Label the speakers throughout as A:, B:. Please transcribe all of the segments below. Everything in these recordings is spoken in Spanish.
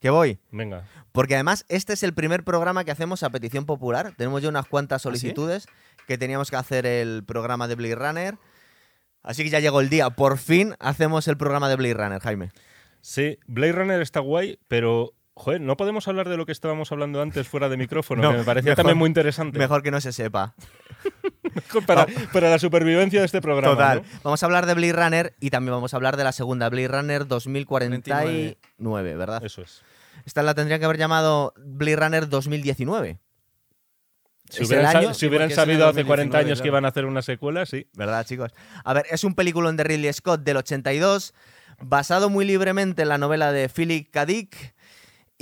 A: Que voy.
B: Venga.
A: Porque además este es el primer programa que hacemos a petición popular. Tenemos ya unas
B: ¿Ah,
A: cuantas solicitudes que teníamos que hacer el programa de Blade Runner. Así que ya llegó el día. Por fin hacemos el programa de Blade Runner, Jaime.
B: Sí, Blade Runner está guay, pero. Joder, no podemos hablar de lo que estábamos hablando antes fuera de micrófono,
A: No,
B: que me parecía
A: mejor-
B: también muy interesante.
A: Mejor que no se sepa.
B: para, para la supervivencia de este programa.
A: Total.
B: ¿no?
A: Vamos a hablar de Blade Runner y también vamos a hablar de la segunda Blade Runner 2049, ¿verdad?
B: Eso es.
A: Esta la tendrían que haber llamado Blade Runner 2019,
B: Si
A: ¿Es
B: hubieran,
A: el
B: sa-
A: año?
B: si hubieran
C: Porque es en el
B: sabido hace 40
C: 2019,
B: años que
C: claro.
B: iban a hacer una secuela, sí.
A: ¿verdad, chicos? A ver, es un peliculón de Ridley Scott del 82, basado muy libremente en la novela de Philip K. Dick.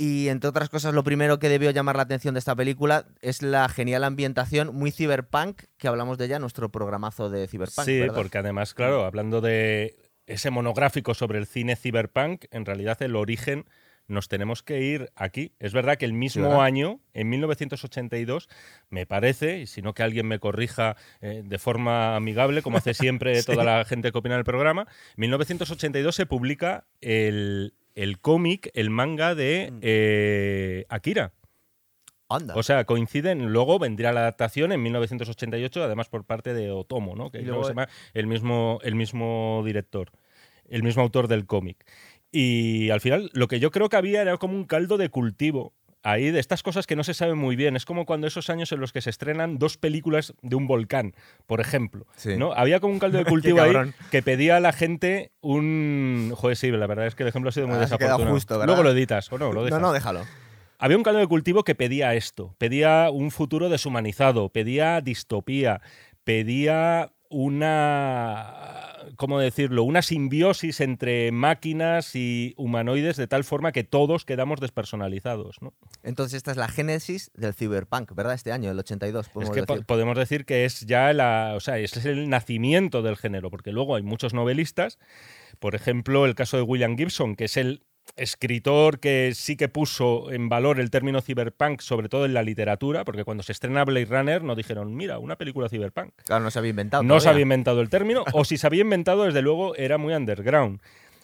A: Y entre otras cosas, lo primero que debió llamar la atención de esta película es la genial ambientación muy cyberpunk, que hablamos de ella en nuestro programazo de cyberpunk.
B: Sí,
A: ¿verdad? Mm.
B: porque además, claro, hablando de ese monográfico sobre el cine cyberpunk, en realidad el origen nos tenemos que ir aquí. Es verdad que el mismo
A: ¿verdad?
B: año, en 1982, me parece, y si no que alguien me corrija eh, de forma amigable, como hace siempre toda la gente que opina en el programa, 1982 se publica el, el cómic, el manga de
A: Mm.
B: eh, Akira.
A: Anda.
B: O sea, coinciden, luego vendría la adaptación en 1988, además por parte de Otomo, ¿no?
A: Y
B: Que creo
A: luego- e-
B: que se llama el mismo, el mismo director, el mismo autor del cómic. Y al final, lo que yo creo que había era como un caldo de cultivo. Ahí de estas cosas que no se sabe muy bien. Es como cuando esos años en los que se estrenan dos películas de un volcán, por ejemplo.
A: Sí.
B: ¿no? Había como un caldo de cultivo ahí
A: cabrón.
B: que pedía a la gente un. Joder, sí, la verdad es que el ejemplo ha sido muy
A: Ah, se ha quedado
B: desafortunado.
A: justo, ¿verdad?
B: Luego lo editas, o no, lo
A: no,
B: dejas.
A: no, déjalo.
B: Había un caldo de cultivo que pedía esto, pedía un futuro deshumanizado, pedía distopía, pedía una, ¿cómo decirlo?, una simbiosis entre máquinas y humanoides de tal forma que todos quedamos despersonalizados. ¿no?
A: Entonces, esta es la génesis del cyberpunk, ¿verdad? Este año, el 82,
B: Es
A: podemos
B: que po-
A: decir.
B: podemos decir que es ya la, o sea, es el nacimiento del género, porque luego hay muchos novelistas, por ejemplo, el caso de William Gibson, que es el escritor que sí que puso en valor el término cyberpunk, sobre todo en la literatura, porque cuando se estrena Blade Runner no dijeron, mira, una película cyberpunk.
A: Claro, no se había inventado.
B: No se
A: Ah, todavía.
B: había inventado el término, o si se había inventado, desde luego, era muy underground.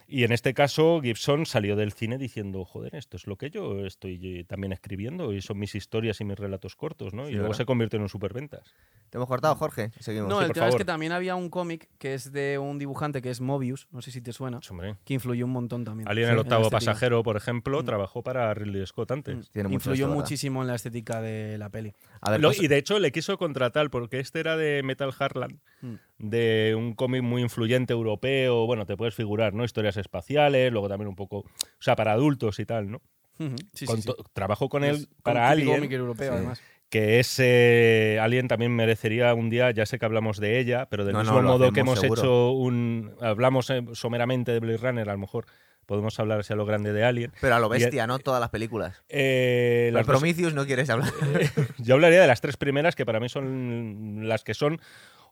B: Y en este caso, Gibson salió del cine diciendo, joder, esto es lo que yo estoy eh, también escribiendo, y son mis historias y mis relatos cortos, ¿no?
A: Sí,
B: y luego
A: ¿verdad?
B: se convirtió en un superventas.
A: Te hemos cortado, Jorge. Seguimos.
C: No,
B: sí,
C: el
B: por
C: tema es
B: favor.
C: que también había un cómic que es de un dibujante que es Mobius, no sé si te suena,
B: Hombre.
C: que influyó un montón también.
B: Alien
C: en
B: el
C: la
B: octavo
C: estética.
B: pasajero, por ejemplo,
C: Mm.
B: trabajó para Ridley Scott
C: Mm.
B: antes.
A: Tiene mucho
C: influyó
A: esto, ¿verdad?
C: muchísimo en la estética de la peli.
A: A ver,
B: Lo-
A: pues-
B: y de hecho le quiso contratar porque este era de Metal Harland,
C: Mm.
B: de un cómic muy influyente europeo, bueno, te puedes figurar, ¿no? Historias espaciales, luego también un poco, o sea, para adultos y tal, ¿no?
C: Ujú, sí, sí,
B: Con
C: sí.
B: to- Trabajó con
C: Es
B: él
C: como
B: para
C: típico
B: Alien,
C: cómic europeo,
A: Sí.
C: además.
B: que ese Alien también merecería un día, ya sé que hablamos de ella, pero del
A: No, no,
B: mismo
A: lo
B: modo que
A: hacemos
B: hemos
A: seguro.
B: hecho un... Hablamos eh, someramente de Blade Runner, a lo mejor podemos hablar si a lo grande de Alien.
A: Pero a lo
B: y-
A: bestia, ¿no? Todas las películas.
B: Eh,
A: El
B: las dos-
A: Prometheus no quieres hablar.
B: Yo hablaría de las tres primeras que para mí son las que son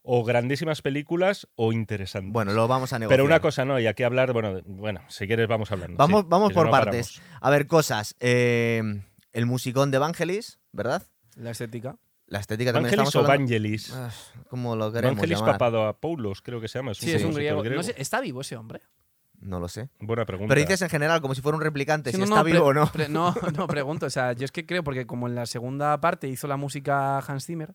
B: o grandísimas películas o interesantes.
A: bueno, lo vamos a negociar.
B: pero una cosa no, y aquí hablar, bueno, de- bueno, si quieres vamos hablando.
A: Vamos,
B: sí,
A: vamos
B: que si
A: por
B: no
A: partes.
B: paramos.
A: A ver, cosas. Eh, el musicón de Vangelis, ¿verdad?
C: La estética.
A: La estética también
B: Vangelis o
A: estamos hablando.
B: Vangelis.
A: Ah, ¿Cómo lo queremos
B: Vangelis
A: llamar?
B: Papadopoulos, creo que se llama. Es
C: Sí, es un
B: compositor
C: griego. No sé, ¿Está vivo ese hombre?
A: No lo sé.
B: Buena pregunta.
A: Pero dices en general, como si fuera un replicante, si
C: Sí, no,
A: está
C: no, pre-
A: vivo o no.
C: pre- no, no, pregunto. O sea, yo es que creo, porque como en la segunda parte hizo la música Hans Zimmer.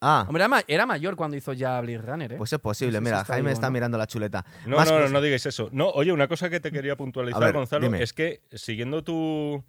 A: Ah,
C: Hombre, era, ma- era mayor cuando hizo ya Blade Runner, ¿eh?
A: pues es posible.
C: No sé si
A: Mira,
C: está
A: Jaime
C: vivo o
A: está
C: no.
A: mirando la chuleta.
B: No,
A: Más
B: no, no,
A: cosas.
B: no digáis eso. No, oye, una cosa que te quería puntualizar,
A: A ver,
B: Gonzalo,
A: dime.
B: es que siguiendo tu.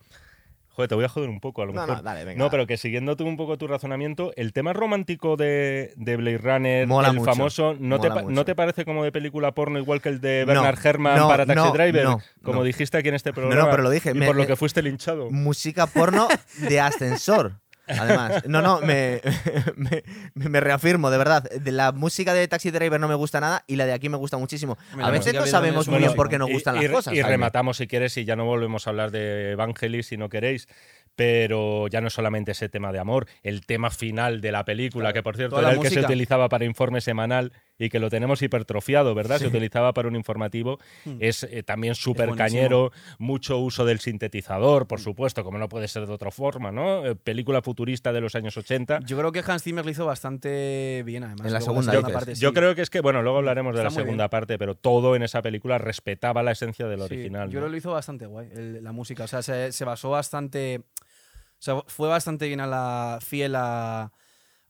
B: Joder, te voy a joder un poco, a lo
A: No,
B: mejor.
A: no, dale, venga,
B: No,
A: va.
B: pero que siguiendo tú un poco tu razonamiento, el tema romántico de, de Blade Runner,
A: Mola
B: el
A: mucho,
B: famoso, ¿no te,
A: mola
B: pa-
A: mucho.
B: ¿no te parece como de película porno igual que el de
A: No,
B: Bernard Herrmann
A: no,
B: para Taxi
A: no,
B: Driver?
A: no,
B: como
A: no.
B: dijiste aquí en este
A: no,
B: programa.
A: pero lo dije,
B: Y
A: me-
B: por lo
A: me-
B: que fuiste linchado.
A: Música porno de ascensor. Además, no, no, me, me, me reafirmo, de verdad. De la música de Taxi Driver no me gusta nada y la de aquí me gusta muchísimo.
C: Hombre,
A: A
C: la
A: veces
C: música
A: no
C: de
A: sabemos
C: Daniel
A: muy bien
C: Suárez,
A: por qué
C: ¿no?
A: nos
B: y-
A: gustan
B: y,
A: las cosas.
B: Y
A: Jaime.
B: rematamos si quieres y ya no volvemos a hablar de Evangelis si no queréis. Pero ya no solamente ese tema de amor, el tema final de la película, que por cierto
C: Toda la
B: era el que se
C: música.
B: utilizaba para informe semanal, y que lo tenemos hipertrofiado, ¿verdad? Se utilizaba para un informativo.
C: Hmm.
B: Es eh, también súper cañero, mucho uso del sintetizador,
C: Hmm.
B: por supuesto, como no puede ser de otra forma, ¿no? Eh, película futurista de los años 80.
C: Yo creo que Hans Zimmer lo hizo bastante bien, además.
A: En la
C: Luego,
A: segunda, dices.
C: parte,
B: Yo
C: sí.
B: creo que es que, bueno, luego hablaremos de
C: Está
B: la
C: muy
B: segunda
C: bien.
B: parte, pero todo en esa película respetaba la esencia del
C: Sí,
B: original.
C: Yo
B: ¿no?
C: creo que lo hizo bastante guay, el- la música. O sea, se, se basó bastante. O sea, fue bastante bien a la. fiel a,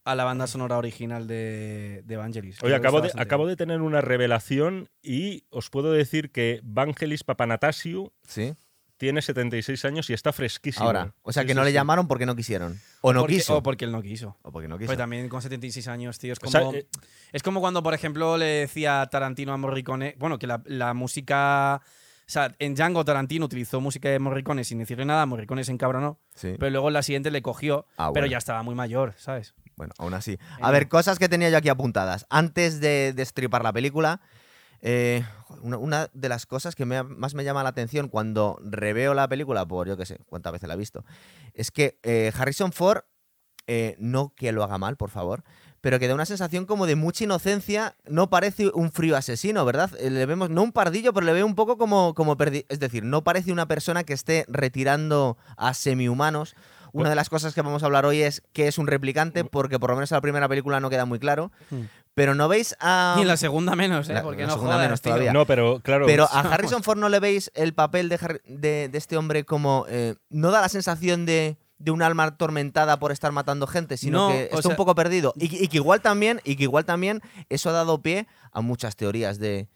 C: a la banda sonora original de, de Evangelis.
B: Oye, acabo de, acabo de tener una revelación y os puedo decir que Vangelis Papanatasiu
A: Sí.
B: tiene 76 años y está fresquísimo.
A: Ahora, o sea
B: Sí,
A: que
B: sí,
A: no le
B: sí.
A: llamaron porque no quisieron. O no
C: porque,
A: quiso.
C: O porque él no quiso.
A: O porque no quiso.
C: Pero también con 76 años, tío, es
B: O
C: como.
B: sea, eh,
C: Es como cuando, por ejemplo, le decía Tarantino a Morricone, bueno, que la, la música... O sea, en Django Tarantino utilizó música de Morricone sin decirle nada, Morricone se encabronó,
A: Sí.
C: pero luego en la siguiente le cogió,
A: Ah,
C: pero
A: bueno.
C: ya estaba muy mayor, ¿sabes?
A: Bueno, aún así. A ver, cosas que tenía yo aquí apuntadas. Antes de destripar la película, eh, joder, una, una de las cosas que me- más me llama la atención cuando reveo la película, por yo qué sé, cuántas veces la he visto, es que eh, Harrison Ford, eh, no que lo haga mal, por favor, pero que da una sensación como de mucha inocencia, no parece un frío asesino, ¿verdad? Eh, Le vemos, no un pardillo, pero le veo un poco como, como perdi- Es decir, no parece una persona que esté retirando a semihumanos. Una de las cosas que vamos a hablar hoy es que es un
B: Mm.
A: replicante, porque por lo menos en la primera película no queda muy claro.
C: Hmm.
A: Pero no veis a.
C: y en la segunda menos, ¿eh?
A: la-
C: Porque
A: la
C: no
A: segunda
C: jodas,
A: menos
C: tío.
A: todavía.
B: no, pero claro.
A: Pero
B: es-
A: a Harrison Ford no le veis el papel de, Harri- de, de este hombre como. eh, no da la sensación de, de un alma atormentada por estar matando gente, sino
C: No,
A: que
C: o
A: está un
C: sea-
A: poco perdido. Y, que- y que igual también, y que igual también eso ha dado pie a muchas teorías de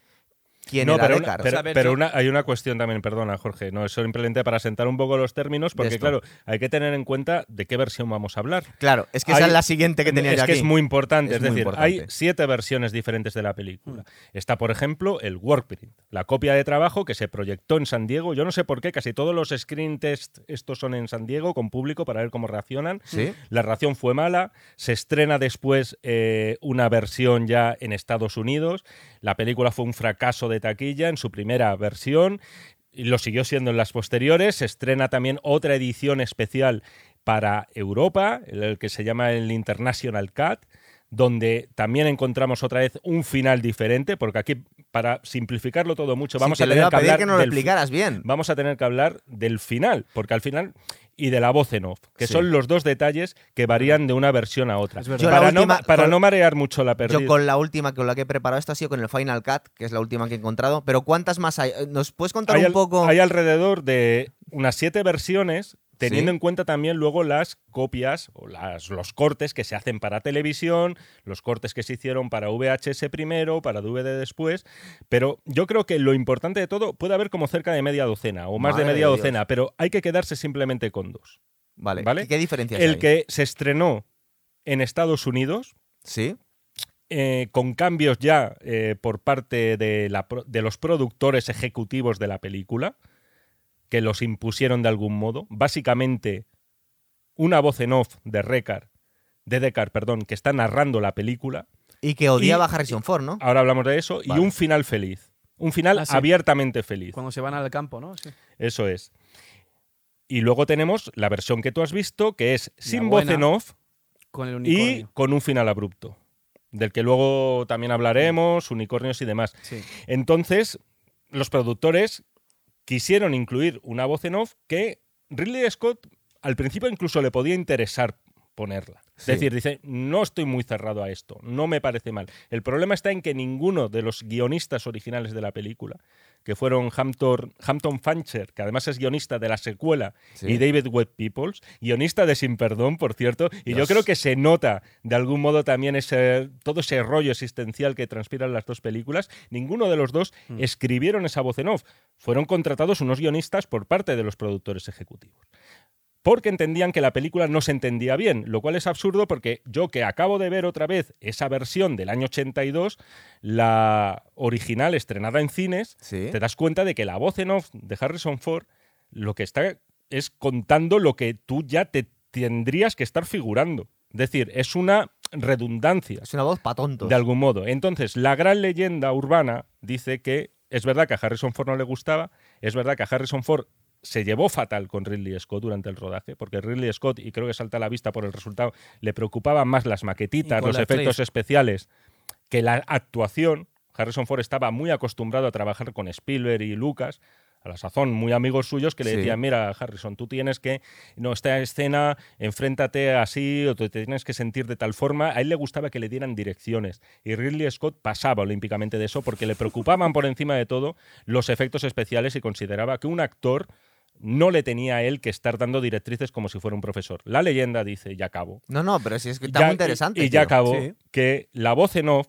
A: quién
B: no,
A: era
B: pero, una,
A: Deckard.
B: pero-
C: O sea, a ver,
B: pero
C: yo-
B: una- hay una cuestión también, perdona Jorge, no, es simplemente para sentar un poco los términos, porque
A: esto.
B: claro, hay que tener en cuenta de qué versión vamos a hablar.
A: claro, es que esa
B: Hay-
A: es la siguiente que tenía
B: es
A: yo
B: que
A: aquí.
B: es muy importante,
A: Es
B: es,
A: muy
B: decir,
A: importante.
B: hay siete versiones diferentes de la película. Está, por ejemplo, el workprint, la copia de trabajo que se proyectó en San Diego. Yo no sé por qué, casi todos los screen test estos son en San Diego con público para ver cómo reaccionan.
A: Sí.
B: La reacción fue mala, se estrena después eh, una versión ya en Estados Unidos. La película fue un fracaso de taquilla en su primera versión. y Lo siguió siendo en las posteriores. Se estrena también otra edición especial para Europa, el que se llama el International Cut, donde también encontramos otra vez un final diferente, porque aquí, para simplificarlo todo mucho, vamos
A: Sí,
B: a
A: te lo iba
B: tener
A: a
B: que
A: pedir
B: hablar
A: que nos lo
B: del fi-
A: explicaras bien.
B: vamos a tener que hablar del final, porque al final y de la voz en off, que
A: Sí.
B: son los dos detalles que varían de una versión a otra.
C: Es verdad.
A: Yo la
B: Para, no,
A: última-
B: para
A: con-
B: no marear mucho la
A: Yo
B: pérdida.
A: con la última, con la que he preparado esto ha sido con el Final Cut, que es la última que he encontrado. Pero ¿cuántas más hay? Eh, ¿Nos puedes contar
B: Hay,
A: un
B: al-
A: poco?
B: hay alrededor de unas siete versiones, teniendo
A: Sí.
B: en cuenta también luego las copias o las, los cortes que se hacen para televisión, los cortes que se hicieron para VHS primero, para DVD después. Pero yo creo que lo importante de todo puede haber como cerca de media docena o más
A: Madre
B: de media
A: de Dios.
B: docena, pero hay que quedarse simplemente con dos.
A: Vale.
B: ¿vale?
A: ¿Qué, qué diferencias
B: El
A: hay?
B: que se estrenó en Estados Unidos,
A: Sí.
B: eh, con cambios ya eh, por parte de, la pro- de los productores ejecutivos de la película, que los impusieron de algún modo. Básicamente, una voz en off de Recar, de Deckard, perdón, que está narrando la película.
A: Y que odiaba
B: Y-
A: a Harrison Ford, ¿no?
B: Ahora hablamos de eso.
A: Vale.
B: Y un final feliz. Un final
C: Ah, sí.
B: abiertamente feliz.
C: Cuando se van al campo, ¿no? Sí.
B: Eso es. Y luego tenemos la versión que tú has visto, que es sin voz
C: buena.
B: en off,
C: Con el
B: y
C: unicornio.
B: con un final abrupto, del que luego también hablaremos, unicornios y demás.
C: Sí.
A: Eh,
B: Entonces, los productores quisieron incluir una voz en off que Ridley Scott al principio incluso le podía interesar ponerla. Es
A: Sí.
B: decir, dice, no estoy muy cerrado a esto, no me parece mal. El problema está en que ninguno de los guionistas originales de la película, que fueron Hampton, Hampton Fancher, que además es guionista de la secuela
A: Sí.
B: y David Webb Peoples, guionista de Sin Perdón, por cierto, y
A: Dios.
B: yo creo que se nota de algún modo también ese, todo ese rollo existencial que transpiran las dos películas. Ninguno de los dos
A: Mm.
B: escribieron esa voz en off. Fueron contratados unos guionistas por parte de los productores ejecutivos. Porque entendían que la película no se entendía bien, lo cual es absurdo porque yo que acabo de ver otra vez esa versión del año 82, la original estrenada en cines,
A: Sí.
B: te das cuenta de que la voz en off de Harrison Ford lo que está es contando lo que tú ya te tendrías que estar figurando. Es decir, es una redundancia
A: Es una voz pa' tontos.
B: de algún modo. Entonces, la gran leyenda urbana dice que es verdad que a Harrison Ford no le gustaba, es verdad que a Harrison Ford se llevó fatal con Ridley Scott durante el rodaje, porque Ridley Scott, y creo que salta a la vista por el resultado, le preocupaban más las
C: Y
B: maquetitas,
C: con
B: los
C: la actriz.
B: efectos especiales que la actuación, Harrison Ford estaba muy acostumbrado a trabajar con Spielberg y Lucas, a la sazón muy amigos suyos que le
A: Sí.
B: decían, mira Harrison, tú tienes que, no, esta escena, enfréntate así o te tienes que sentir de tal forma. A él le gustaba que le dieran direcciones y Ridley Scott pasaba olímpicamente de eso porque le preocupaban por encima de todo los efectos especiales y consideraba que un actor no le tenía a él que estar dando directrices como si fuera un profesor. La leyenda dice, y acabo,
A: No, no, pero sí es que está
B: ya-
A: muy interesante.
B: Y, y ya
A: tío.
B: acabó
C: Sí.
B: que la voz en off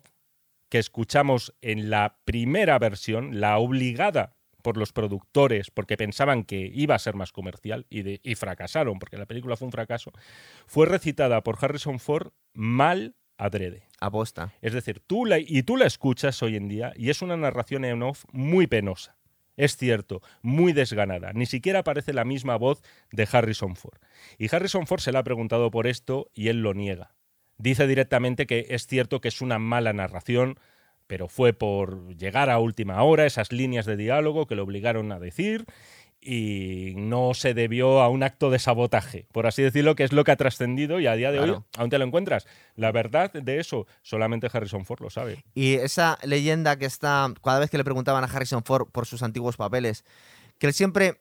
B: que escuchamos en la primera versión, la obligada por los productores, porque pensaban que iba a ser más comercial y, de- y fracasaron, porque la película fue un fracaso, fue recitada por Harrison Ford mal adrede.
A: Aposta.
B: Es decir, tú la, y tú la escuchas hoy en día y es una narración en off muy penosa. Es cierto, muy desganada. Ni siquiera aparece la misma voz de Harrison Ford. Y Harrison Ford se le ha preguntado por esto y él lo niega. Dice directamente que es cierto que es una mala narración, pero fue por llegar a última hora esas líneas de diálogo que le obligaron a decir y no se debió a un acto de sabotaje, por así decirlo, que es lo que ha trascendido y a día de hoy
A: Claro.
B: aún te lo encuentras. La verdad de eso solamente Harrison Ford lo sabe.
A: Y esa leyenda que está, cada vez que le preguntaban a Harrison Ford por sus antiguos papeles, que él siempre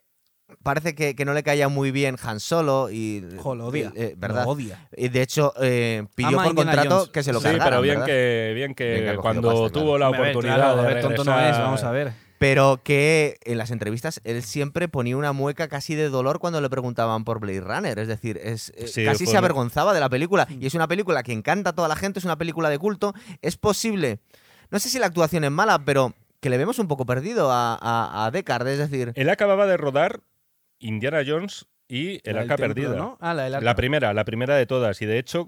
A: parece que, que no le caía muy bien Han Solo y...
C: Jo, lo odia.
A: eh, ¿Verdad?
C: Lo odia.
A: Y de hecho, eh, pidió
C: Ama a
A: por
C: Indiana
A: contrato
C: Jones.
A: que se lo
B: sí,
A: cargaran,
B: pero bien
A: ¿verdad?
B: que, bien que
A: Bien que ha cogido
B: cuando
A: pasta, claro.
B: tuvo la
C: Hombre, a ver,
B: oportunidad
C: claro,
B: de
C: a ver, tonto no es,
B: regresar-
C: vamos a ver.
A: Pero que en las entrevistas él siempre ponía una mueca casi de dolor cuando le preguntaban por Blade Runner. Es decir, es, eh,
B: Sí,
A: casi
B: pues Mm. fue
A: se
B: una-
A: avergonzaba de la película. Y es una película que encanta a toda la gente, es una película de culto. Es posible, no sé si la actuación es mala, pero que le vemos un poco perdido a, a, a Deckard. Es decir,
B: Él acababa de rodar Indiana Jones y El
C: La del
B: Arca
C: templo,
B: Perdida.
C: ¿no? Ah, la del arca.
B: La primera, la primera de todas. Y de hecho,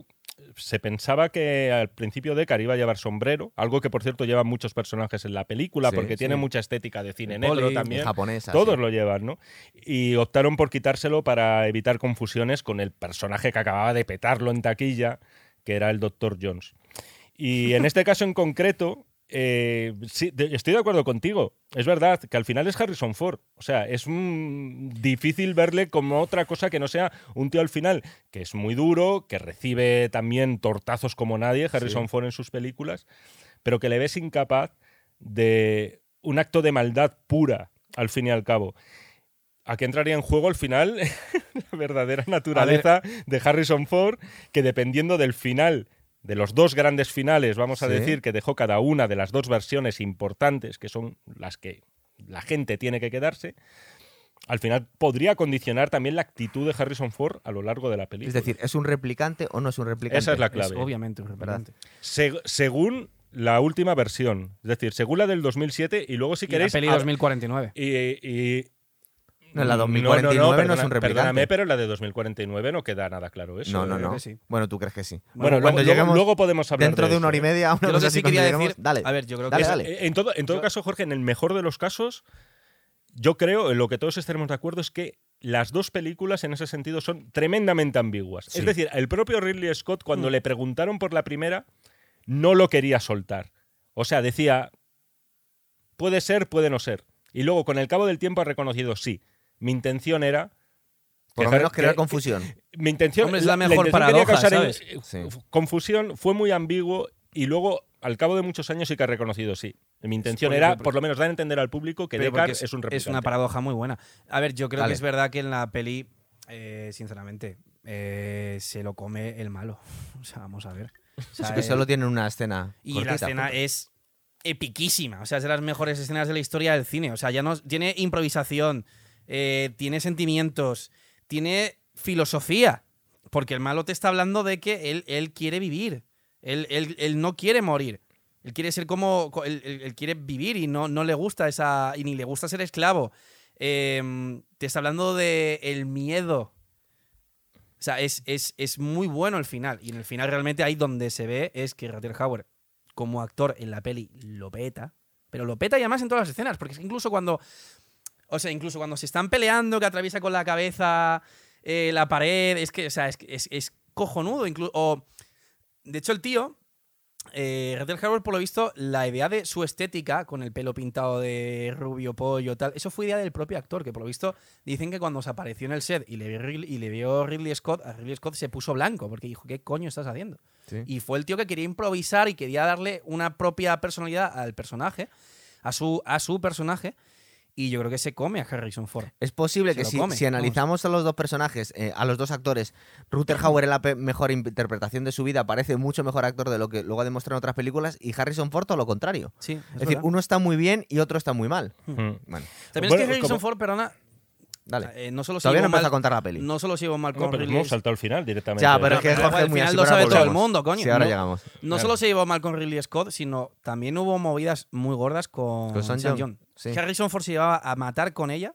B: se pensaba que al principio Deckard iba a llevar sombrero, algo que por cierto llevan muchos personajes en la película,
A: Sí,
B: porque tiene
A: sí.
B: mucha estética de cine
C: El
B: negro
C: boli,
B: también.
A: japonesa.
B: Todos
A: sí.
B: lo llevan, ¿no? Y optaron por quitárselo para evitar confusiones con el personaje que acababa de petarlo en taquilla, que era el Dr. Jones. Y en este caso en concreto, eh, sí, de- estoy de acuerdo contigo. Es verdad que al final es Harrison Ford. O sea, es mm, difícil verle como otra cosa que no sea un tío al final, que es muy duro, que recibe también tortazos como nadie, Harrison Ford en sus películas, pero que le ves incapaz de un acto de maldad pura, al fin y al cabo. Aquí entraría en juego al final la verdadera naturaleza de Harrison Ford, que dependiendo del final, de los dos grandes finales, vamos a
A: Sí.
B: decir, que dejó cada una de las dos versiones importantes, que son las que la gente tiene que quedarse, al final podría condicionar también la actitud de Harrison Ford a lo largo de la película.
A: Es decir, ¿es un replicante o no es un replicante?
B: esa es la
C: Es
B: clave.
C: obviamente un representante.
B: Se- según la última versión, es decir, según la del 2007 y luego si
C: Y la
B: queréis...
C: peli
B: ah,
C: 2049.
B: y- y-
A: No, la
B: No,
A: 2049 no,
B: perdona-
A: es un replicante.
B: Perdóname, pero la de 2049 no queda nada claro eso.
A: no, no,
B: ¿eh?
A: no.
C: que sí.
A: Bueno, tú crees que sí.
B: Bueno,
A: cuando
B: luego, luego-
A: lleguemos
B: luego podemos hablar
A: dentro de, una
B: eso,
A: hora y
B: ¿eh?
A: media, una
C: Yo lo
A: cosa
C: que
A: así,
C: sí
A: cuando
C: quería
A: lleguemos-
C: decir.
A: Dale.
C: A ver, yo creo
A: Dale,
C: que.
A: dale.
B: Eh, En todo, en todo
C: Yo-
B: caso, Jorge, en el mejor de los casos, yo creo, en lo que todos estaremos de acuerdo, es que las dos películas en ese sentido son tremendamente ambiguas.
A: Sí.
B: Es decir, el propio Ridley Scott, cuando le preguntaron por la primera, no lo quería soltar. O sea, decía, puede ser, puede no ser. Y luego, con el cabo del tiempo, ha reconocido, sí, mi intención era...
A: Por lo
B: dejar-
A: menos crear
B: que-
A: confusión.
B: mi intención
C: Hombre, es la mejor
B: intención
C: paradoja,
B: quería causar
C: ¿sabes?
B: eh,
A: Sí.
B: f- confusión, fue muy ambiguo y luego, al cabo de muchos años, sí que ha reconocido, sí. Mi intención
C: porque-
B: era,
C: porque-
B: por lo menos, dar a entender al público que
C: Pero
B: Deckard
C: porque
B: es, un replicante.
C: una paradoja muy buena. A ver, yo creo
A: Dale.
C: que es verdad que en la peli, eh, sinceramente, eh, se lo come el malo. O sea, vamos a ver. O sea,
A: Sí, que
C: eh,
A: solo tienen una escena.
C: y
A: cortita,
C: la escena
A: puta.
C: es epiquísima. O sea, es de las mejores escenas de la historia del cine. O sea, ya no tiene improvisación, eh, tiene sentimientos, tiene filosofía. Porque el malo te está hablando de que él, él quiere vivir. Él, él- él no quiere morir. Él quiere ser como. co- Él, él- él quiere vivir y no, no le gusta esa. Y ni le gusta ser esclavo. Em, te está hablando de el miedo. O sea, es, es, es muy bueno el final. Y en el final realmente ahí donde se ve es que Rattenhauer, como actor en la peli, lo peta. Pero lo peta y además en todas las escenas. Porque es que incluso cuando. O sea, incluso cuando se están peleando, que atraviesa con la cabeza eh, la pared. Es que, o sea, es, es, es cojonudo. inclu- o, de hecho, el tío. Eh, Rattenhauer, por lo visto, la idea de su estética, con el pelo pintado de rubio pollo, tal, eso fue idea del propio actor, que por lo visto Dicen que cuando se apareció en el set y le, vio Ridley- y le vio Ridley Scott, a Ridley Scott se puso blanco porque dijo, ¿qué coño estás haciendo? O
A: Sí.
C: Y fue el tío que quería improvisar y quería darle una propia personalidad al personaje, a su, a su personaje. Y yo creo que se come a Harrison Ford.
A: Es posible
C: Se
A: que
C: lo
A: si,
C: come,
A: si
C: vamos.
A: analizamos a los dos personajes, eh, a los dos actores, Ruther Hauer es la pe- mejor interpretación de su vida, parece mucho mejor actor de lo que luego ha demostrado en otras películas, y Harrison Ford todo lo contrario.
C: Sí, es,
A: Es, decir,
C: verdad.
A: uno está muy bien y otro está muy mal.
B: Mm.
A: Bueno,
C: También
B: Bueno,
C: es que Harrison
B: como-
C: Ford, perdona,
A: dale.
C: eh, no solo se
A: Todavía no
C: llevó
A: me vas a
C: mal-
A: contar la peli.
C: no solo se llevó mal
B: No,
C: con
B: pero
C: Ridley
B: hemos saltado al final directamente. ¿eh?
A: ya, pero es que
C: pero
A: Jorge
C: al
A: es muy
C: final
A: así,
C: lo
A: pero ahora
C: sabe todo el
A: volvemos.
C: mundo, coño.
A: Sí, ahora
C: No-
A: llegamos.
C: No
B: Claro.
C: solo se llevó mal con Ridley Scott, sino también hubo movidas muy gordas con,
A: Con Sean
C: Sean
A: John,
C: John.
A: sí.
C: Harrison Ford se llevaba a matar con ella.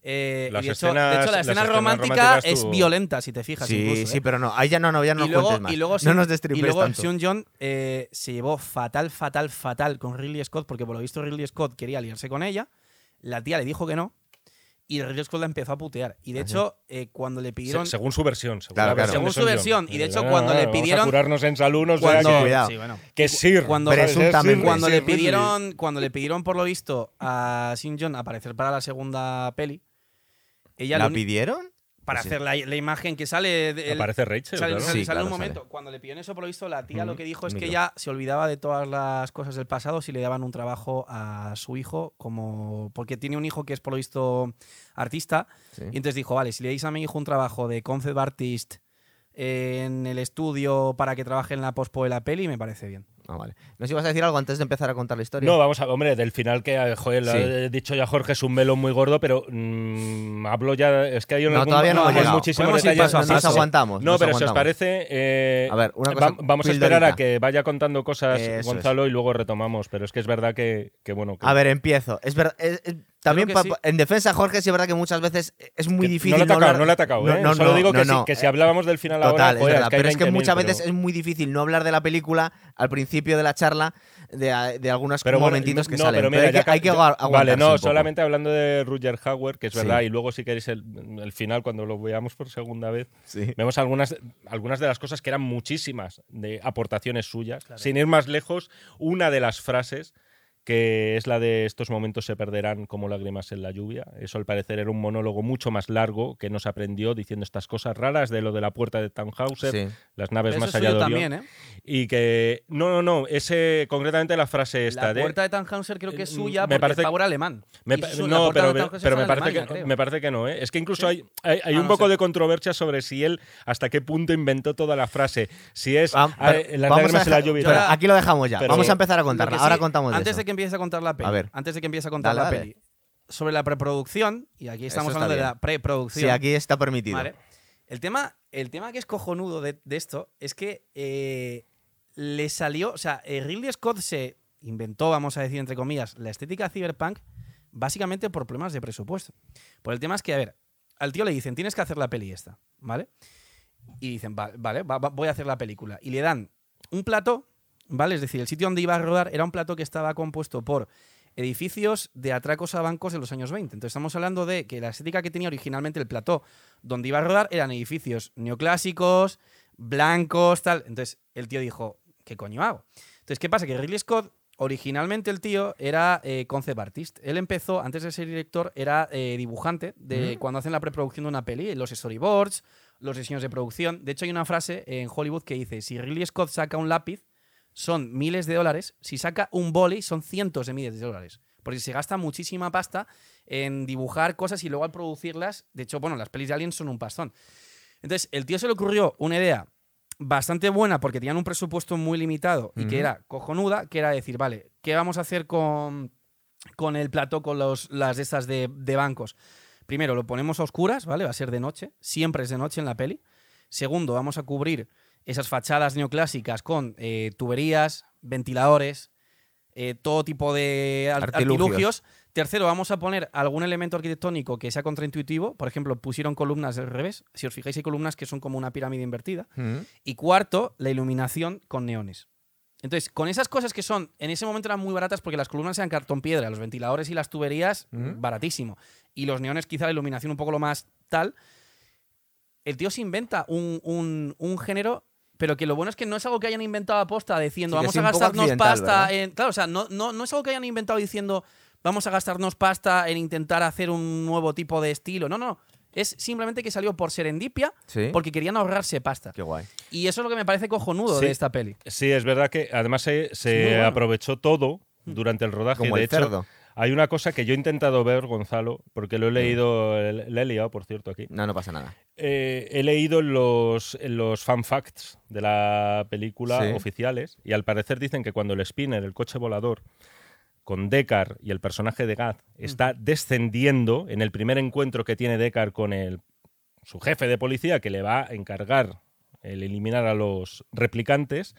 C: eh,
B: Las
C: y de, hecho,
B: escenas-
C: de hecho, la
B: las
C: escena
B: escenas
C: romántica
B: románticas
C: es
B: tuvo-
C: violenta, si te fijas.
A: Sí,
C: incluso,
A: sí,
C: ¿eh?
A: pero no, ahí ya no, no, ya no
C: y
A: nos
C: luego,
A: cuentes más.
C: y luego
A: no
C: Sean-
A: nos
C: y
A: destripes
C: luego
A: tanto.
C: Sean John eh, se llevó fatal, fatal, fatal con Ridley Scott, porque por lo visto Ridley Scott quería aliarse con ella. La tía le dijo que no. Y Ridley Scott la empezó a putear. Y de hecho, eh, cuando le
B: Se-
C: pidieron.
B: según su versión. Según,
A: Claro,
B: la
A: claro.
B: versión de
C: Según su
B: Sean John.
C: versión, y de hecho,
B: Ah,
C: cuando le
B: vamos a
C: pidieron-
B: curarnos en salud, o sea
A: Cuando-
B: que,
A: Cuidado.
C: Sí, bueno.
B: que Sir.
C: cuando-
B: ¿sabes?
A: Presuntamente.
B: Sir-
C: cuando le
B: Sir Ridley.
C: pidieron cuando le pidieron por lo visto a Sin John aparecer para la segunda peli ella
A: ¿La
C: lo uni-
A: pidieron?
C: para
A: Sí.
C: hacer la, la imagen que sale de- el-
B: Aparece Rachel,
C: sale,
B: claro.
C: sale-
A: Sí,
C: sale un
A: claro,
C: momento cuando le pidieron eso por lo visto la tía lo que dijo es que
B: micro.
C: ella se olvidaba de todas las cosas del pasado si le daban un trabajo a su hijo como porque tiene un hijo que es por lo visto artista
A: Sí.
C: y entonces dijo, vale, si le dais a mi hijo un trabajo de concept artist en el estudio para que trabaje en la pospo de la peli, me parece bien.
A: Ah, vale. ¿Nos ibas a decir algo antes de empezar a contar la historia?
B: No, vamos a, hombre, del final que, eh, joder, lo
A: Sí.
B: he dicho ya Jorge, es un melón muy gordo, pero mm, hablo ya, es que hay un
A: No, todavía no hemos llegado.
B: muchísimos
C: Podemos ir
B: detalles.
C: paso a
B: Sí, sí.
C: paso.
A: Nos aguantamos,
B: No,
A: nos
B: pero si os
A: aguantamos.
B: parece, eh,
A: A ver, una cosa
B: va- vamos a esperar
A: pildorita.
B: a que vaya contando cosas
A: Eso es.
B: Gonzalo y luego retomamos, pero es que es verdad que, que bueno, que-
A: A ver, empiezo. Es verdad, es- es- también
C: que
A: pa-
C: sí.
A: pa- en defensa, Jorge, sí es verdad que muchas veces es muy
B: que
A: difícil.
B: No lo he atacado,
A: hablar-
B: no, lo he atacado,
A: No,
B: ¿eh?
A: no,
B: Solo
A: no,
B: digo que,
A: no,
B: si,
A: no.
B: que si
A: Eh,
B: hablábamos del final
A: Total,
B: ahora,
A: es
B: joder,
A: verdad.
B: hay
A: Pero es que
B: 20.000,
A: muchas
B: pero-
A: veces es muy difícil no hablar de la película al principio de la charla, de, de algunos
B: Pero bueno,
A: momentitos que
B: no,
A: salen.
B: pero
A: Pero
B: mira, ya
A: hay que, hay que
B: ca-
A: agua-
B: ya-
A: aguantarse
B: Vale, no,
A: un poco.
B: solamente hablando de Roger Howard, que es
A: Sí.
B: verdad, y luego si queréis el, el final, cuando lo veamos por segunda vez,
A: Sí.
B: vemos algunas, algunas de las cosas que eran muchísimas de aportaciones suyas. Sin ir más lejos, una de las frases que es la de estos momentos se perderán como lágrimas en la lluvia. Eso al parecer era un monólogo mucho más largo que nos aprendió diciendo estas cosas raras de lo de la puerta de Tannhauser,
A: Sí.
B: las naves
C: Eso
B: Pues más
C: es
B: allá
C: suyo
B: de Orión.
C: también, ¿eh?
B: Y que no, no, no, ese concretamente la frase esta
C: la
B: de
C: puerta de Tannhauser creo que es
B: Mm,
C: suya
B: me
C: porque
B: parece-
C: es pavor alemán.
B: Me
C: Y
B: pa-
C: su- la
B: no,
C: puerta
B: pero,
C: de
B: me,
C: Tannhauser
B: pero
C: está
B: me
C: en
B: parece
C: Alemania,
B: que,
C: creo.
B: me parece que no. ¿eh? Es que incluso hay, hay, hay
C: Ah,
B: un
C: no
B: poco
C: sé.
B: de controversia sobre si él, hasta qué punto inventó toda la frase. Si es
A: Vam-
B: ah,
A: pero
B: las
A: vamos a
B: lágrimas en la
A: dejar-
B: lluvia. y
A: pero
B: tal.
A: aquí lo dejamos ya.
B: Pero-
A: vamos a empezar a
C: Lo que
A: contarla.
C: sí,
A: Ahora contamos de
C: Antes
A: eso.
C: de que empiece a contar la peli.
A: A ver.
C: Antes de que empiece a contar
A: Dale,
C: la
A: dale.
C: peli. Sobre la preproducción, y aquí estamos
A: está
C: hablando de
A: bien.
C: la preproducción.
A: Sí, aquí está permitido.
C: Vale. El tema, el tema que es cojonudo de, de esto es que eh, le salió. O sea, eh, Ridley Scott se inventó, vamos a decir, entre comillas, la estética cyberpunk básicamente por problemas de presupuesto. Pues el tema es que, a ver, al tío le dicen, tienes que hacer la peli esta, ¿vale? Y dicen, "Va- vale, va- va- voy a hacer la película. Y le dan un plato, ¿vale? Es decir, el sitio donde iba a rodar era un plato que estaba compuesto por edificios de atracos a bancos de los años 20. Entonces estamos hablando de que la estética que tenía originalmente el plató donde iba a rodar eran edificios neoclásicos, blancos, tal. Entonces el tío dijo, ¿qué coño hago? Entonces, ¿qué pasa? Que Ridley Scott, originalmente el tío era eh, concept artist. Él empezó, antes de ser director, era eh, dibujante de cuando hacen la preproducción de una peli, los storyboards, los diseños de producción. De hecho, hay una frase en Hollywood que dice, si Ridley Scott saca un lápiz, son miles de dólares. Si saca un boli, son cientos de miles de dólares. Porque se gasta muchísima pasta en dibujar cosas y luego al producirlas. De hecho, bueno, las pelis de Alien son un pastón. Entonces, el tío se le ocurrió una idea bastante buena porque tenían un presupuesto muy limitado y que
A: Ujú.
C: era cojonuda, que era decir, vale, ¿qué vamos a hacer con, con el plato, con los, las de estas de, de bancos? Primero, lo ponemos a oscuras, ¿vale? Va a ser de noche. Siempre es de noche en la peli. Segundo, vamos a cubrir esas fachadas neoclásicas con eh, tuberías, ventiladores, eh, todo tipo de ar-
A: Artilugios.
C: artilugios. Tercero, vamos a poner algún elemento arquitectónico que sea contraintuitivo. Por ejemplo, pusieron columnas del revés. Si os fijáis, hay columnas que son como una pirámide invertida.
A: Mm.
C: Y cuarto, la iluminación con neones. Entonces, con esas cosas que son, en ese momento eran muy baratas porque las columnas eran cartón piedra, los ventiladores y las tuberías,
A: Ujú.
C: baratísimo. Y los neones, quizá la iluminación un poco lo más tal. El tío se inventa un, un- un género, pero que lo bueno es que no es algo que hayan inventado aposta diciendo
A: Sí, que es
C: vamos a
A: un poco
C: gastarnos
A: accidental,
C: pasta
A: ¿verdad?
C: en. Claro, o sea, no, no, no es algo que hayan inventado diciendo vamos a gastarnos pasta en intentar hacer un nuevo tipo de estilo. No, no. Es simplemente que salió por serendipia
A: Sí.
C: porque querían ahorrarse pasta.
A: Qué guay.
C: Y eso es lo que me parece cojonudo
B: Sí.
C: de esta peli.
B: Sí, es verdad que además se, se
C: muy bueno.
B: aprovechó todo durante el rodaje.
A: Mm. Como
B: de
A: el
B: hecho,
A: cerdo.
B: hay una cosa que yo he intentado ver, Gonzalo, porque lo he leído, la he liado, por cierto, aquí.
A: No, no pasa nada.
B: Eh, he leído los, los fan facts de la película
A: Sí.
B: oficiales y al parecer dicen que cuando el Spinner, el coche volador, con Deckard y el personaje de Gad está descendiendo en el primer encuentro que tiene Deckard con el, su jefe de policía que le va a encargar el eliminar a los replicantes,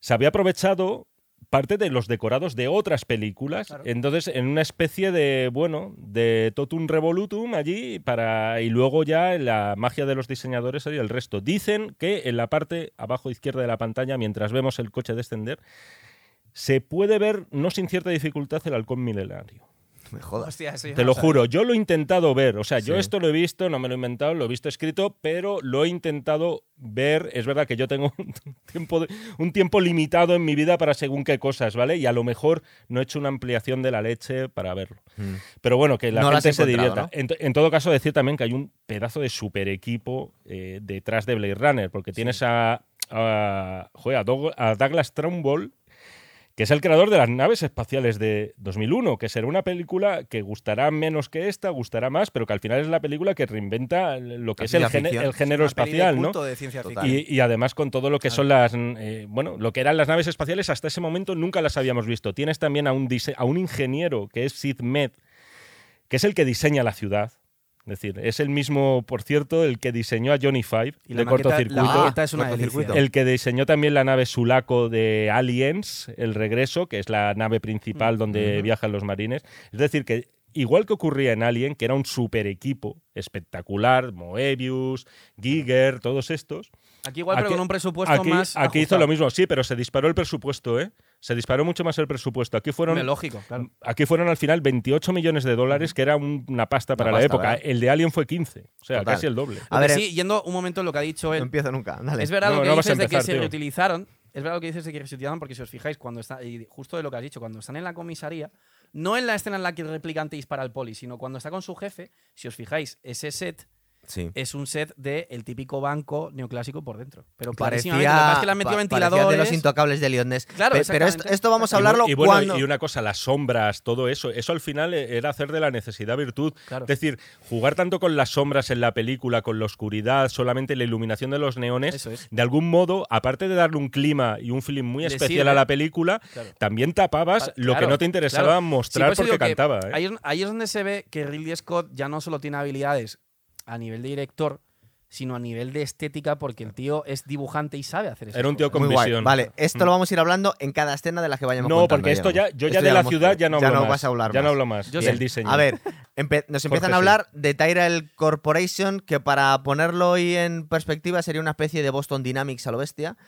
B: se había aprovechado parte de los decorados de otras películas.
C: Claro.
B: Entonces, en una especie de, bueno, de totum revolutum allí para y luego ya la magia de los diseñadores y el resto. Dicen que en la parte abajo izquierda de la pantalla, mientras vemos el coche descender, se puede ver, no sin cierta dificultad, el halcón milenario.
A: Me jodas.
C: Hostia, sí,
B: Te
C: o
B: lo
C: sea,
B: juro, yo lo he intentado ver. O sea, yo
A: Sí.
B: esto lo he visto, no me lo he inventado, lo he visto escrito, pero lo he intentado ver. Es verdad que yo tengo un tiempo, de- un tiempo limitado en mi vida para según qué cosas, ¿vale? Y a lo mejor no he hecho una ampliación de la leche para verlo.
A: Mm.
B: Pero bueno, que la
A: No lo has
B: gente se
A: encontrado,
B: divierta. En, to- en todo caso, decir también que hay un pedazo de super equipo eh, detrás de Blade Runner, porque tienes a, a, joder, a Doug- a Douglas Trumbull, que es el creador de las naves espaciales de 2001, que será una película que gustará menos que esta, gustará más, pero que al final es la película que reinventa lo
A: La
B: que es el,
A: ciencia
B: géne-
A: ficción.
B: el género
C: una peli de
B: espacial, ¿no?
C: culto de ciencia
A: Total.
C: ficción.
B: Y, y además con todo lo que son las eh, bueno lo que eran las naves espaciales hasta ese momento nunca las habíamos visto tienes también a un dise- a un ingeniero que es Sid Med que es el que diseña la ciudad es decir es el mismo por cierto el que diseñó a Johnny Five
C: Y
B: de
C: maqueta-
B: cortocircuito
C: La maqueta es una
A: cortocircuito.
C: delicia.
B: el que diseñó también la nave Sulaco de Aliens, el regreso, que es la nave
C: Mm,
B: principal donde viajan los marines. Es decir, que igual que ocurría en Alien, que era un super equipo espectacular, Moebius, Giger, todos estos,
C: Aquí igual, pero
B: Aquí-
C: con un presupuesto
B: aquí,
C: más.
B: aquí hizo
C: ajustado.
B: lo mismo, sí, pero se disparó el presupuesto, ¿eh? Se disparó mucho más el presupuesto. Aquí
C: Hombre,
B: fueron,
C: Lógico, claro.
B: aquí fueron al final 28 millones de dólares, que era un- una pasta para
A: Una
B: la
A: pasta,
B: época.
A: ¿verdad?
B: El de Alien fue 15, o sea,
A: Total.
B: casi el doble.
A: A
C: Lo que
A: ver,
C: sí, yendo un momento en lo que ha dicho
A: no
C: él.
A: empiezo nunca. Dale.
C: Es verdad
B: No,
C: lo que
B: no vas a
C: dices de
B: empezar,
C: que se
B: tío.
C: reutilizaron. Es verdad lo que dices de que se reutilizaron porque si os fijáis, cuando está, y justo de lo que has dicho, cuando están en la comisaría, no en la escena en la que el replicante dispara al poli, sino cuando está con su jefe, si os fijáis, ese set
A: Sí.
B: Eh,
C: es un set del el típico banco neoclásico por dentro. Pero
A: Parecía,
C: clarísimamente, lo que pasa es que le han metido
A: pa- parecía de los
C: ventiladores.
A: intocables de Lyonés. Pe-
C: Claro,
A: pero esto,
C: exactamente.
A: esto vamos a
B: Y bu-
A: hablarlo
B: y, bueno,
A: cuando...
B: y una cosa, las sombras, todo eso, eso al final eh, era hacer de la necesidad virtud.
C: Claro.
B: Es decir, jugar tanto con las sombras en la película, con la oscuridad, solamente la iluminación de los neones,
C: Eso es.
B: de algún modo, aparte de darle un clima y un feeling muy
C: Le
B: especial
C: sirve.
B: a la película,
C: Claro.
B: también tapabas
C: Pa-
B: lo que
C: claro,
B: no te interesaba
C: claro. Sí,
B: mostrar
C: por eso
B: porque
C: digo que
B: cantaba. ¿eh?
C: Ahí es, ahí es donde se ve que Ridley Scott ya no solo tiene habilidades a nivel de director, sino a nivel de estética, porque el tío es dibujante y sabe hacer eso.
B: Era un tío con
A: Muy guay.
B: visión.
A: Vale, esto lo vamos a ir hablando en cada escena de las que vayamos
B: Mm. No,
A: contando,
B: porque esto ya,
A: digamos.
B: yo ya
A: Esto
B: de
A: lo
B: la
A: hemos-
B: ciudad ya no hablo
A: Ya no
B: más.
A: vas a hablar
B: Ya
A: más.
B: no hablo más
C: Yo
B: del
C: sé.
B: diseño.
A: A ver, empe- nos empiezan
B: Jorge,
A: a hablar de Tyrell Corporation, que para ponerlo hoy en perspectiva sería una especie de Boston Dynamics a lo bestia,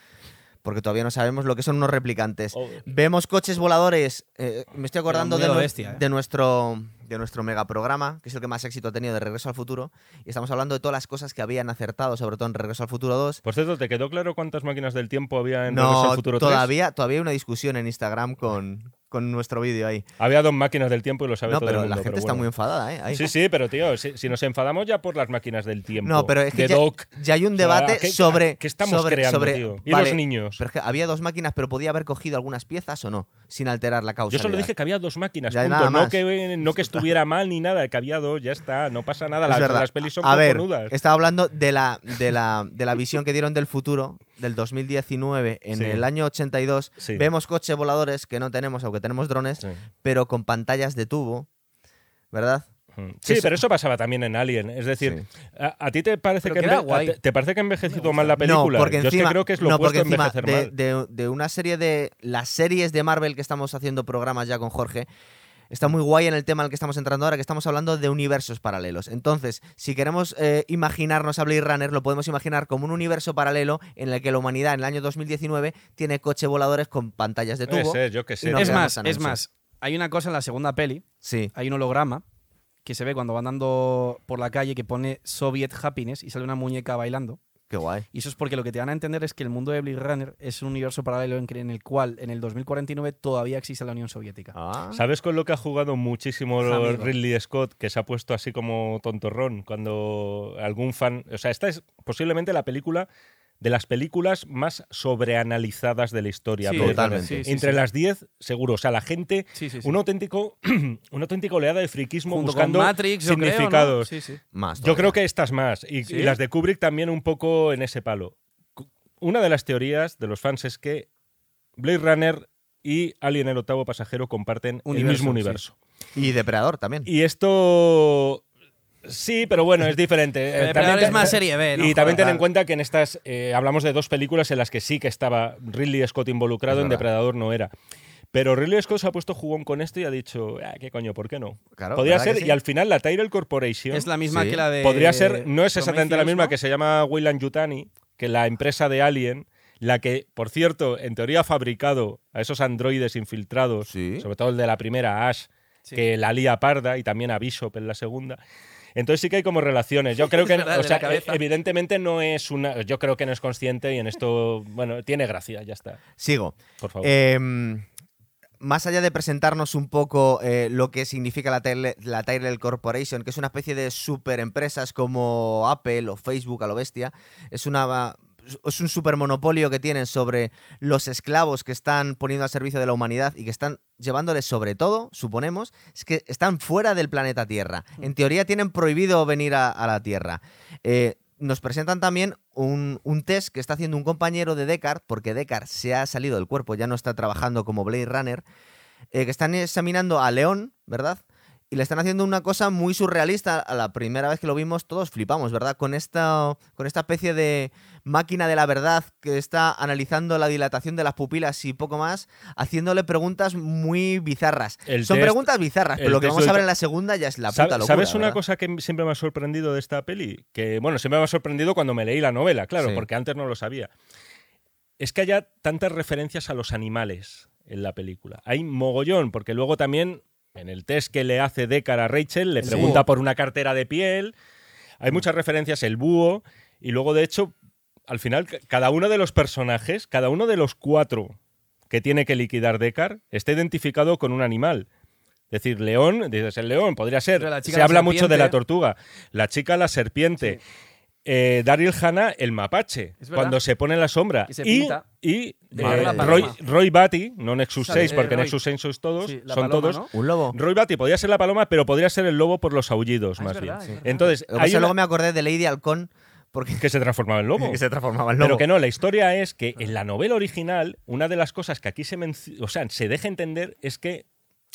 A: porque todavía no sabemos lo que son unos replicantes.
B: Oh.
A: Vemos coches voladores, eh, me estoy acordando
C: muy
A: de,
C: a lo
A: nue-
C: bestia, ¿eh?
A: de nuestro de nuestro megaprograma, que es el que más éxito ha tenido de Regreso al Futuro, y estamos hablando de todas las cosas que habían acertado, sobre todo en Regreso al Futuro 2.
B: Por cierto, ¿te quedó claro cuántas máquinas del tiempo había en Regreso
A: No,
B: al Futuro 3?
A: todavía, todavía hay una discusión en Instagram con, con nuestro vídeo ahí.
B: Había dos máquinas del tiempo y lo sabe
A: No,
B: todo el
A: pero
B: mundo.
A: la gente
B: pero
A: está
B: bueno.
A: muy enfadada, ¿eh? Ahí.
B: Sí, sí, pero tío, si, si nos enfadamos ya por las máquinas del tiempo.
A: No, pero es que
B: de
A: ya,
B: Doc.
A: ya hay un
B: O sea,
A: debate
B: ¿a qué-
A: sobre.
B: a qué estamos
A: sobre,
B: creando,
A: sobre-
B: tío? ¿Y
A: vale,
B: los niños?
A: pero es que había dos máquinas, pero podía haber cogido algunas piezas o no, sin alterar la causa.
B: Yo solo dije que había dos máquinas,
A: Ya,
B: punto.
A: nada
B: No
A: más.
B: que, no que estuviera mal ni nada, que había dos, ya está, no pasa nada. Las, las pelis son
A: A ver,
B: cojonudas.
A: estaba hablando de la, de, la, de la visión que dieron del futuro, del 2019, en
B: Sí.
A: el año 82.
B: Sí.
A: Vemos coches voladores que no tenemos, aunque tenemos drones,
B: Sí.
A: pero con pantallas de tubo, ¿verdad?
B: Mm. Sí,
A: Eso-
B: pero eso pasaba también en Alien. Es decir, a, a ti te parece
C: Pero
B: que,
C: que era
B: enve- a-
C: guay.
B: te, te parece que ha envejecido mal la película?
A: No, porque
B: Yo
A: encima,
B: es que creo que es lo
A: no, porque
B: opuesto a
A: encima
B: envejecer
A: de,
B: mal.
A: de- de una serie de las series de Marvel que estamos haciendo programas ya con Jorge. Está muy guay en el tema al que estamos entrando ahora, que estamos hablando de universos paralelos. Entonces, si queremos eh, imaginarnos a Blade Runner, lo podemos imaginar como un universo paralelo en el que la humanidad en el año 2019 tiene coche voladores con pantallas de
B: Puede
A: tubo.
B: ser, yo qué sé.
A: y no
C: es
A: quedamos
C: más,
A: tan
C: es
A: anchos.
C: más. Hay una cosa en la segunda peli,
A: Sí,
C: hay un holograma que se ve cuando va andando por la calle que pone Soviet Happiness y sale una muñeca bailando.
A: Qué guay.
C: Y eso es porque lo que te van a entender es que el mundo de Blade Runner es un universo paralelo en, que- en el cual en el 2049 todavía existe la Unión Soviética.
A: Ah.
B: ¿Sabes con lo que ha jugado muchísimo
C: Amigo.
B: Ridley Scott, que se ha puesto así como tontorrón cuando algún fan... O sea, esta es posiblemente la película de las películas más sobreanalizadas de la historia.
C: Sí,
B: Blade
A: totalmente.
B: Runner.
C: Sí, sí,
B: Entre
C: sí.
B: las 10, seguro. O sea, la gente...
C: Sí, sí, sí.
B: Un auténtico, una auténtica oleada de friquismo
C: Junto
B: buscando
C: con Matrix, yo creo, ¿no?
B: significados.
C: Sí, sí.
A: Más
B: Yo
A: todavía.
B: creo que estas más. Y,
C: ¿Sí?
B: y las de Kubrick también un poco en ese palo. Cu- Una de las teorías de los fans es que Blade Runner y Alien el octavo pasajero comparten
C: Universo,
B: el mismo
C: sí.
B: universo.
A: Y Depredador también.
B: Y esto... Sí, pero bueno, es diferente. Eh,
C: Pero
B: también
C: es
B: te-
C: más serie B, ¿no?
B: y también ten
C: Joder.
B: en cuenta que en estas eh, hablamos de dos películas en las que sí que estaba Ridley Scott involucrado,
A: Es
B: en
A: verdad.
B: Depredador no era. Pero Ridley Scott se ha puesto jugón con esto y ha dicho, "Ah, ¿qué coño? ¿Por qué no?
A: Claro,
B: Podría
A: ¿verdad que
B: ser,
A: sí?
B: y al final la Tyrell Corporation
C: Es la misma
A: Sí.
C: que la de.
B: podría ser, no es exactamente la
C: Prometheus,
B: misma,
C: Eh, ¿no?
B: que se llama Weyland Yutani, que la empresa de Alien, la que, por cierto, en teoría ha fabricado a esos androides infiltrados,
A: Sí.
B: sobre todo el de la primera, Ash,
C: Sí.
B: que la lía parda, y también a Bishop en la segunda. Entonces sí que hay como relaciones. Yo creo que,
C: verdad,
B: o
C: de
B: sea,
C: la cabeza.
B: e- evidentemente no es una, yo creo que no es consciente y en esto, bueno, tiene gracia, ya está.
A: Sigo.
B: Por favor.
A: Eh, más allá de presentarnos un poco eh, lo que significa la, Tyrell- la Tyrell Corporation, que es una especie de superempresas como Apple o Facebook a lo bestia, es una es un supermonopolio que tienen sobre los esclavos que están poniendo al servicio de la humanidad y que están llevándoles sobre todo, suponemos, es que están fuera del planeta Tierra. En teoría tienen prohibido venir a, a la Tierra. Eh, nos presentan también un, un test que está haciendo un compañero de Descartes, porque Descartes se ha salido del cuerpo, ya no está trabajando como Blade Runner, eh, que están examinando a León, ¿verdad? Y le están haciendo una cosa muy surrealista. A la primera vez que lo vimos todos flipamos, ¿verdad? Con esta, con esta especie de máquina de la verdad que está analizando la dilatación de las pupilas y poco más, haciéndole preguntas muy bizarras.
B: El este
A: Son
B: test-
A: preguntas bizarras, pero
B: el
A: lo que
B: test
A: vamos a
B: del-
A: ver en la segunda ya es la
B: Sab-
A: puta locura.
B: ¿Sabes una
A: ¿verdad?
B: cosa que m- siempre me ha sorprendido de esta peli? Que, bueno, siempre me ha sorprendido cuando me leí la novela, claro,
A: Sí.
B: porque antes no lo sabía. Es que haya tantas referencias a los animales en la película. Hay mogollón, porque luego también en el test que le hace Deckard a Rachel, le
C: El
B: pregunta
C: búho.
B: por una cartera de piel. Hay
A: Mm.
B: muchas referencias, el búho, y luego, de hecho, al final, ca- cada uno de los personajes, cada uno de los cuatro que tiene que liquidar Deckard, está identificado con un animal. Es decir, león, dices el león, podría ser.
C: Pero la chica
B: Se
C: la
B: habla mucho de la
C: serpiente.
B: tortuga. La chica la serpiente. Eh, Daryl Hanna, el mapache,
C: Es verdad.
B: cuando se pone en la sombra.
C: Y se
B: y
C: pinta.
B: y,
A: Madre
B: eh,
A: la paloma.
B: Roy, Roy Batty, no Nexus
C: Sale,
B: 6,
C: eh,
B: porque
C: Roy.
B: Nexus 6 sois todos,
C: Sí, la
B: son
C: paloma,
B: todos.
C: ¿no?
A: ¿Un lobo?
B: Roy Batty podría ser la paloma, pero podría ser el lobo por los aullidos,
C: Ah, es
B: más
C: verdad, es
B: bien.
C: verdad.
B: Entonces,
A: Lo que
B: hay
A: pasa,
B: una-
A: luego me acordé de Lady Halcón porque
B: que se transformaba en lobo.
A: que se transformaba en lobo.
B: Pero que no, la historia es que en la novela original, una de las cosas que aquí se, menc- o sea, se deja entender es que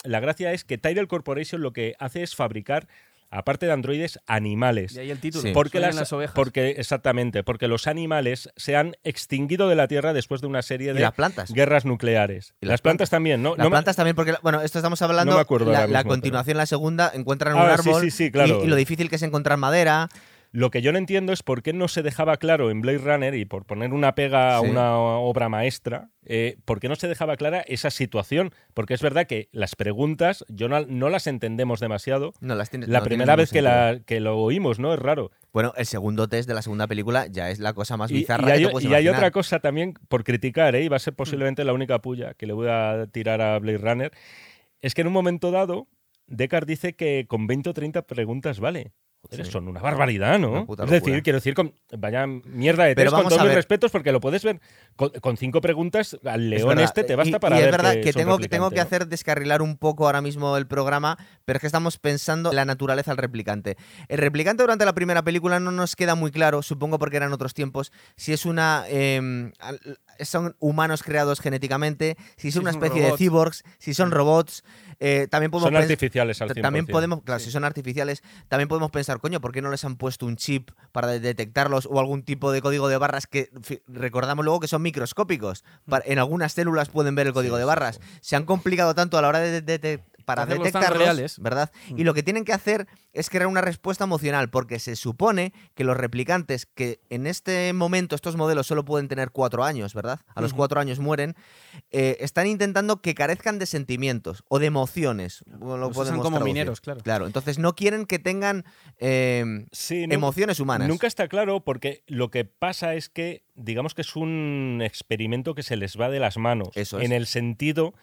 B: la gracia es que Tyrell Corporation lo que hace es fabricar, aparte de androides, animales.
C: De ahí el título.
A: Sí.
B: Porque
C: Suenan
B: las,
C: las ovejas.
B: Porque, exactamente, porque los animales se han extinguido de la Tierra después de una serie
A: Y
B: de
A: las plantas.
B: guerras nucleares.
A: Y
B: las,
A: las
B: plantas, también, ¿no?
A: Las
B: No me-
A: plantas también, porque, bueno, esto estamos hablando.
B: No me acuerdo
A: la,
B: ahora
A: la
B: mismo,
A: continuación, la segunda, encuentran un
B: Ah, sí,
A: árbol.
B: sí, sí, claro.
A: y, y lo difícil que es encontrar madera.
B: Lo que yo no entiendo es por qué no se dejaba claro en Blade Runner, y por poner una pega a
A: Sí.
B: una obra maestra, eh, por qué no se dejaba clara esa situación. Porque es verdad que las preguntas yo no, no las entendemos demasiado.
A: No las tienes.
B: La
A: no tiene
B: primera
A: ningún
B: vez que,
A: sentido.
B: la, que lo oímos, ¿no? Es raro.
A: Bueno, el segundo test de la segunda película ya es la cosa más
B: Y-
A: bizarra
B: y, hay,
A: que te puedes
B: y hay
A: imaginar. Mm.
B: otra cosa también por criticar, ¿eh? y va a ser posiblemente la única puya que le voy a tirar a Blade Runner, es que en un momento dado, Deckard dice que con 20 o 30 preguntas vale. Joder,
A: Sí.
B: Son una barbaridad,
A: Una
B: ¿no?
A: puta
B: Es
A: locura.
B: decir, quiero decir, con, vaya mierda de
A: Pero
B: test, con
A: vamos
B: todos
A: a
B: mis
A: ver.
B: respetos, porque lo puedes ver. Con, con cinco preguntas, al
A: Es
B: león
A: verdad,
B: este te
A: y-
B: basta para
A: y
B: ver
A: es verdad que,
B: es un
A: tengo, que tengo
B: replicante,
A: que
B: ¿no?
A: hacer descarrilar un poco ahora mismo el programa, pero es que estamos pensando en la naturaleza del replicante. El replicante durante la primera película no nos queda muy claro, supongo porque eran otros tiempos, si es una... eh, al- son humanos creados genéticamente, si son
C: Si
A: una
C: son
A: especie de
C: robots. Mm.
A: cyborgs, si son robots, eh, también podemos
B: Son
A: pens-
B: artificiales al
A: Ta-
B: 100%.
A: También podemos, claro,
C: Sí.
A: si son artificiales, también podemos pensar, coño, ¿por qué no les han puesto un chip para de- detectarlos o algún tipo de código de barras que fi- recordamos luego que son
C: Mm.
A: microscópicos? Pa- en algunas células pueden ver el código de barras. Se han complicado tanto a la hora de, de- de- para
C: Hacerlos tan
A: detectarlos,
C: reales.
A: ¿verdad? Y
C: Mm.
A: lo que tienen que hacer es crear una respuesta emocional, porque se supone que los replicantes, que en este momento estos modelos solo pueden tener cuatro años, ¿verdad? A los
C: Ujú.
A: cuatro años mueren, eh, están intentando que carezcan de sentimientos o de emociones. Lo
B: Pues
C: Los usan
A: podemos
C: como
A: traducir.
C: mineros, claro.
A: Claro, entonces no quieren que tengan eh,
B: Sí, nu-
A: emociones humanas.
B: Nunca está claro porque lo que pasa es que, digamos que es un experimento que se les va de las manos.
A: Eso es.
B: En el sentido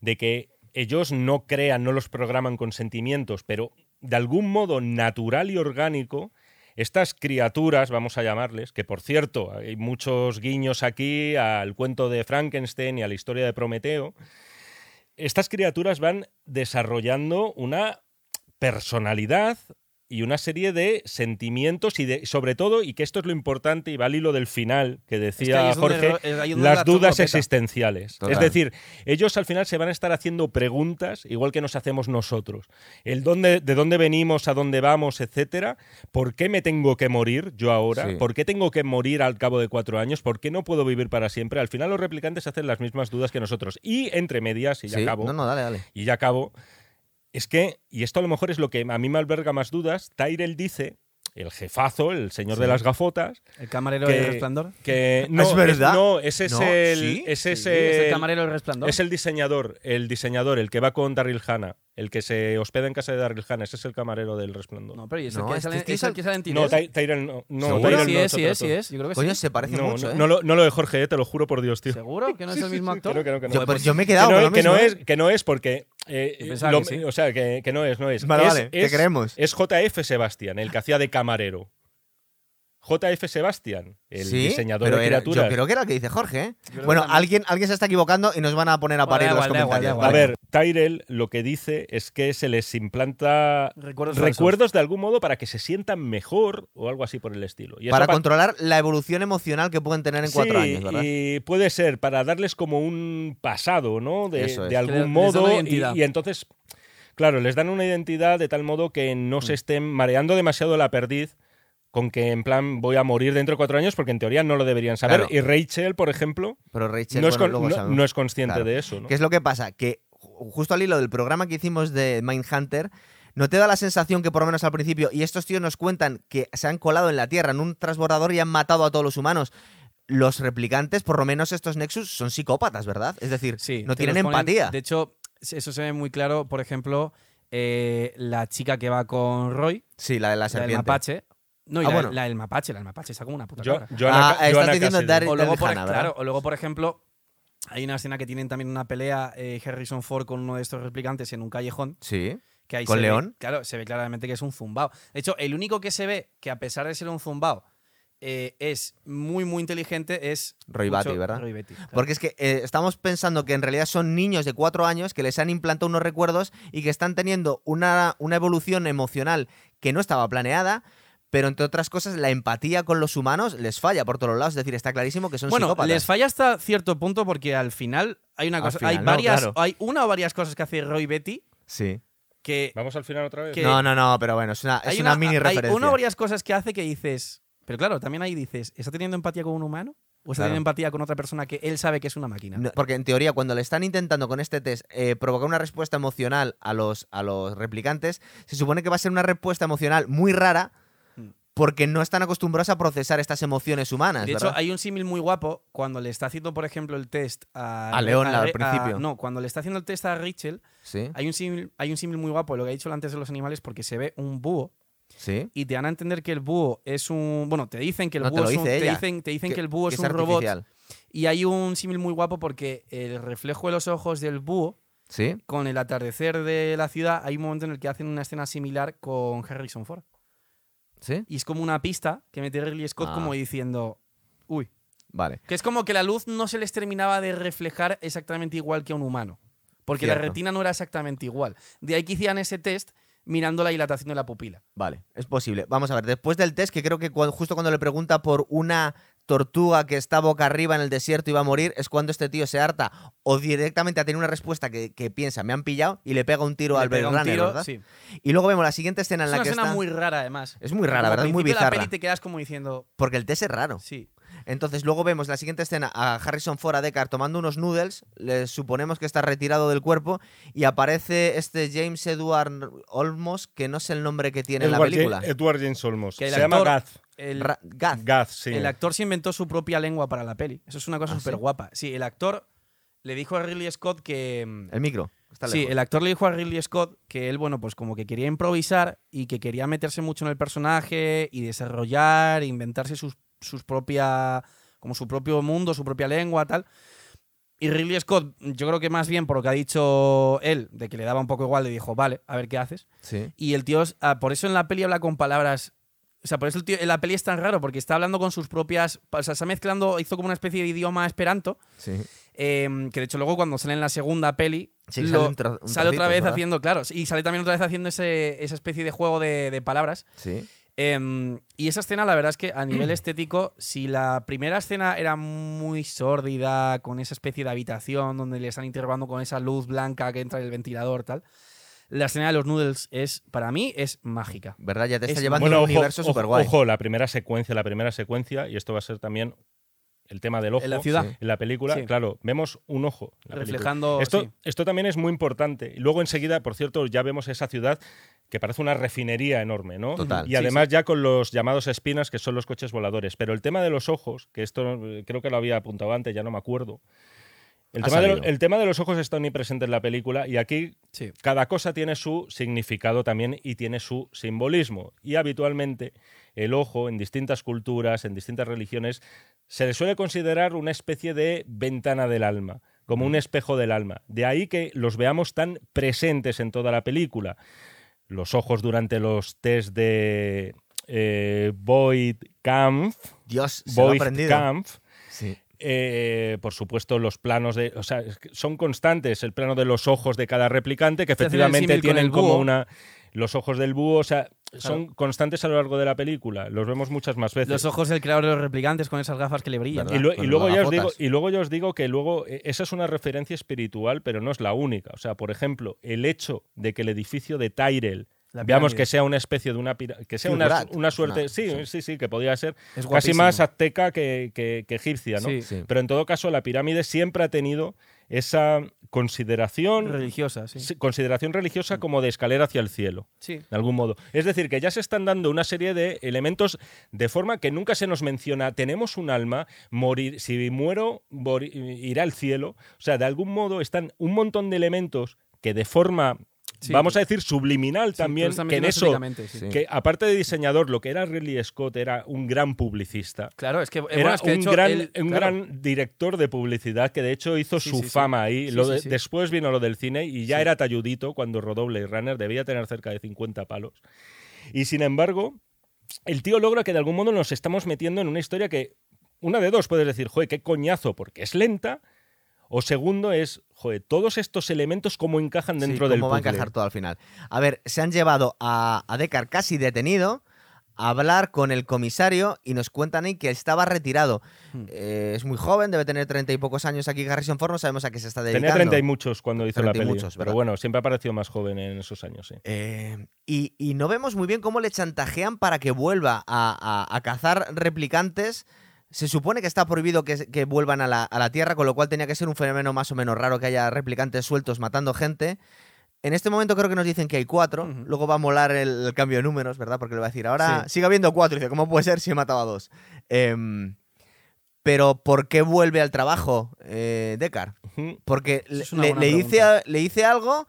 B: de que ellos no crean, no los programan con sentimientos, pero de algún modo natural y orgánico, estas criaturas, vamos a llamarles, que por cierto, hay muchos guiños aquí al cuento de Frankenstein y a la historia de Prometeo, estas criaturas van desarrollando una personalidad y una serie de sentimientos y de, sobre todo, y que esto es lo importante y va al hilo del final que
C: Es que ahí
B: decía
C: es donde
B: Jorge,
C: ro- eh, ahí es donde la
B: las dudas
C: chungo peta.
B: existenciales.
A: Total.
B: Es decir, ellos al final se van a estar haciendo preguntas, igual que nos hacemos nosotros. El dónde, de dónde venimos, a dónde vamos, etcétera. ¿Por qué me tengo que morir yo ahora?
A: Sí.
B: ¿Por qué tengo que morir al cabo de cuatro años? ¿Por qué no puedo vivir para siempre? Al final los replicantes hacen las mismas dudas que nosotros. Y entre medias, y ya
A: Sí,
B: acabo,
A: No, no, dale, dale.
B: y ya acabo, es que, y esto a lo mejor es lo que a mí me alberga más dudas, Tyrell dice, el jefazo, el señor de las gafotas,
C: El camarero
B: Que-
C: del resplandor.
B: que no,
A: Ah, ¿Es verdad?
B: no, ese es
A: No,
B: el,
A: ¿sí?
B: ese es
C: Sí, es el
B: el-
C: camarero del resplandor.
B: es el diseñador, el diseñador, el que va con Daryl Hannah, el que se hospeda en casa de Daryl Hannah, ese es el camarero del resplandor. No,
C: No, pero ¿y es
A: No,
C: el que
A: este
C: sale,
A: tío
C: es
A: es
C: el
A: el-
C: que sale en Tyrell?
B: Ty- Tyrell no. no,
A: ¿Seguro?
B: Tyrell
C: sí
B: no
C: es,
B: se
C: sí es, sí
B: trató.
C: es. Yo creo que
A: Coño,
C: sí.
A: se parece
B: Pues No,
A: mucho,
B: no,
A: ¿eh?
B: no lo, no lo de Jorge, eh, te lo juro por Dios, tío.
C: ¿Seguro que no es el mismo actor?
B: Creo que no, que no.
A: yo,
B: Que
A: pero yo me he
B: no
A: quedado
B: es-
A: con lo
B: que no
A: mismo,
B: es,
A: ¿eh?
B: que no es porque. eh,
C: Yo pensaba
B: lo-
C: que sí.
B: O sea, que, que no es, no es.
A: Vale,
B: Es-
A: vale, te
B: es-
A: creemos.
B: Es JF Sebastián, el que hacía de camarero. JF Sebastián, el
A: Sí,
B: diseñador
A: pero
B: de
A: era-
B: criaturas.
A: Yo creo que era el que dice Jorge, ¿eh?
C: creo que
A: Bueno,
C: también.
A: alguien, alguien se está equivocando y nos van a poner a
C: Bueno,
A: parir
C: da
A: los
C: igual, da igual,
A: comentarios.
C: da
B: A
C: Vale.
B: ver, Tyrell lo que dice es que se les implanta
C: Recuerdos falsos.
B: recuerdos de algún modo para que se sientan mejor o algo así por el estilo. Y eso
A: Para
B: pa-
A: controlar la evolución emocional que pueden tener en cuatro
B: Sí,
A: años, ¿verdad?
B: Y puede ser para darles como un pasado, ¿no? De,
A: Eso es.
B: de
A: Que
B: algún
C: les- les dan
B: modo.
C: una
B: y,
C: identidad.
B: y entonces, claro, les dan una identidad de tal modo que
A: Mm.
B: no se estén mareando demasiado la perdiz con que en plan voy a morir dentro de cuatro años porque en teoría no lo deberían saber.
A: Claro.
B: Y Rachel, por ejemplo,
A: Pero Rachel,
B: no, es
A: bueno,
B: con-
A: luego
B: no-
A: sabemos.
B: no es consciente
A: Claro.
B: de eso, ¿no?
A: ¿Qué es lo que pasa? Que ju- justo al hilo del programa que hicimos de Mindhunter, ¿no te da la sensación que por lo menos al principio, y estos tíos nos cuentan que se han colado en la Tierra en un transbordador y han matado a todos los humanos? Los replicantes, por lo menos estos Nexus, son psicópatas, ¿verdad? Es decir,
C: Sí,
A: no
C: te
A: tienen
C: los ponen-
A: empatía.
C: De hecho, eso se ve muy claro, por ejemplo, eh, la chica que va con Roy,
A: Sí, la de la
C: la del
A: serpiente.
C: mapache. No, y
A: Ah,
C: la,
A: bueno.
C: la del mapache, la del mapache, está como una puta
B: Jo-
C: cabra.
B: Joanna
A: Ah,
B: Ca-
A: estás
B: Joanna
A: diciendo
B: Cassidy.
A: Dar-
C: O luego, por,
A: Hannah, ¿verdad?
C: claro, o luego, por ejemplo, hay una escena que tienen también una pelea eh, Harrison Ford con uno de estos replicantes en un callejón.
A: Sí.
C: Que ahí
A: ¿Con
C: se ve-
A: León?
C: claro, se ve claramente que es un zumbao. De hecho, el único que se ve que, a pesar de ser un zumbao, eh, es muy, muy inteligente es.
A: Roy
C: mucho
A: Batty, ¿verdad?
C: Roy Batty, claro.
A: Porque es que eh, estamos pensando que en realidad son niños de cuatro años que les han implantado unos recuerdos y que están teniendo una, una evolución emocional que no estaba planeada, pero entre otras cosas la empatía con los humanos les falla por todos lados. Es decir, está clarísimo que son
C: bueno,
A: psicópatas.
C: les falla hasta cierto punto porque al final hay una
A: Al
C: cosa.
A: final,
C: hay
A: no,
C: varias.
A: claro.
C: Hay una o varias cosas que hace Roy Betty
A: Sí.
C: que.
B: Vamos al final otra vez.
C: que-
A: No, no, no, pero bueno, es una, es
C: hay
A: una, mini
C: hay
A: referencia.
C: una o varias cosas que hace que dices. Pero claro, también ahí dices, ¿está teniendo empatía con un humano? ¿O está
A: Claro.
C: teniendo empatía con otra persona que él sabe que es una máquina?
A: No, porque en teoría, cuando le están intentando con este test eh, provocar una respuesta emocional a los, a los replicantes, se supone que va a ser una respuesta emocional muy rara
C: Mm.
A: porque no están acostumbrados a procesar estas emociones humanas.
C: De hecho,
A: ¿verdad?
C: hay un símil muy guapo cuando le está haciendo, por ejemplo, el test a,
A: A León, al
C: Re-
A: principio.
C: no, cuando le está haciendo el test a Rachel,
A: Sí,
C: hay un símil, hay un símil muy guapo, lo que ha dicho antes de los animales, porque se ve un búho
A: sí.
C: y te dan a entender que el búho es un, bueno, te dicen que el
A: No, te
C: búho
A: lo
C: es un,
A: dice ella,
C: dicen, te dicen que, el búho es, un robot
A: artificial.
C: y hay un símil muy guapo porque el reflejo de los ojos del búho
A: Sí.
C: con el atardecer de la ciudad, hay un momento en el que hacen una escena similar con Harrison Ford.
A: ¿Sí?
C: Y es como una pista que mete Ridley Scott
A: Ah.
C: como diciendo, uy,
A: Vale.
C: Que es como que la luz no se les terminaba de reflejar exactamente igual que a un humano. Porque la
A: Cierto.
C: retina no era exactamente igual. De ahí que hicieran ese test mirando la dilatación de la pupila.
A: Vale, es posible. Vamos a ver, después del test, que creo que cua- justo cuando le pregunta por una tortuga que está boca arriba en el desierto y va a morir, es cuando este tío se harta o directamente ha tenido una respuesta que, que piensa, me han pillado, y le pega un tiro al
C: Le
A: Blade
C: pega un
A: Runner,
C: tiro,
A: ¿verdad?
C: sí.
A: Y luego vemos la siguiente escena en
C: Es
A: la
C: una
A: que
C: escena
A: está...
C: muy rara, además.
A: Es muy rara,
C: Como al
A: ¿verdad? Es muy
C: principio de
A: bizarra.
C: la peli te quedas como diciendo,
A: Porque el test es raro.
C: sí.
A: Entonces luego vemos la siguiente escena a Harrison Ford a Deckard tomando unos noodles, le suponemos que está retirado del cuerpo y aparece este James Edward Olmos, que no sé el nombre que tiene en la
B: Edward
A: película.
B: Ja- Edward James Olmos.
C: Que
B: Se
C: el
B: llama
C: actor-
B: Gaz.
C: El,
A: Ra- Gaz.
B: Gaz, sí.
C: el actor se inventó su propia lengua para la peli. Eso es una cosa
A: ¿Ah, sí?
C: súper guapa. Sí, el actor le dijo a Ridley Scott que. mm,
A: El micro. Está
C: Sí,
A: lejos.
C: el actor le dijo a Ridley Scott que él, bueno, pues como que quería improvisar y que quería meterse mucho en el personaje y desarrollar, e inventarse sus, sus propia, como su propio mundo, su propia lengua, tal. Y Ridley Scott, yo creo que más bien por lo que ha dicho él, de que le daba un poco igual, le dijo, vale, a ver qué haces.
A: Sí.
C: Y el tío, es- ah, por eso en la peli habla con palabras. O sea, por eso el tío, en la peli es tan raro, porque está hablando con sus propias. O sea, está mezclando, hizo como una especie de idioma esperanto.
A: Sí.
C: eh, que de hecho, luego cuando sale en la segunda peli,
A: Sí,
C: lo-
A: sale un tra- un
C: sale otra
A: trocito,
C: vez
A: ¿verdad?
C: haciendo, claro, y sale también otra vez haciendo ese, esa especie de juego de, de palabras.
A: Sí.
C: Em, y esa escena, la verdad es que a nivel estético, si la primera escena era muy sórdida, con esa especie de habitación donde le están interrogando con esa luz blanca que entra en el ventilador, tal, la escena de los noodles es, para mí, es mágica.
A: ¿Verdad? Ya te está
C: Es-
A: llevando
B: Bueno,
A: a un
B: ojo,
A: universo
B: ojo,
A: súper guay.
B: ojo, la primera secuencia, la primera secuencia, y esto va a ser también el tema del ojo.
C: en la ciudad.
A: sí.
B: en la película,
C: Sí.
B: claro, vemos un ojo. en la película.
C: Reflejando,
B: Esto,
C: sí.
B: esto también es muy importante. Y luego enseguida, por cierto, ya vemos esa ciudad que parece una refinería enorme, ¿no?
A: Total.
B: Y
A: Sí,
B: además ya con los llamados espinas, que son los coches voladores. Pero el tema de los ojos, que esto eh, creo que lo había apuntado antes, ya no me acuerdo. El
A: Ha
B: tema, de lo-
A: salido.
B: el tema de los ojos está omnipresente en la película y aquí
C: Sí.
B: cada cosa tiene su significado también y tiene su simbolismo. Y habitualmente el ojo en distintas culturas, en distintas religiones, se le suele considerar una especie de ventana del alma, como
A: Mm.
B: un espejo del alma. De ahí que los veamos tan presentes en toda la película. Los ojos durante los test de eh, Void Kampf,
A: Dios, se lo ha
B: Void
A: aprendido.
B: Kampf,
A: Sí.
B: eh, por supuesto, los planos de. O sea, es que son constantes el plano de los ojos de cada replicante, que
C: Te hacen el símil
B: efectivamente
C: con
B: tienen
C: el búho.
B: como una. Los ojos del búho, o sea, son constantes a lo largo de la película. Los vemos muchas más veces.
C: Los ojos del creador de los replicantes con esas gafas que le brillan.
A: ¿Verdad?
B: y, lue- y
A: con
B: luego
A: las
B: ya os digo,
A: botas.
B: y luego ya os digo que luego eh, esa es una referencia espiritual, pero no es la única. O sea, por ejemplo, el hecho de que el edificio de Tyrell
C: La
B: veamos
C: pirámide.
B: que sea una especie de una pira- que sea
A: Sí,
B: una,
A: Urat.
B: una suerte,
A: Una-
B: sí,
A: sí.
B: sí, sí, que podría ser
C: Es
B: casi
C: guapísimo.
B: más azteca que, que- que egipcia, ¿no?
C: Sí.
A: Sí.
B: Pero en todo caso, la pirámide siempre ha tenido esa consideración,
C: Religiosa, sí. Mm.
B: sí, consideración religiosa como de escalera hacia el cielo,
C: Sí.
B: de algún modo. Es decir, que ya se están dando una serie de elementos de forma que nunca se nos menciona. Tenemos un alma, morir, si muero, mori- iré al cielo. O sea, de algún modo están un montón de elementos que de forma,
C: Sí.
B: vamos a decir, subliminal
C: Sí,
B: también,
C: tú lo estás
B: que en
C: metiendo
B: eso,
C: estéticamente, sí.
A: Sí.
B: que aparte de diseñador, lo que era Ridley Scott era un gran publicista
C: Claro, es que, eh,
B: era
C: bueno, es que de
B: un,
C: hecho
B: gran,
C: él-
B: un
C: claro.
B: gran director de publicidad que de hecho hizo
C: Sí,
B: su
C: sí, sí.
B: fama ahí.
C: Sí,
B: Lo
C: sí,
B: de-
C: sí.
B: Después vino lo del cine y ya
C: Sí.
B: era talludito cuando rodó Blade Runner, debía tener cerca de 50 palos. Y sin embargo, el tío logra que de algún modo nos estamos metiendo en una historia que, una de dos, puedes decir, joder, qué coñazo, porque es lenta. O segundo es, joder, todos estos elementos cómo encajan
A: Sí,
B: dentro del
A: cómo va a
B: puzzle.
A: encajar todo al final. A ver, se han llevado a, a Deckard casi detenido a hablar con el comisario y nos cuentan ahí que estaba retirado.
C: Hmm.
A: Eh, es muy joven, debe tener treinta y pocos años aquí Harrison Ford, no sabemos a qué se está dedicando.
B: Tenía 30 y muchos cuando hizo la
A: 30 y
B: peli.
A: muchos,
B: pero
A: ¿verdad?
B: bueno, siempre ha parecido más joven en esos años, sí.
A: Eh, y, y no vemos muy bien cómo le chantajean para que vuelva a, a- a cazar replicantes. Se supone que está prohibido que, que vuelvan a la, a la Tierra, con lo cual tenía que ser un fenómeno más o menos raro que haya replicantes sueltos matando gente. En este momento creo que nos dicen que hay cuatro.
C: Ujú.
A: Luego va a molar el, el cambio de números, ¿verdad? Porque le va a decir, ahora sigue habiendo cuatro. Y dice, ¿cómo puede ser si he matado a dos? Em, pero ¿por qué vuelve al trabajo eh, Deckard?
B: Ujú.
A: Porque
C: Eso es
A: le,
C: una
A: le-
C: buena
A: le hice,
C: pregunta.
A: a- le hice algo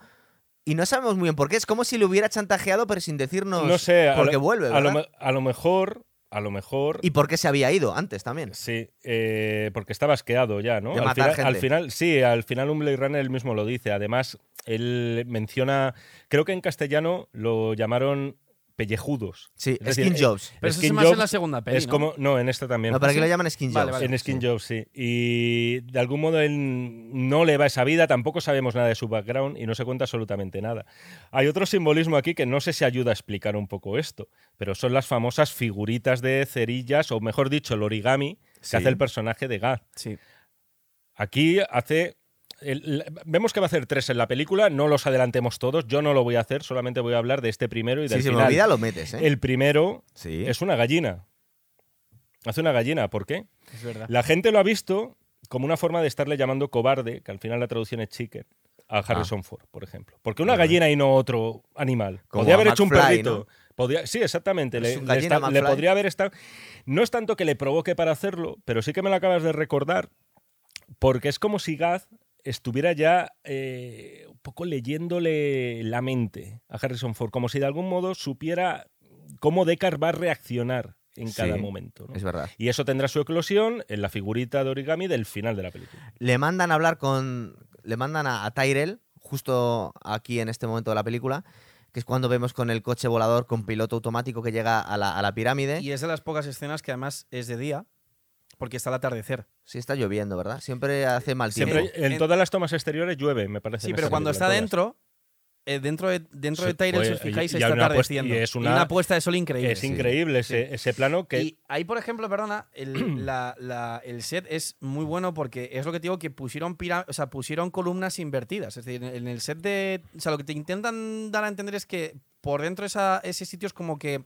A: y no sabemos muy bien por qué. Es como si le hubiera chantajeado, pero sin decirnos
B: No sé, a
A: por
B: lo-
A: qué vuelve,
B: a lo,
A: ¿verdad?
B: me- a lo mejor, a lo mejor.
A: Y por qué se había ido antes también.
B: Sí, eh, porque estaba asqueado ya, ¿no?
A: De
B: al,
A: matar
B: final,
A: gente.
B: al final- sí, al final un Blade Runner él mismo lo dice. Además, él menciona, creo que en castellano lo llamaron pellejudos.
A: Sí,
B: Es decir,
A: Skin
B: eh,
A: Jobs.
C: Pero eso se
B: Skin
C: me hace en
B: Jobs
C: la segunda peli.
B: es
C: ¿no?
B: como, no, en esta también.
A: No, ¿Para
C: ¿sí?
A: qué lo llaman Skin
C: Vale,
A: Jobs?
C: vale.
B: En Skin
A: Sí.
B: Jobs, sí. Y de algún modo él no le va esa vida, tampoco sabemos nada de su background y no se cuenta absolutamente nada. Hay otro simbolismo aquí que no sé si ayuda a explicar un poco esto, pero son las famosas figuritas de cerillas, o mejor dicho, el origami
A: Sí.
B: que hace el personaje de Gaz.
C: Sí.
B: Aquí hace. el- la- vemos que va a hacer tres en la película, no los adelantemos todos, yo no lo voy a hacer, solamente voy a hablar de este primero y
A: Si
B: del
A: se me ¿eh?
B: final.
A: olvida, lo metes, ¿eh?
B: El primero
A: sí.
B: es una gallina. Hace una gallina, ¿por qué?
C: Es verdad.
B: La gente lo ha visto como una forma de estarle llamando cobarde, que al final la traducción es chicken,
A: Ah.
B: a Harrison Ford, por ejemplo. Porque una
A: Vale.
B: gallina y no otro animal.
A: Como
B: podría
A: a
B: haber hecho un
A: McFly,
B: perrito. Podía- sí, exactamente. Le,
A: Su
B: le
A: gallina
B: esta- le
A: McFly.
B: podría haber estado. No es tanto que le provoque para hacerlo, pero sí que me lo acabas de recordar, porque es como si Gaz estuviera ya eh, un poco leyéndole la mente a Harrison Ford, como si de algún modo supiera cómo Deckard va a reaccionar en cada
A: Sí,
B: momento. ¿no?
A: Es verdad.
B: Y eso tendrá su eclosión en la figurita de origami del final de la película.
A: Le mandan a hablar con. Le mandan a, a Tyrell, justo aquí en este momento de la película, que es cuando vemos con el coche volador con piloto automático que llega a la, a la
B: ¿Eh?
A: pirámide.
C: Y es de las pocas escenas que además es de día, porque está el atardecer.
A: Sí, está lloviendo, ¿verdad? Siempre hace mal tiempo.
B: Siempre en
C: en-
B: todas las tomas exteriores llueve, me parece.
C: Sí,
B: en
C: pero
B: esta
C: cuando
B: película,
C: está
B: en todas.
C: dentro, eh, dentro de, dentro
B: Sí,
C: de Tyrell, si
B: oye,
C: os fijáis,
B: y- y hay
C: está
B: una puesta-
C: atardeciendo.
B: y
C: Y,
B: es una-
C: una, puesta de sol increíble.
B: Es increíble ese, ese plano que
C: Y ahí, por ejemplo, perdona, el, la- la- el set es muy bueno porque es lo que te digo, que pusieron, pira- o sea, pusieron columnas invertidas. Es decir, en el set de... O sea, lo que te intentan dar a entender es que por dentro esa, ese sitio es como que...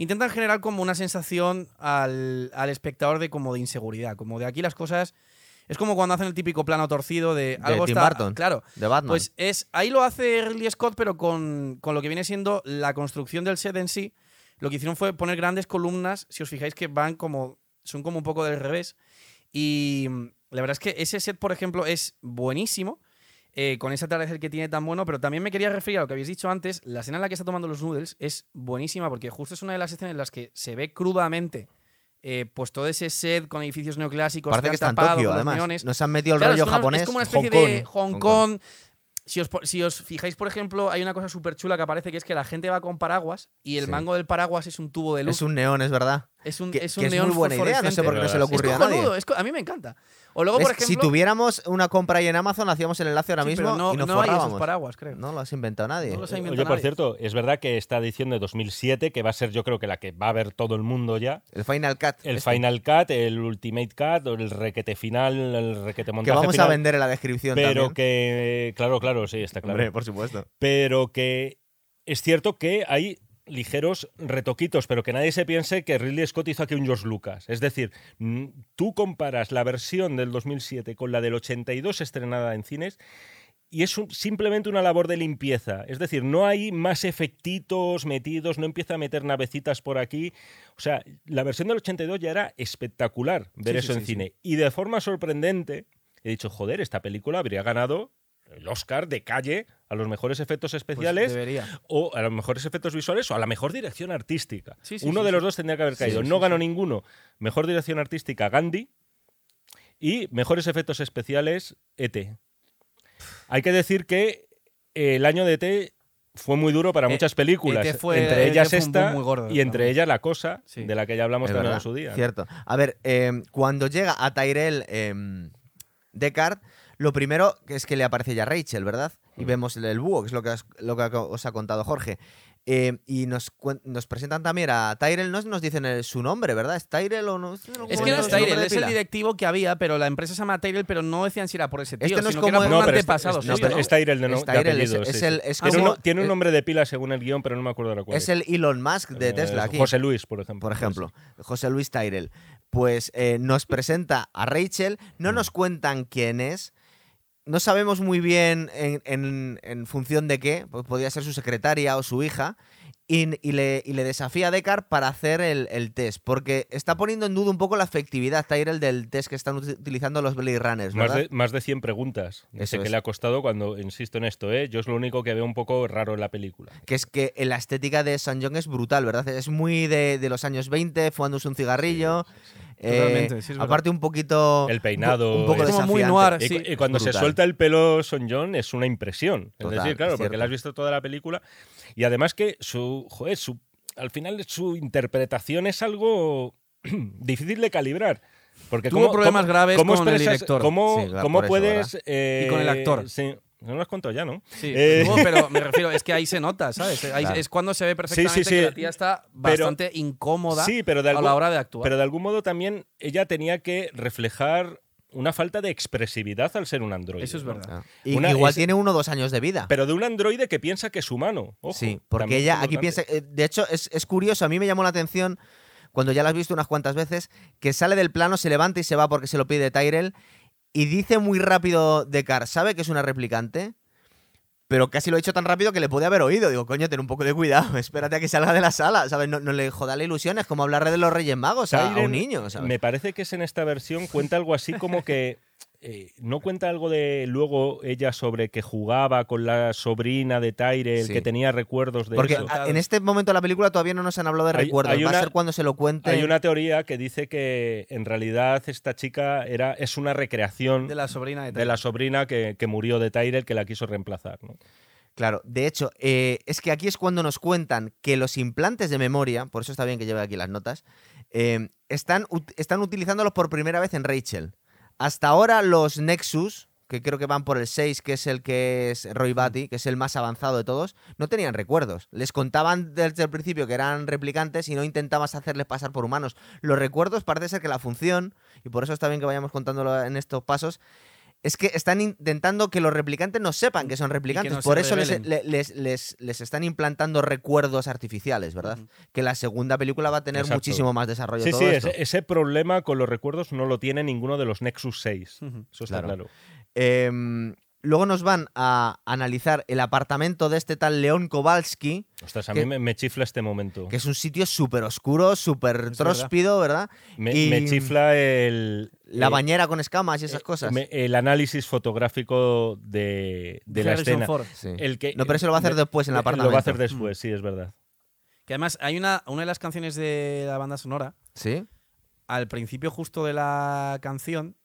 C: Intentan generar como una sensación al, al espectador de como de inseguridad, como de aquí las cosas... Es como cuando hacen el típico plano torcido
A: De
C: de algo
A: Tim
C: está...
A: Burton.
C: Claro,
A: De Batman.
C: pues es. Ahí lo hace Ridley Scott, pero con, con lo que viene siendo la construcción del set en sí. Lo que hicieron fue poner grandes columnas. Si os fijáis que van como. son como un poco del revés. Y mm, la verdad es que ese set, por ejemplo, es buenísimo. eh, con ese atardecer que tiene tan bueno, pero también me quería referir a lo que habéis dicho antes. La escena en la que está tomando los noodles es buenísima porque justo es una de las escenas en las que se ve crudamente eh, pues todo ese set con edificios neoclásicos,
A: Parece
C: que
A: que está
C: han
A: en
C: tapado
A: Tokio,
C: con los
A: además.
C: neones.
A: Nos han metido el
C: Claro,
A: rollo
C: es, como una-
A: japonés.
C: es como una
B: Hong
C: especie de Hong
A: Hong
C: Kong. Si os, po- si os fijáis, por ejemplo, hay una cosa súper chula que aparece que es que la gente va con paraguas y el
A: Sí.
C: mango del paraguas es un tubo de luz.
A: Es un neón, es verdad.
C: Es un,
A: que-
C: es
A: que
C: un
A: es muy
C: neón
A: buena idea, no sé
C: fluorescente.
B: por qué no se le
C: Es
A: ocurrió a nadie.
C: cojonudo, es co- a mí me encanta. O luego, por
A: ¿Ves?
C: ejemplo.
A: si tuviéramos una compra ahí en Amazon, hacíamos el enlace ahora
C: Sí,
A: mismo
C: pero no,
A: y nos
C: no hay esos
A: forrábamos.
C: paraguas, creo.
A: No lo has inventado nadie.
C: No los ha inventado
B: Oye, por
C: nadie.
B: cierto, es verdad que esta edición de 2007, que va a ser yo creo que la que va a ver todo el mundo ya,
A: El Final Cut.
B: el
A: este,
B: Final Cut, el Ultimate Cut, o el requete final, el
A: Que
B: requete montaje
A: vamos
B: final,
A: a vender en la descripción
B: Pero
A: también.
B: que, claro, claro, sí, está claro.
A: Hombre, por supuesto.
B: pero que es cierto que hay ligeros retoquitos, pero que nadie se piense que Ridley Scott hizo aquí un George Lucas. Es decir, mm, tú comparas la versión del 2007 con la del 82 estrenada en cines y es un- simplemente una labor de limpieza. Es decir, no hay más efectitos metidos, no empieza a meter navecitas por aquí. O sea, la versión del 82 ya era espectacular ver
C: Sí, sí,
B: eso en
C: sí, sí.
B: cine. Y de forma sorprendente, he dicho, joder, esta película habría ganado el Oscar de calle a los mejores efectos
C: Pues
B: especiales
C: debería.
B: o a los mejores efectos visuales o a la mejor dirección artística.
C: Sí, sí,
B: Uno
C: sí,
B: de los
C: sí.
B: dos tendría que haber
C: Sí,
B: caído.
C: sí,
B: no
C: sí,
B: ganó
C: sí.
B: ninguno. Mejor dirección artística Gandhi y mejores efectos especiales ET. Hay que decir que el año de ET fue muy duro para
C: E-
B: muchas películas,
C: ET fue-
B: entre
C: ET
B: ellas
C: fue un
B: esta
C: boom muy gordo
B: y entre
C: también.
B: ellas La Cosa,
C: Sí.
B: de la que ya hablamos
A: Es
B: también
A: verdad,
B: en su día. ¿no?
A: Cierto. A ver, eh, cuando llega a Tyrell eh, Deckard, lo primero que es que le aparece ya Rachel, ¿verdad?
C: Mm.
A: Y vemos el, el búho, que es lo que, has- lo que os ha contado Jorge. Eh, y nos, cuen- nos presentan también a Tyrell, no nos dicen el- su nombre, ¿verdad? ¿Es Tyrell o no?
C: Es
A: ¿Cómo
C: que no
A: su
C: es
A: nombre
C: Tyrell,
A: de
C: es el
A: pila?
C: directivo que había, pero la empresa se llama Tyrell, pero no decían si era por ese tío,
A: Este no es
C: sino
A: como-
C: que era por
A: No,
C: un
B: pero es-
C: antepasado
B: es-
A: no,
C: suyo.
A: pero- este-
B: es Tyrell de, no-
A: Es
B: de
A: Tyrell,
B: apellido,
A: es-
B: sí,
A: es
B: sí.
A: el- es
B: Tiene
A: como-
B: un- tiene un
A: es-
B: nombre de pila según el guión, pero no me acuerdo ahora cuál
A: Es el Elon Musk de
B: Eh,
A: Tesla aquí.
B: José Luis, por ejemplo.
A: por ejemplo, Pues José Luis Tyrell, pues eh, nos presenta a Rachel, no nos cuentan quién es, no sabemos muy bien en, en- en función de qué, pues podría ser su secretaria o su hija, y, y le, y le desafía a Deckard para hacer el, el test, porque está poniendo en duda un poco la efectividad, Tyrell, del test que están uti- utilizando los Blade Runners,
B: Más
A: ¿verdad?
B: de, más de 100 preguntas. Dice
A: Eso
B: que
A: es.
B: le ha costado cuando, insisto en esto, ¿eh? yo es lo único que veo un poco raro en la película.
A: Que es que la estética de San John es brutal, ¿verdad? Es muy de, de los años 20, fumándose un cigarrillo. eh,
C: Totalmente, sí, es verdad.
A: aparte un poquito...
B: El peinado
A: Un poco
B: es-
C: Como muy
A: desafiante.
C: noir,
B: Y,
C: Sí,
B: y
A: es
B: cuando se
A: brutal.
B: suelta el pelo Son John es una impresión.
A: Total,
B: es decir, claro,
A: es
B: porque
A: cierto.
B: la has visto toda la película. Y además que su, joder, su, al final su interpretación es algo difícil de calibrar. Porque
C: Tuvo
B: cómo-
C: problemas
B: cómo-
C: graves
B: cómo
C: con el
B: expresas-
C: director.
B: ¿Cómo,
A: Sí, claro,
B: cómo
A: por eso,
B: puedes...? eh,
C: Y con el actor.
B: sí. no lo has contado ya, ¿no?
C: Sí,
B: Eh,
C: no, pero me refiero, es que ahí se nota, ¿sabes? Ahí
A: Claro.
C: Es cuando se ve perfectamente
B: sí.
C: que la tía está bastante incómoda
B: Sí, pero de
C: a la
B: algún-
C: hora de actuar.
B: Pero de algún modo también ella tenía que reflejar una falta de expresividad al ser un androide.
C: Eso es
B: ¿no?
C: verdad.
A: Ah. Y
B: Una
A: igual
B: es-
A: tiene uno o dos años de vida.
B: Pero de un androide que piensa que es humano. Ojo,
A: sí, porque
B: también es
A: ella aquí
B: importante.
A: piensa. eh, De hecho, es, es curioso, a mí me llamó la atención. cuando ya la has visto unas cuantas veces, que sale del plano, se levanta y se va porque se lo pide Tyrell, y dice muy rápido de Car, sabe que es una replicante, pero casi lo he hecho tan rápido que le pude haber oído. Digo, coño, ten un poco de cuidado, espérate a que salga de la sala, ¿sabes? No, no le jodas la ilusión, es como hablar de los Reyes Magos a, a
B: Tyrion,
A: un niño, ¿sabes?
B: Me parece que es en esta versión, cuenta algo así como que. eh, ¿No cuenta algo de luego ella sobre que jugaba con la sobrina de Tyrell,
A: Sí.
B: que tenía recuerdos de
A: Porque
B: eso?
A: a- en este momento de la película todavía no nos han hablado de
B: Hay-
A: recuerdos,
B: hay
A: va
B: una-
A: a ser cuando se lo cuente.
B: Hay una teoría que dice que en realidad esta chica era, es una recreación
C: De
B: de
C: la sobrina de
B: la,
C: Tyrell.
B: sobrina que, que murió de Tyrell, que la quiso reemplazar. ¿no?
A: Claro, de hecho, eh, es que aquí es cuando nos cuentan que los implantes de memoria, por eso está bien que lleve aquí las notas, eh, están, ut- están utilizándolos por primera vez en Rachel. Hasta ahora los Nexus, que creo que van por el 6, que es el que es Roy Batty, que es el más avanzado de todos, no tenían recuerdos. Les contaban desde el principio que eran replicantes y no intentabas hacerles pasar por humanos. Los recuerdos parece ser que la función, y por eso está bien que vayamos contándolo en estos pasos, es que están intentando que los replicantes no sepan que son replicantes.
C: no se
A: por eso les,
C: rebelen.
A: le- les- les- les están implantando recuerdos artificiales, ¿verdad?
C: Ujú.
A: Que la segunda película va a tener
B: Exacto.
A: muchísimo más desarrollo.
B: Sí,
A: todo
B: sí, e-,
A: esto.
B: ese, ese problema con los recuerdos no lo tiene ninguno de los Nexus 6.
C: Ujú.
B: Eso está
A: Hmm. Claro.
B: claro.
A: Em, luego nos van a analizar el apartamento de este tal León Kowalski,
B: Ostras, a
A: Que-
B: mí me, me chifla este momento.
A: que es un sitio súper oscuro, súper
C: Es verdad.
A: tróspido, ¿verdad?
B: Me,
A: y-
B: me chifla el.
A: La
B: eh,
A: bañera con escamas y esas
B: eh,
A: cosas.
B: me- el análisis fotográfico de, de la
C: Harrison
B: escena.
C: Ford.
A: Sí.
B: El que,
A: no, pero eso lo va a hacer
B: me-
A: después en el apartamento. Mm.
B: Lo va a hacer después, sí, es verdad.
C: Que además hay una, una de las canciones de la banda sonora.
A: ¿Sí?
C: Al principio justo de la canción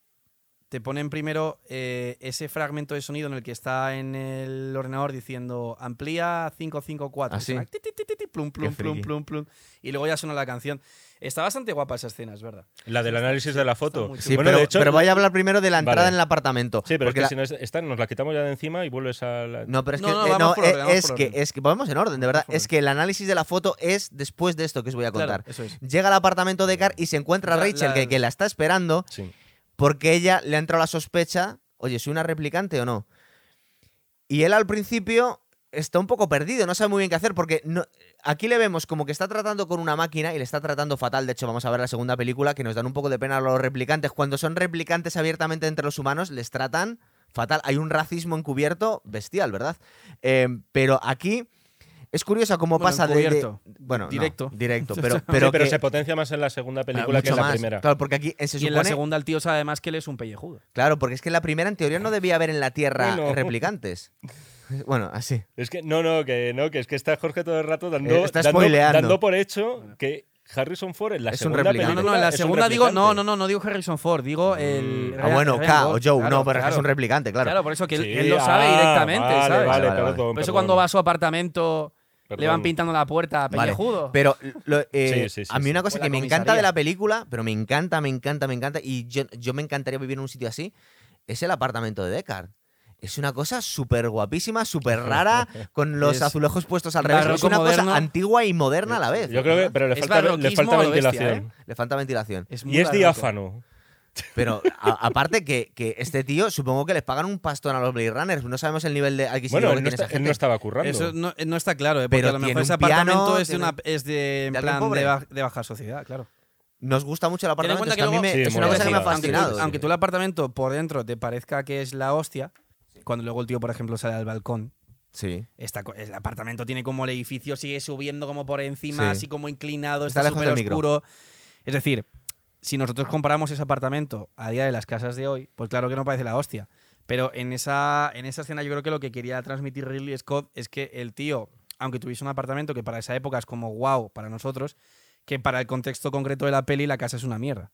C: te ponen primero eh, ese fragmento de sonido en el que está en el ordenador diciendo amplía 554.
A: ¿Ah, sí?
C: Suena ti, ti, ti, ti, ti, plum, plum, plum,
A: friki.
C: plum, plum. Y luego ya suena la canción. Está bastante guapa esa escena, es verdad.
B: La del análisis de la foto.
C: muy
A: Sí,
B: Bueno,
A: pero,
B: de hecho,
A: pero vaya a hablar primero de la entrada
B: Vale.
A: en el apartamento.
B: Sí, pero
A: porque
B: es que
A: la-
B: si no, es- esta nos la quitamos ya de encima y vuelves a la...
A: No, pero es
C: No,
A: que
C: no,
A: eh,
C: vamos
A: no,
C: por orden,
A: eh,
C: vamos
A: es
C: por
A: que
C: orden.
A: es que vamos en orden, de verdad.
C: Vamos por
A: Es que el análisis de la foto es después de esto que os voy a
C: Claro,
A: contar.
C: eso es.
A: Llega al apartamento de Car y se encuentra a
C: La-
A: Rachel
C: la-
A: que, que la está esperando
B: Sí.
A: porque ella le ha entrado la sospecha, oye, ¿soy una replicante o no? Y él al principio está un poco perdido, no sabe muy bien qué hacer porque no, aquí le vemos como que está tratando con una máquina y le está tratando fatal. De hecho, vamos a ver la segunda película que nos dan un poco de pena a los replicantes. Cuando son replicantes abiertamente entre los humanos, les tratan fatal. Hay un racismo encubierto bestial, ¿verdad? Eh, pero aquí es curioso cómo
C: Bueno,
A: pasa de- de...
C: encubierto.
A: bueno, no,
C: Directo.
A: directo, pero,
B: Sí, Pero,
A: pero, que- Ah,
B: se potencia más en la segunda película
A: mucho
B: que en la
A: más.
B: primera.
A: Claro, porque aquí eh, se
C: Y en la
A: supone
C: segunda el tío sabe además que él es un pellejudo.
A: Claro, porque es que en la primera en teoría no debía haber en la Tierra
B: Bueno.
A: replicantes. Bueno, así.
B: Es que no, no, que no, que es que está Jorge todo el rato dando,
A: Eh, está
B: dando,
A: spoileando.
B: dando por hecho que Harrison Ford en la
A: Es un
B: segunda
A: replicante.
C: No,
B: película
C: no, no, en la
B: es un
C: segunda digo, no,
B: replicante.
C: no, no, no digo Harrison Ford, digo el...
A: Ah, bueno,
C: Ryan
A: K o Joe,
C: Gosling, claro,
A: no, pero es que es
C: claro.
A: un replicante, claro.
C: Claro, por eso que él,
B: Sí,
C: él lo sabe
B: ah,
C: directamente,
B: vale,
C: ¿sabes?
B: Vale,
A: Vale, vale.
B: perdón,
C: Por eso
B: perdón.
C: cuando va a su apartamento le
B: Perdón.
C: van pintando la puerta a
A: Vale,
C: pellejudo.
A: Pero lo- eh,
B: Sí, sí, sí,
A: a mí
B: sí.
A: una
C: O
A: cosa
C: la
A: que me
C: comisaría.
A: encanta de la película, pero me encanta, me encanta, me encanta, y yo, yo me encantaría vivir en un sitio así, es el apartamento de Deckard. Es una cosa súper guapísima, súper rara, con los
C: Es
A: azulejos puestos al revés.
C: barroco
A: Es una
C: moderno.
A: cosa antigua y moderna a la vez.
B: Yo creo que,
A: ¿verdad?
B: pero le
C: Es
B: falta, le
C: barroquismo
B: falta
C: a lo bestia,
B: ventilación.
A: Le falta ventilación.
C: muy
B: Y es
C: barroco.
B: diáfano.
A: Pero a- aparte que, que este tío, supongo que les pagan un pastón a los Blade Runners. No sabemos el nivel de adquisitivo
B: Bueno,
A: que
B: él no,
A: tiene esa
B: está- él
A: gente.
B: no estaba currando.
C: Eso no, no está claro, ¿eh? porque
A: Pero
C: a lo
A: tiene
C: mejor
A: un
C: ese apartamento
A: piano,
C: es de,
A: tiene-
C: una, es de, en
A: de alguien
C: plan
A: pobre.
C: de, baj- de baja sociedad, claro.
A: Nos gusta mucho el
C: Ten en
A: apartamento.
C: cuenta
A: Es,
C: que
A: que a mí
C: luego-
A: me-
B: Sí,
A: es
B: mola,
A: una cosa que me ha
B: mola.
C: aunque, tú,
A: fascinado.
C: aunque tú el apartamento por dentro te parezca que es la hostia, cuando luego el tío, por ejemplo, sale al balcón,
A: Sí.
C: está co- el apartamento tiene como el edificio, sigue subiendo como por encima,
A: Sí.
C: así como inclinado,
A: Está
C: está
A: lejos
C: súper
A: del micro.
C: oscuro. Es decir, si nosotros comparamos ese apartamento a día de las casas de hoy, pues claro que no parece la hostia. Pero en esa, en esa escena yo creo que lo que quería transmitir Ridley Scott es que el tío, aunque tuviese un apartamento que para esa época es como wow para nosotros, que para el contexto concreto de la peli la casa es una mierda.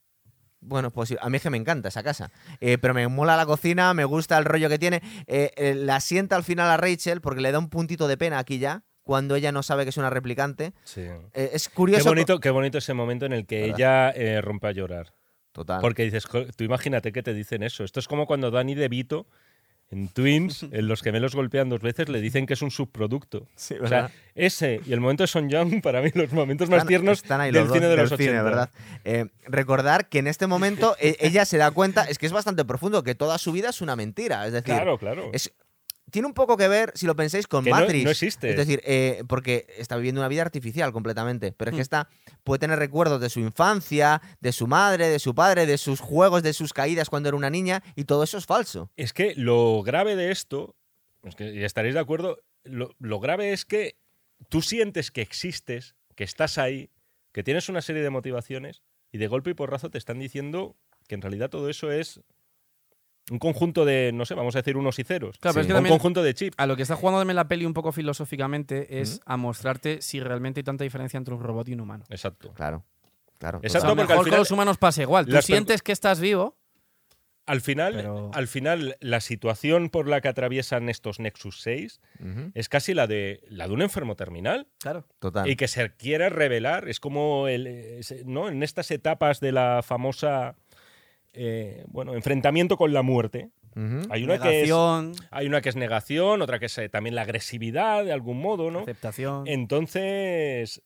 A: Bueno, pues sí, a mí es que me encanta esa casa. Eh, pero me mola la cocina, me gusta el rollo que tiene. Eh, eh, la sienta al final a Rachel porque le da un puntito de pena aquí ya, cuando ella no sabe que es una replicante.
B: Sí.
A: Eh, es
B: Qué
A: curioso.
B: bonito, qué bonito ese momento en el que ella eh, rompe a llorar.
A: Total.
B: Porque dices, "Jo, tú imagínate que te dicen eso. Esto es como cuando Danny DeVito en Twins, en los gemelos golpean dos veces, le dicen que es un subproducto.
A: Sí,
B: o sea,
A: ¿verdad?
B: ese y el momento de Son Young, para mí, los momentos más
A: Están-
B: tiernos
A: están ahí
B: del
A: los
B: cine
A: dos,
B: de los
A: del cine,
B: 80.
A: ¿verdad? Eh, recordar que en este momento eh, ella se da cuenta, es que es bastante profundo, que toda su vida es una mentira. Es decir,
B: Claro, claro.
A: es- tiene un poco que ver, si lo pensáis, con
B: Que no-
A: Matrix.
B: no existe.
A: Es decir, eh, porque está viviendo una vida artificial completamente. Pero es
C: Mm.
A: que está, puede tener recuerdos de su infancia, de su madre, de su padre, de sus juegos, de sus caídas cuando era una niña, y todo eso es falso.
B: Es que lo grave de esto, es que ya estaréis de acuerdo, lo, lo grave es que tú sientes que existes, que estás ahí, que tienes una serie de motivaciones y de golpe y porrazo te están diciendo que en realidad todo eso es un conjunto de, no sé, vamos a decir unos y ceros.
C: Claro, pero es que
B: un
C: también-
B: conjunto de chips.
C: A lo que está jugando también la peli un poco filosóficamente es a mostrarte si realmente hay tanta diferencia entre un robot y un humano.
B: Exacto.
A: Claro. Claro.
C: O sea,
A: total.
B: Exacto,
C: a lo
B: porque
C: mejor
B: al
C: con
B: final-
C: los humanos pasa igual. Tú
B: las per-
C: sientes que estás vivo.
B: Al final,
C: Pero-
B: al final, la situación por la que atraviesan estos Nexus 6
A: Ujú,
B: es casi la de, la de un enfermo terminal.
C: Claro.
A: Total.
B: Y que se quiera revelar, es como el, eh, se- ¿no? en estas etapas de la famosa eh, bueno, enfrentamiento con la muerte.
A: Ujú.
B: Hay una, que es,
C: Negación,
B: hay una que es negación, otra que es eh, también la agresividad de algún modo, ¿no?
C: aceptación.
B: Entonces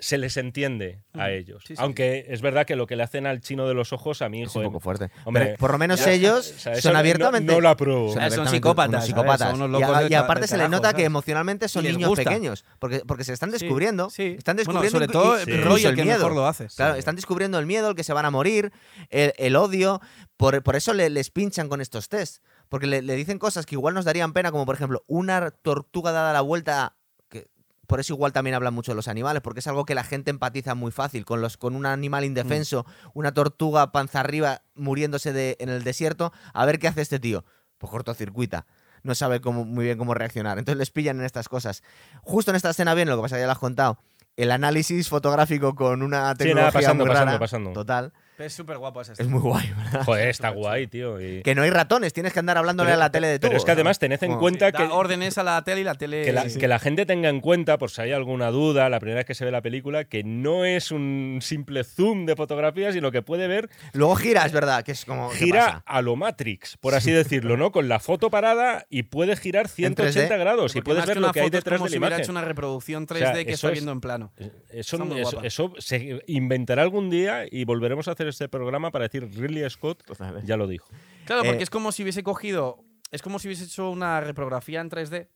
B: se les entiende a
A: Mm.
C: Ujú.
B: ellos.
C: Sí, sí,
B: Aunque es verdad que lo que le hacen al chino de los ojos a mi
A: Es
B: hijo
A: un poco fuerte.
B: hombre,
A: Pero por lo menos
B: ya,
A: ellos
B: o sea, eso
A: son
B: no-
A: abiertamente.
B: No, lo
A: son
B: apruebo.
C: Ah, son
A: abiertamente
C: psicópatas,
A: unos
C: ¿sabes?
A: psicópatas.
C: Son unos
A: Y a-
C: locos
A: y,
C: de ca-
A: aparte
C: de
A: se les
C: carajo,
A: nota que
C: ¿sabes?
A: emocionalmente son
C: Y les
A: niños
C: gusta.
A: pequeños. Porque, porque se están
C: Sí,
A: descubriendo.
C: sí.
A: Están
C: Bueno,
A: descubriendo
C: sobre
A: inclu-
C: todo
B: Sí.
A: incluso
C: Roy, el que
A: miedo.
C: mejor lo hace.
A: Claro, están descubriendo el miedo, el que se van a morir, el, el odio. Por, por eso le- les pinchan con estos test. Porque le, le dicen cosas que igual nos darían pena, como por ejemplo, una tortuga dada la vuelta. que Por eso igual también hablan mucho de los animales, porque es algo que la gente empatiza muy fácil. Con, los, con un animal indefenso, una tortuga panza arriba muriéndose de- en el desierto, a ver qué hace este tío. Pues cortocircuita. No sabe cómo, muy bien cómo reaccionar. Entonces les pillan en estas cosas. Justo en esta escena bien, lo que pasa que ya lo has contado, el análisis fotográfico con una
B: Sí, nada,
A: tecnología
B: pasando,
A: muy
B: pasando,
A: rara.
B: pasando.
A: Total,
C: Es súper guapo esa
A: es muy guay, ¿verdad?
B: Joder, está guay, tío. y-
A: Que no hay ratones, tienes que andar hablándole a la tele de todo.
B: Pero es que además tened en
A: Bueno,
B: cuenta que,
C: Da órdenes a la tele y la tele.
B: que, la,
C: Sí, sí.
B: que la gente tenga en cuenta, por si hay alguna duda, la primera vez que se ve la película, que no es un simple zoom de fotografías, sino que puede ver
A: Luego gira, es verdad, que es
C: Oh,
A: como. ¿qué
B: gira
A: pasa?
B: a lo Matrix, por así decirlo, ¿no? Con la foto parada y puede girar 180
A: 3D.
B: grados y
C: Porque
B: puedes
C: más
B: ver
C: una
B: lo que hay
C: foto es
B: detrás
C: como
B: de la
C: si hubiera
B: imagen.
C: hecho una reproducción 3D
B: O sea,
C: que
B: eso
C: está
B: es-
C: viendo en plano.
B: Eso,
C: Está muy
B: eso-
C: guapa.
B: eso se inventará algún día y volveremos a hacer este programa para decir Ridley Scott
A: Total.
B: ya lo dijo.
C: Claro, porque
A: Eh,
C: es como si hubiese cogido. Es como si hubiese hecho una reprografía en 3D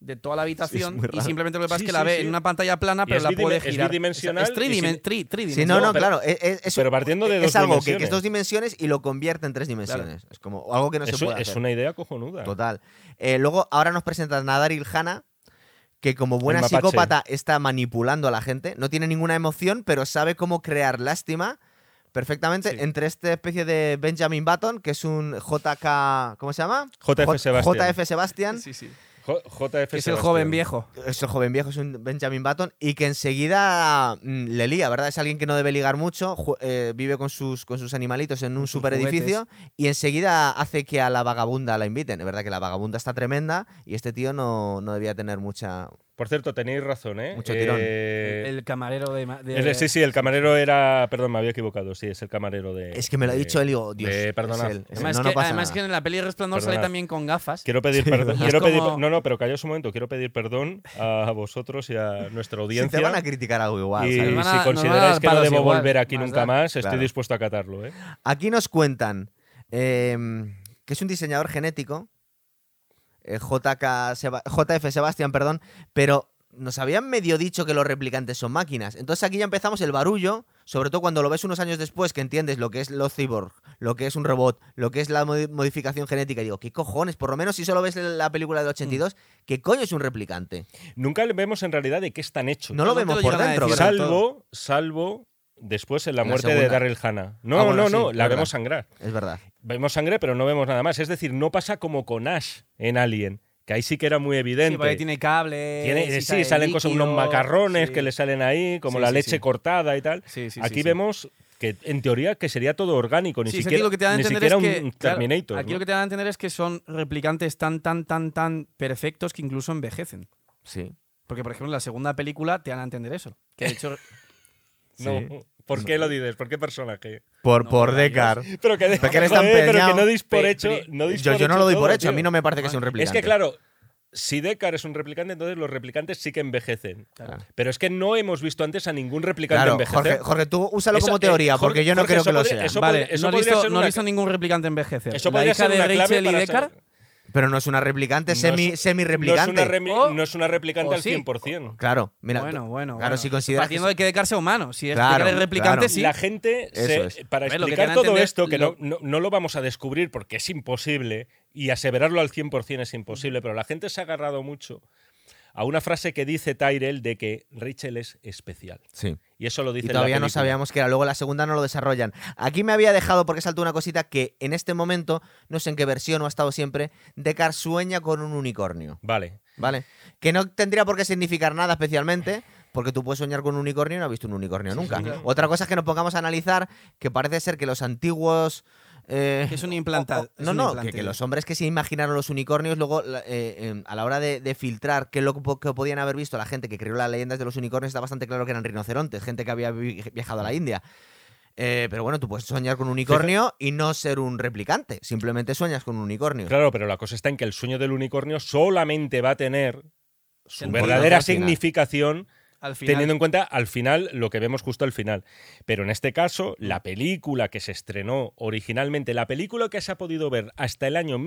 C: de toda la habitación
A: muy
C: y
A: raro.
C: simplemente lo que pasa
B: Sí,
C: es que la
B: sí,
C: ve
B: sí.
C: en una pantalla plana,
B: Y
C: pero
B: es
C: la
B: bidime-
C: puede
B: es
C: girar.
B: bidimensional
C: Es tridimen-
B: y sin-
C: tri- tridimensional.
A: Sí, no, no,
B: pero-
A: claro. Es, es- es- e-,
B: pero partiendo de
A: es
B: dos
A: algo que- que, es
B: dimensiones.
A: dos dimensiones y lo convierte en tres dimensiones. Es como algo que no se
B: Eso
A: puede.
B: es
A: hacer.
B: una idea cojonuda.
A: Total. Eh, luego, ahora nos presentan a Daryl Hanna, que como buena
B: mapache.
A: psicópata está manipulando a la gente. No tiene ninguna emoción, pero sabe cómo crear lástima perfectamente
C: Sí.
A: entre esta especie de Benjamin Button, que es un JK. ¿Cómo se llama?
B: JF
A: J-
B: Sebastian.
A: JF Sebastian.
C: Sí, sí.
B: Jo- JF
C: Que es el
B: Sebastián.
C: joven viejo.
A: Es un joven viejo, es un Benjamin Button, y que enseguida mm, le lía, ¿verdad? Es alguien que no debe ligar mucho, ju- eh, vive con sus, con sus animalitos en un
C: sus
A: super edificio, y enseguida hace que a la vagabunda la inviten. Es verdad que la vagabunda está tremenda, y este tío no, no debía tener mucha...
B: Por cierto, tenéis razón, ¿eh?
A: Mucho tirón.
B: Eh,
C: El camarero de. ma- de-
B: Es de- sí, sí, el camarero era. Perdón, me había equivocado. Sí, es el camarero de.
C: Eh,
A: Es que me lo ha
B: de-
A: dicho él y digo, Dios,
B: de- perdonad.
A: es él, es él.
C: Además,
A: No,
C: que,
A: no pasa
C: además
A: nada.
C: que en la peli Resplandor sale
B: Perdonad.
C: también con gafas.
B: Quiero pedir perdón.
C: es
B: Quiero pedir,
C: como-
B: no, no, pero callaos un momento. Quiero pedir perdón a vosotros y a nuestra
A: Si
B: audiencia.
A: te van a criticar algo igual.
B: y
A: ¿sabes?
C: nos van a-
B: si
C: nos van a
B: consideráis
C: dar
B: que no
C: palos
B: debo
C: igual,
B: volver aquí
C: más
B: nunca
C: da.
B: más, estoy
A: Claro.
B: dispuesto a catarlo. ¿eh?
A: Aquí nos cuentan eh, que es un diseñador genético, eh, JK Seba- JF Sebastián, perdón, pero nos habían medio dicho que los replicantes son máquinas. Entonces aquí ya empezamos el barullo, sobre todo cuando lo ves unos años después que entiendes lo que es los cyborg, lo que es un robot, lo que es la modi- modificación genética. Y digo, ¿qué cojones? Por lo menos si solo ves la película del 82, ¿qué coño es un replicante?
B: Nunca le vemos en realidad de qué están hechos.
A: No lo
C: No te
A: vemos
C: lo
A: por
C: llegan a
A: dentro,
C: decir.
A: ¿verdad?
B: salvo, salvo después en la
A: La
B: muerte de
A: segunda.
B: Daryl Hannah. No,
A: Ah, bueno,
B: no,
A: sí,
B: no, la
A: verdad.
B: vemos sangrar.
A: Es verdad.
B: Vemos sangre, pero no vemos nada más. Es decir, no pasa como con Ash en Alien, que ahí sí que era muy evidente.
C: Sí, porque tiene cables.
B: Tiene-
C: y
B: sí,
C: sale
B: salen cosas, unos
C: líquido,
B: macarrones
C: sí.
B: que le salen ahí, como
C: Sí,
B: la
C: sí,
B: leche
C: sí.
B: cortada y tal.
C: Sí, sí, sí,
B: aquí
C: sí.
B: vemos que en teoría que sería todo orgánico, ni
C: Sí, es que aquí
B: siquiera,
C: lo que te dan a
B: ni
C: entender
B: siquiera
C: es que,
B: un
C: claro,
B: Terminator.
C: aquí
B: ¿no?
C: lo que te dan a entender es que son replicantes tan, tan, tan, tan perfectos que incluso envejecen.
A: Sí.
C: Porque, por ejemplo, en la segunda película te dan a entender eso. Que de hecho,
B: No, ¿Por qué lo dices? ¿Por qué personaje?
A: Por,
C: No,
A: por
C: por Dios.
A: Deckard.
B: Pero que,
A: Pero que eres tan
B: joder, pero que
A: peñao.
B: no dis por
C: Pe-
B: hecho.
C: pe-
B: no dis
A: Yo,
B: por
A: yo no lo doy por
B: todo,
A: hecho, a
B: tío.
A: mí no me parece que sea un
B: Es
A: replicante.
B: que claro, si Deckard es un replicante, entonces los replicantes sí que envejecen.
C: Claro.
B: Pero es que no hemos visto antes a ningún replicante
A: Claro,
B: envejecer.
A: Jorge, Jorge, tú úsalo
B: Eso,
A: como
B: eh,
A: teoría,
B: Jorge-
A: porque yo no
B: Jorge,
A: creo
B: eso
A: que lo
B: podría-
A: sea.
B: eso
C: vale,
B: podría- eso
C: no he
B: podría
C: visto,
B: ser
C: no he
B: una-
C: visto ningún replicante envejecer.
B: Eso
C: la
B: podría
C: hija
B: ser
C: de
B: una clave
C: Rachel y
B: para
C: Deckard
B: saber-
A: Pero no es una replicante,
B: No es-
A: semi, semi-replicante.
B: No es una, remi-
C: O-
B: no es una replicante
C: Oh. o
B: al
C: sí.
B: 100%.
A: Claro, mira.
C: bueno, bueno.
A: Claro,
C: bueno.
A: si consideras. que
C: Partiendo de que Decarse humano. Si es
A: Claro,
C: que eres replicante,
A: claro.
C: sí.
B: La gente, se-
A: Eso es.
B: para
C: A ver, lo que
B: explicar
C: quería
B: todo
C: entender,
B: esto, que
C: lo-
B: no, no- no lo vamos a descubrir porque es imposible y aseverarlo al 100% es imposible, pero la gente se ha agarrado mucho a una frase que dice Tyrell de que Rachel es especial.
A: sí.
B: Y eso lo dice
A: Y
B: en la
A: todavía no
B: película.
A: sabíamos que era. Luego la segunda no lo desarrollan. Aquí me había dejado porque saltó una cosita que en este momento, no sé en qué versión o ha estado siempre, Deckard sueña con un unicornio.
B: Vale.
A: ¿Vale? Que no tendría por qué significar nada especialmente, porque tú puedes soñar con un unicornio y no has visto un unicornio nunca.
C: claro.
A: Otra cosa es que nos pongamos a analizar que parece ser que los antiguos. eh,
C: Que es un implantado.
A: no, no, que, que los hombres que se imaginaron los unicornios, luego la- eh, eh, a la hora de, de filtrar qué es lo que po- que podían haber visto la gente que creó las leyendas de los unicornios, está bastante claro que eran rinocerontes, gente que había vi- viajado
C: Mm.
A: a la India. Eh, pero bueno, tú puedes soñar con un unicornio y no ser un replicante, simplemente sueñas con un unicornio.
B: Claro, pero la cosa está en que el sueño del unicornio solamente va a tener su
C: Sentido
B: verdadera
A: al final.
B: significación
C: Al final,
B: teniendo en cuenta al final lo que vemos justo al final. Pero en este caso,
A: Mm.
B: la película que se estrenó originalmente, la película que se ha podido ver hasta el año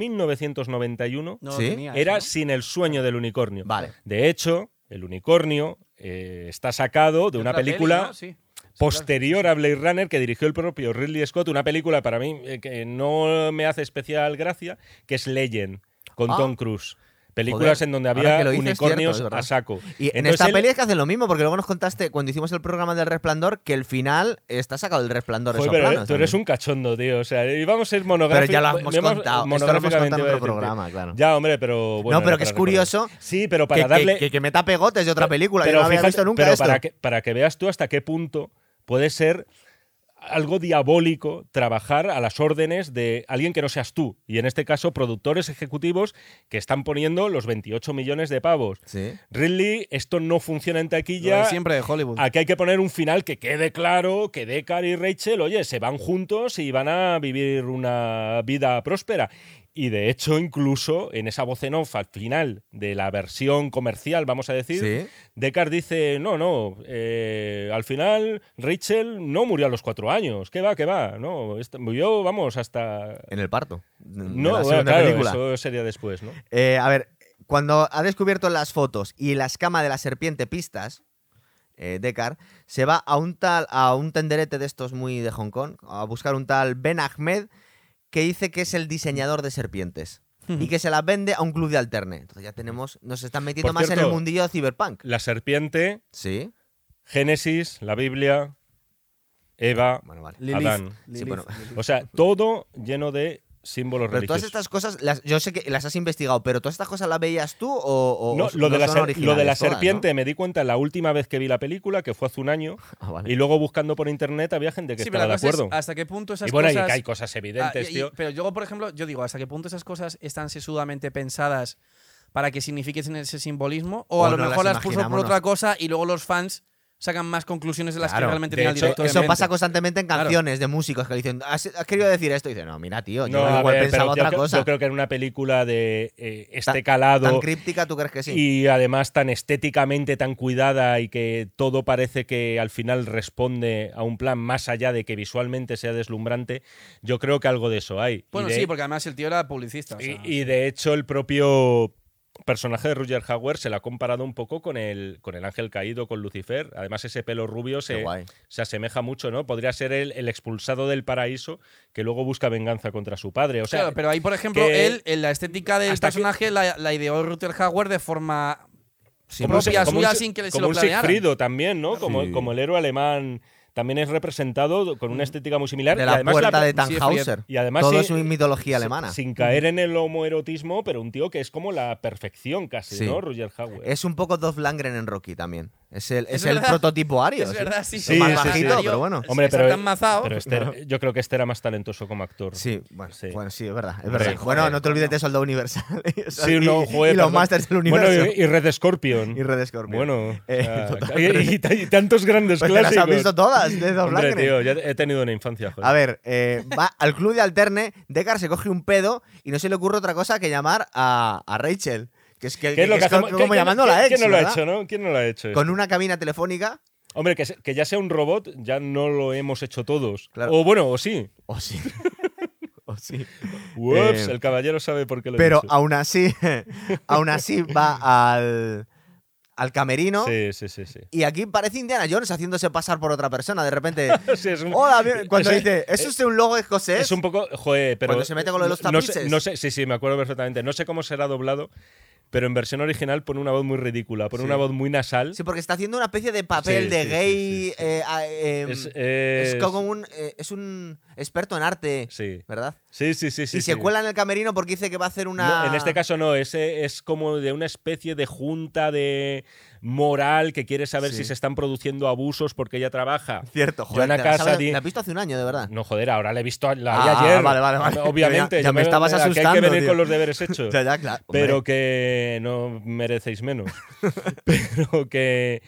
B: 1991,
C: no lo
A: Sí,
C: tenía eso,
B: era
C: ¿no?
B: Sin el sueño del unicornio.
A: Vale.
B: De hecho, el unicornio eh, está sacado de una
C: Otra peli,
B: película
C: ¿no? Sí.
B: posterior a Blade Runner que dirigió el propio Ridley Scott, una película para mí eh, que no me hace especial gracia, que es Legend, con
A: Ah.
B: Tom Cruise. Películas
A: Joder,
B: en donde
A: ahora
B: había
A: que lo dices, cierto,
B: unicornios
A: es verdad.
B: a saco.
A: Y en
B: Entonces
A: esta
B: él-
A: peli es que hacen lo mismo, porque luego nos contaste cuando hicimos el programa del resplandor que el final está sacado del resplandor.
B: Joder,
A: esos
B: pero eh,
A: planos
B: tú eres
A: también.
B: un cachondo, tío. O sea, íbamos a ser monográficos.
A: Pero ya lo hemos contado. Esto lo hemos contado en otro programa, claro.
B: Ya, hombre, pero bueno.
A: no, pero
B: era
A: que es
B: para recordar.
A: curioso
B: Sí, pero
A: que,
B: para
A: que-
B: darle.
A: que, que meta pegotes de otra película.
B: pero
A: Yo no había
B: fíjate-
A: visto nunca
B: pero
A: esto.
B: Para que, para que veas tú hasta qué punto puede ser algo diabólico trabajar a las órdenes de alguien que no seas tú. Y en este caso, productores ejecutivos que están poniendo los 28 millones de pavos.
A: Sí.
B: Ridley, esto no funciona en
C: Lo de
B: taquilla.
C: siempre de Hollywood.
B: Aquí hay que poner un final que quede claro que Deckard y Rachel, oye, se van juntos y van a vivir una vida próspera. Y de hecho, incluso en esa voz en off al final de la versión comercial, vamos a decir,
A: Sí.
B: Deckard dice, no, no, eh, al final Rachel no murió a los cuatro años, que va, que va, no, esta- murió, vamos, hasta...
A: En el parto. de- de
B: No,
A: Mm, la
B: bueno,
A: segunda
B: claro,
A: película.
B: eso sería después, ¿no?
A: Eh, a ver, cuando ha descubierto las fotos y la escama de la serpiente pistas, eh, Deckard, se va a un tal, a un tenderete de estos muy de Hong Kong, a buscar un tal Ben Ahmed, que dice que es el diseñador de serpientes. Y que se las vende a un club de alterne. Entonces ya tenemos, nos están metiendo
B: Por
A: más en el
B: cierto-
A: mundillo de Cyberpunk.
B: La serpiente,
A: Sí,
B: Génesis, la Biblia, Eva,
A: bueno, vale.
C: Lilith.
B: Adán.
A: Sí, bueno.
B: O sea, todo lleno de símbolos
A: Pero todas
B: religiosos.
A: estas cosas, las- yo sé que las has investigado, pero todas estas cosas las veías tú o, o-
B: No,
A: o
B: lo, de
A: no
B: la
A: son
B: ser- lo de la
A: originales todas, ¿no?
B: serpiente me di cuenta la última vez que vi la película, que fue hace un año,
A: Ah, vale.
B: y luego buscando por internet había gente que
C: sí, pero
B: estaba
C: la
B: de
C: cosa es
B: acuerdo.
C: hasta qué punto esas
B: Y bueno, y
C: cosas...
B: que hay cosas evidentes,
C: Ah, y- y-
B: tío.
C: Pero luego, por ejemplo, yo digo, ¿hasta qué punto esas cosas están sesudamente pensadas para que signifiquen ese simbolismo? O,
A: O
C: a lo
A: no las
C: mejor las, puso por
A: imaginamos,
C: otra cosa y luego los fans sacan más conclusiones de las
A: Claro.
C: que realmente
B: De
C: tenía el
B: hecho,
C: director en
A: Eso
C: mente.
A: pasa constantemente en
C: Claro.
A: canciones de músicos que le dicen, ¿has, has querido decir esto? Y dice, no, mira, tío, yo
B: a
A: igual
B: ver,
A: pensaba
B: pero yo
A: otra
B: creo-
A: cosa.
B: Yo creo que era una película de eh, este
A: Tan- ¿Tan
B: calado
A: críptica tú crees que sí?
B: y además tan estéticamente tan cuidada y que todo parece que al final responde a un plan más allá de que visualmente sea deslumbrante. Yo creo que algo de eso hay. Y
C: Bueno,
B: de-
C: sí, porque además el tío era publicista. o sea.
B: y, y de hecho, el propio personaje de Roger Hauer se la ha comparado un poco con el, con el ángel caído, con Lucifer. Además, ese pelo rubio
A: Qué
B: se,
A: guay.
B: se asemeja mucho, ¿no? Podría ser el, el expulsado del paraíso que luego busca venganza contra su padre. O sea,
C: claro, pero ahí, por ejemplo,
B: que-
C: él, en la estética del
B: hasta que-
C: personaje la, la ideó Rutger Hauer de forma
A: Sí,
C: propia
A: sí.
B: un-
C: suya
B: un-
C: sin que le se
B: como
C: lo
B: un
C: planearan.
B: Siegfriedo también, ¿no? Como,
A: Sí.
B: como el héroe alemán también es representado
C: Mm.
B: con una estética muy similar.
A: de
B: y
A: la
B: además
A: puerta
B: la-
A: de Tannhauser.
B: y además
A: Todo
B: sí-
A: es una mitología alemana.
B: Sin caer en el homoerotismo, pero un tío que es como la perfección casi,
A: Sí.
B: ¿no? Roger Hauer.
A: Es un poco Dolph Langren en Rocky también. Es el, es
C: Es
A: el
C: verdad.
A: prototipo ario.
C: Es
A: sí.
C: verdad, sí,
B: Sí,
A: más
B: sí, sí,
A: bajito,
B: sí.
A: pero bueno.
C: Es-
B: Hombre,
C: está
B: pero,
C: tan mazao.
B: pero este- yo creo que este era más talentoso como actor.
A: Sí, bueno,
B: Sí.
A: bueno, sí, es verdad. Es
B: Hombre,
A: verdad. bueno,
C: joder,
A: no te olvides de Soldado Universal.
B: Sí,
A: y,
B: no, joder,
A: y los
B: perdón.
A: Masters del
B: Bueno,
A: Universo.
B: y, y Red Scorpion.
A: y, Red Scorpion.
B: Bueno, o
A: Eh,
B: sea,
A: total.
B: y, y- y tantos grandes
A: Pues te
B: clásicos.
A: las has visto todas de Dolph
B: Hombre,
A: Langren.
B: tío, ya he tenido una infancia. joder.
A: A ver, eh, va al club de alterne, Deckard se coge un pedo y no se le ocurre otra cosa que llamar a, a Rachel. Que es que,
B: ¿Qué es lo
A: que
B: que
A: es como,
B: hacemos? ¿Qué- qué-
A: llamándola
B: ¿Quién
A: ex,
B: no lo ha
A: ¿verdad?
B: hecho, no? ¿Quién no lo ha hecho?
A: Con una cabina telefónea.
B: Hombre, que, se- que ya sea un robot, ya no lo hemos hecho todos.
A: Claro.
B: O bueno, o sí.
A: O sí. O sí.
B: Ups,
A: Eh,
B: el caballero sabe por qué lo
A: Pero
B: dice.
A: aún así, aún así va al, al camerino.
B: Sí, sí, sí, sí.
A: Y aquí parece Indiana Jones haciéndose pasar por otra persona. De repente,
B: Sí, es un-
A: hola, bien", cuando
B: o sea,
A: dice, ¿es
B: eh,
A: usted un logo escocés?
B: Es un poco. Joder, pero.
A: Cuando se mete con lo de los
B: no sé-
A: tapices.
B: No sé, sí, sí, me acuerdo perfectamente. No sé cómo será doblado, pero en versión original pone una voz muy ridícula, pone
A: Sí.
B: una voz muy nasal.
A: Sí, porque está haciendo una especie de papel
B: Sí,
A: de
B: sí, sí,
A: gay.
B: sí, sí.
A: eh, a- em,
B: es,
A: es,
B: es-
A: como un, eh, es un experto en arte,
B: Sí.
A: ¿verdad?
B: Sí, sí, sí, sí.
A: y se
B: sí.
A: cuela en el camerino porque dice que va a hacer una.
B: No, en este caso no, ese es como de una especie de junta de moral que quiere saber
A: Sí.
B: si se están produciendo abusos porque ella trabaja.
A: Cierto, joder.
B: Joana
A: te la, sabes-
B: Cassidy-
A: la has visto hace un año, de verdad.
B: No, joder, ahora la he visto, la vi
A: Ah,
B: ayer.
A: vale, vale, vale.
B: Obviamente,
A: Ya- ya
B: yo
A: me estabas
B: que Hay que
A: asustando,
B: venir
A: tío.
B: con los deberes hechos.
A: Ya, ya, claro. hombre.
B: pero que no merecéis menos. pero que,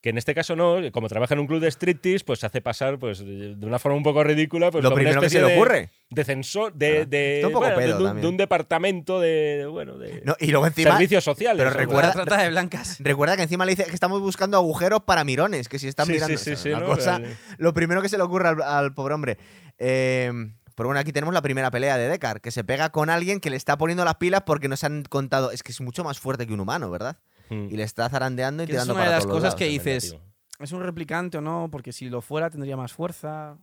B: que en este caso no, como trabaja en un club de striptease, pues se hace pasar pues de una forma un poco ridícula. Pues,
A: Lo
B: como una
A: primero que se
B: especie
A: le
B: de-
A: ocurre.
B: De censor, de,
A: Ah,
B: de,
A: está un poco
B: bueno, de-
A: pedo
B: de un-
A: también.
B: de un departamento de, bueno, de
A: No, y luego encima.
B: servicios sociales.
A: pero
B: o-
A: Recuerda-
C: La trata de blancas.
A: Recuerda que encima le dice que estamos buscando agujeros para mirones, que si están
B: Sí, sí,
A: mirando.
B: sí,
A: o sea,
B: sí,
A: una
B: ¿no?
A: cosa-
B: Vale.
A: lo primero que se le ocurre al, al pobre hombre. Eh, pero bueno, aquí tenemos la primera pelea de Dekar, que se pega con alguien que le está poniendo las pilas porque nos han contado. Es que es mucho más fuerte que un humano, ¿verdad?
B: Mm.
A: Y le está zarandeando y
C: Que esa es
A: tirando
C: una de
A: para
C: las
A: todos los
C: cosas que
A: lados.
B: Tremendo,
C: dices.
B: tío.
C: ¿Es un replicante o no? Porque si lo fuera tendría más fuerza.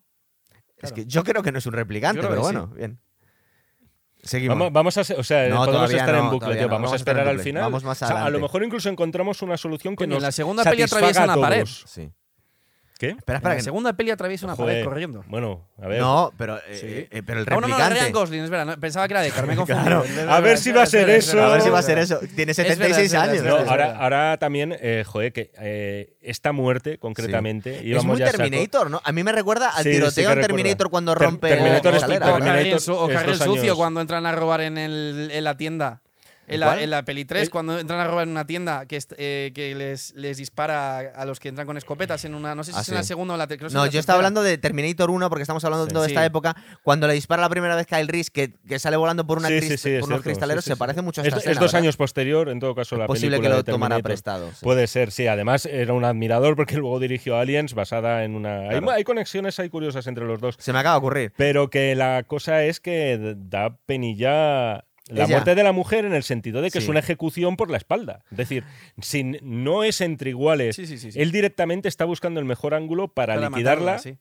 A: Es
C: claro.
A: que yo creo que no es un replicante,
C: Yo
A: pero
C: creo que sí.
A: bueno, bien. Seguimos.
B: Vamos, vamos a, se- o sea,
A: No,
B: podemos
A: todavía
B: estar
A: no,
B: en bucle,
A: todavía
B: tío.
A: no,
B: Vamos,
A: vamos
B: a
A: a estar en
B: esperar al
A: bucle.
B: final.
A: Vamos más
B: O sea, a lo
A: adelante.
B: mejor incluso encontramos una solución que
C: Coño,
B: nos
C: en la segunda peli atraviesa
B: satisfaga a
C: una pared.
B: todos.
A: Sí.
B: ¿Qué?
A: Espera,
C: En
A: espera.
C: la
A: que-
C: segunda peli atraviesa una
B: Joder.
C: pared corriendo.
B: Bueno, a ver.
A: No, pero, eh,
C: Sí.
A: eh, pero el
C: Ah, bueno, no, no, era
A: replicante.
C: Ryan Gosling, es verdad. no, pensaba que era de Carmen confundido.
A: Claro.
C: Es verdad,
B: A
C: es
B: ver
C: verdad,
B: si
C: es
B: va a
C: verdad,
B: ser
C: es
B: eso.
C: verdad,
A: a ver
C: es
A: si va a
C: verdad.
A: ser eso. Tiene
C: verdad, es
A: 76
C: verdad, es
A: años.
B: No,
C: verdad,
A: este.
C: es
B: ahora, ahora también, eh, joder, que eh, esta muerte concretamente.
A: Es
B: íbamos
A: muy
B: ya a saco.
A: Terminator, ¿no? A mí me recuerda al
B: Sí, sí que
A: tiroteo en
B: recuerda.
A: Terminator cuando
B: Ter-
A: rompe
B: Terminator
A: la
B: es
A: escalera.
C: O
B: Terminator.
C: Carril Su- O
B: es
C: Carril
B: dos
C: Sucio
B: años.
C: cuando entran a robar en, el- en la tienda. En la,
B: ¿Cuál?
C: en la peli
A: Eh.
C: 3,
B: El-
C: cuando entran a robar en una tienda que, est- eh, que les, les dispara a los que entran con escopetas en una. No sé si
A: Ah,
C: es en la
A: sí.
C: segunda o la ter- creo que es en
A: No,
C: la
A: yo estaba
C: tercera.
A: hablando de Terminator 1 porque estamos hablando de
C: Sí.
A: esta
C: Sí.
A: época. Cuando le dispara la primera vez Kyle Reese, que, que sale volando por, una
B: Sí,
A: crist-
B: sí, sí, es
A: por unos
B: cierto,
A: cristaleros,
B: sí, sí,
A: se parece
B: sí.
A: mucho a
B: Es,
A: esta
B: es
A: escena,
B: dos
A: ¿verdad?
B: años posterior, en todo caso, la
A: Es posible que
B: película
A: lo
B: de
A: tomara
B: Terminator. Pues
A: prestado. sí.
B: Puede ser, sí. Además, era un admirador porque luego dirigió Aliens basada en una. hay-
A: Claro.
B: Hay, conexiones ahí curiosas entre los dos.
A: Se me acaba de ocurrir.
B: Pero que la cosa es que da penilla. La
A: Ella.
B: muerte de la mujer en el sentido de que
A: Sí.
B: es una ejecución por la espalda. Es decir, sin, no es entre iguales.
C: Sí, sí, sí. sí.
B: Él directamente está buscando el mejor ángulo para,
C: Para
B: liquidarla,
C: matarla, sí.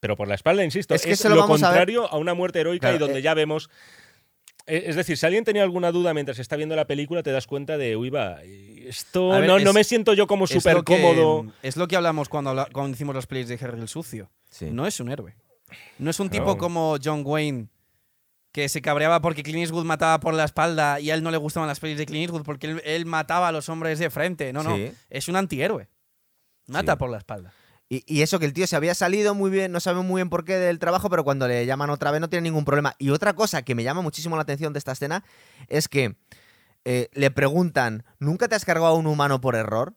B: pero por la espalda, insisto.
A: Es
B: Es,
A: que eso lo
B: lo
A: vamos a ver.
B: contrario a, una muerte heroica
A: Claro,
B: y donde
A: eh.
B: ya vemos. e- Es decir, si alguien tenía alguna duda mientras está viendo la película, te das cuenta de, uy, va, esto
C: A ver,
B: no, no
C: es-
B: me siento yo como
C: Es lo
B: súper
C: que- mm,
B: cómodo.
C: Es lo que hablamos cuando, habla- cuando hicimos los plays de Harry el Sucio.
A: Sí.
C: No es un héroe. No es un
B: Claro.
C: tipo como John Wayne que se cabreaba porque Clint Eastwood mataba por la espalda y a él no le gustaban las pelis de Clint Eastwood porque él, él mataba a los hombres de frente. No, no.
A: Sí.
C: Es un antihéroe. Mata
A: Sí.
C: por la espalda.
A: Y, y eso que el tío se había salido muy bien, no sabe muy bien por qué del trabajo, pero cuando le llaman otra vez no tiene ningún problema. Y otra cosa que me llama muchísimo la atención de esta escena es que eh, le preguntan, ¿nunca te has cargado a un humano por error?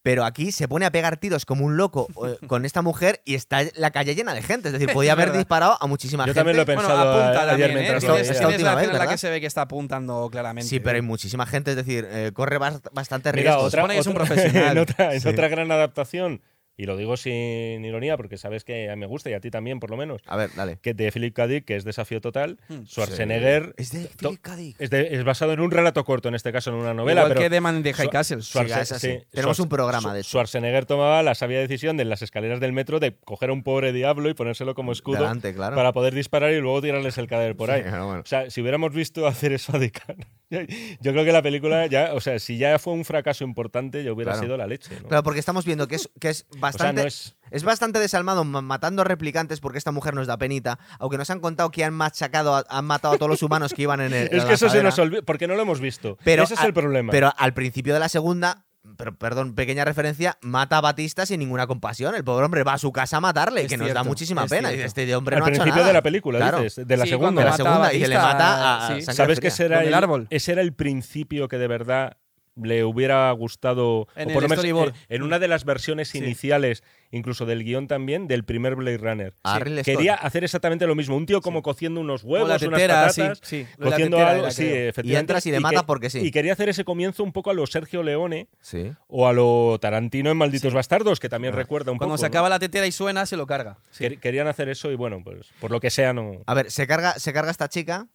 A: Pero aquí se pone a pegar tiros como un loco eh, con esta mujer y está la calle llena de gente. Es decir, podía
C: Es
A: haber
C: verdad.
A: disparado a muchísima
B: Yo
A: gente.
B: también lo he pensado a-
C: apunta
B: ayer
C: también, ¿eh?
B: mientras
A: Esto-
B: lo
C: Tienes-
A: esta
B: veía.
C: tienes
A: última
C: la
A: vez,
C: escena en la
A: ¿verdad?
C: que se ve que está apuntando claramente.
A: Sí, pero hay muchísima gente, es decir, eh, corre bas- bastante riesgo.
B: Mira, otra,
C: supone que es un
B: otra-
C: profesional.
B: en otra, en
A: Sí.
B: otra gran adaptación, y lo digo sin ironía porque sabes que me gusta y a ti también, por lo menos,
A: A ver, dale.
B: que de Philip K. Dick, que es Desafío Total,
C: Hmm.
B: Schwarzenegger
A: Es de
B: to-
A: Philip K. Dick.
B: es, de- es basado en un relato corto, en este caso en una novela,
C: Igual
B: pero
C: que The Man in the High
B: Schwar-
C: Castle.
B: Schwarze-
A: Siga, esa sí.
B: sí,
A: Tenemos
B: Schwarz-
A: un programa de
B: Schwar-
A: esto.
B: Schwarzenegger tomaba la sabia decisión de en las escaleras del metro de coger a un pobre diablo y ponérselo como escudo
A: Delante, claro.
B: para poder disparar y luego tirarles el cadáver por ahí.
A: Sí, pero bueno.
B: O sea, si hubiéramos visto hacer eso a Decar, yo creo que la película ya, o sea, si ya fue un fracaso importante, ya hubiera
A: Claro.
B: sido la leche. ¿no?
A: Claro, porque estamos viendo que es, que es bastante.
B: no
A: es...
B: es-
A: bastante desalmado ma- matando replicantes porque esta mujer nos da penita. Aunque nos han contado que han machacado, a- han matado a todos los humanos que iban en el.
B: Es
A: en
B: que
A: la
B: eso se
A: ladera.
B: nos olvida, porque no lo hemos visto.
A: Pero
B: Ese es
A: al-
B: el problema.
A: Pero al principio de la segunda. Pero, perdón, pequeña referencia, mata a Batista sin ninguna compasión. El pobre hombre va a su casa a matarle,
C: Es
A: que nos da
C: cierto,
A: muchísima
C: es
A: pena. Y
C: cierto.
A: dice, este hombre
B: al
A: no ha hecho
B: principio
A: nada.
B: de la película,
A: Claro.
B: dices, de la
C: Sí,
B: segunda.
A: De la
C: Mata a
A: segunda, y que le
C: Batista,
A: mata a.
C: sí.
A: a sangre
B: ¿Sabes que
A: fría.
B: será
C: Con el
B: el,
C: árbol.
B: Ese era el principio que de verdad le hubiera gustado
C: En
B: o por
C: el
B: lo menos,
C: storyboard.
B: eh, en una de las versiones
C: Sí.
B: iniciales, incluso del guión también, del primer Blade Runner.
A: A
C: Sí.
A: Ridley Scott.
B: Quería hacer exactamente lo mismo, un tío como cociendo unos
C: O
B: huevos,
C: la tetera,
B: unas
C: sí,
B: patatas,
C: sí. Lo de la
B: cociendo
C: tetera
B: algo,
C: era,
B: sí,
C: creo.
B: efectivamente.
A: entras y le
B: que-
A: mata porque sí.
B: Y quería hacer ese comienzo un poco a lo Sergio Leone
A: Sí.
B: o a lo Tarantino en Malditos Bastardos, que también
A: Ah.
B: recuerda un
C: Cuando
B: poco.
C: se
B: ¿no?
C: acaba la tetera y suena, se lo carga. Sí.
B: Quer- Querían hacer eso y bueno, pues por lo que sea no.
A: A ver, se carga, se carga esta chica.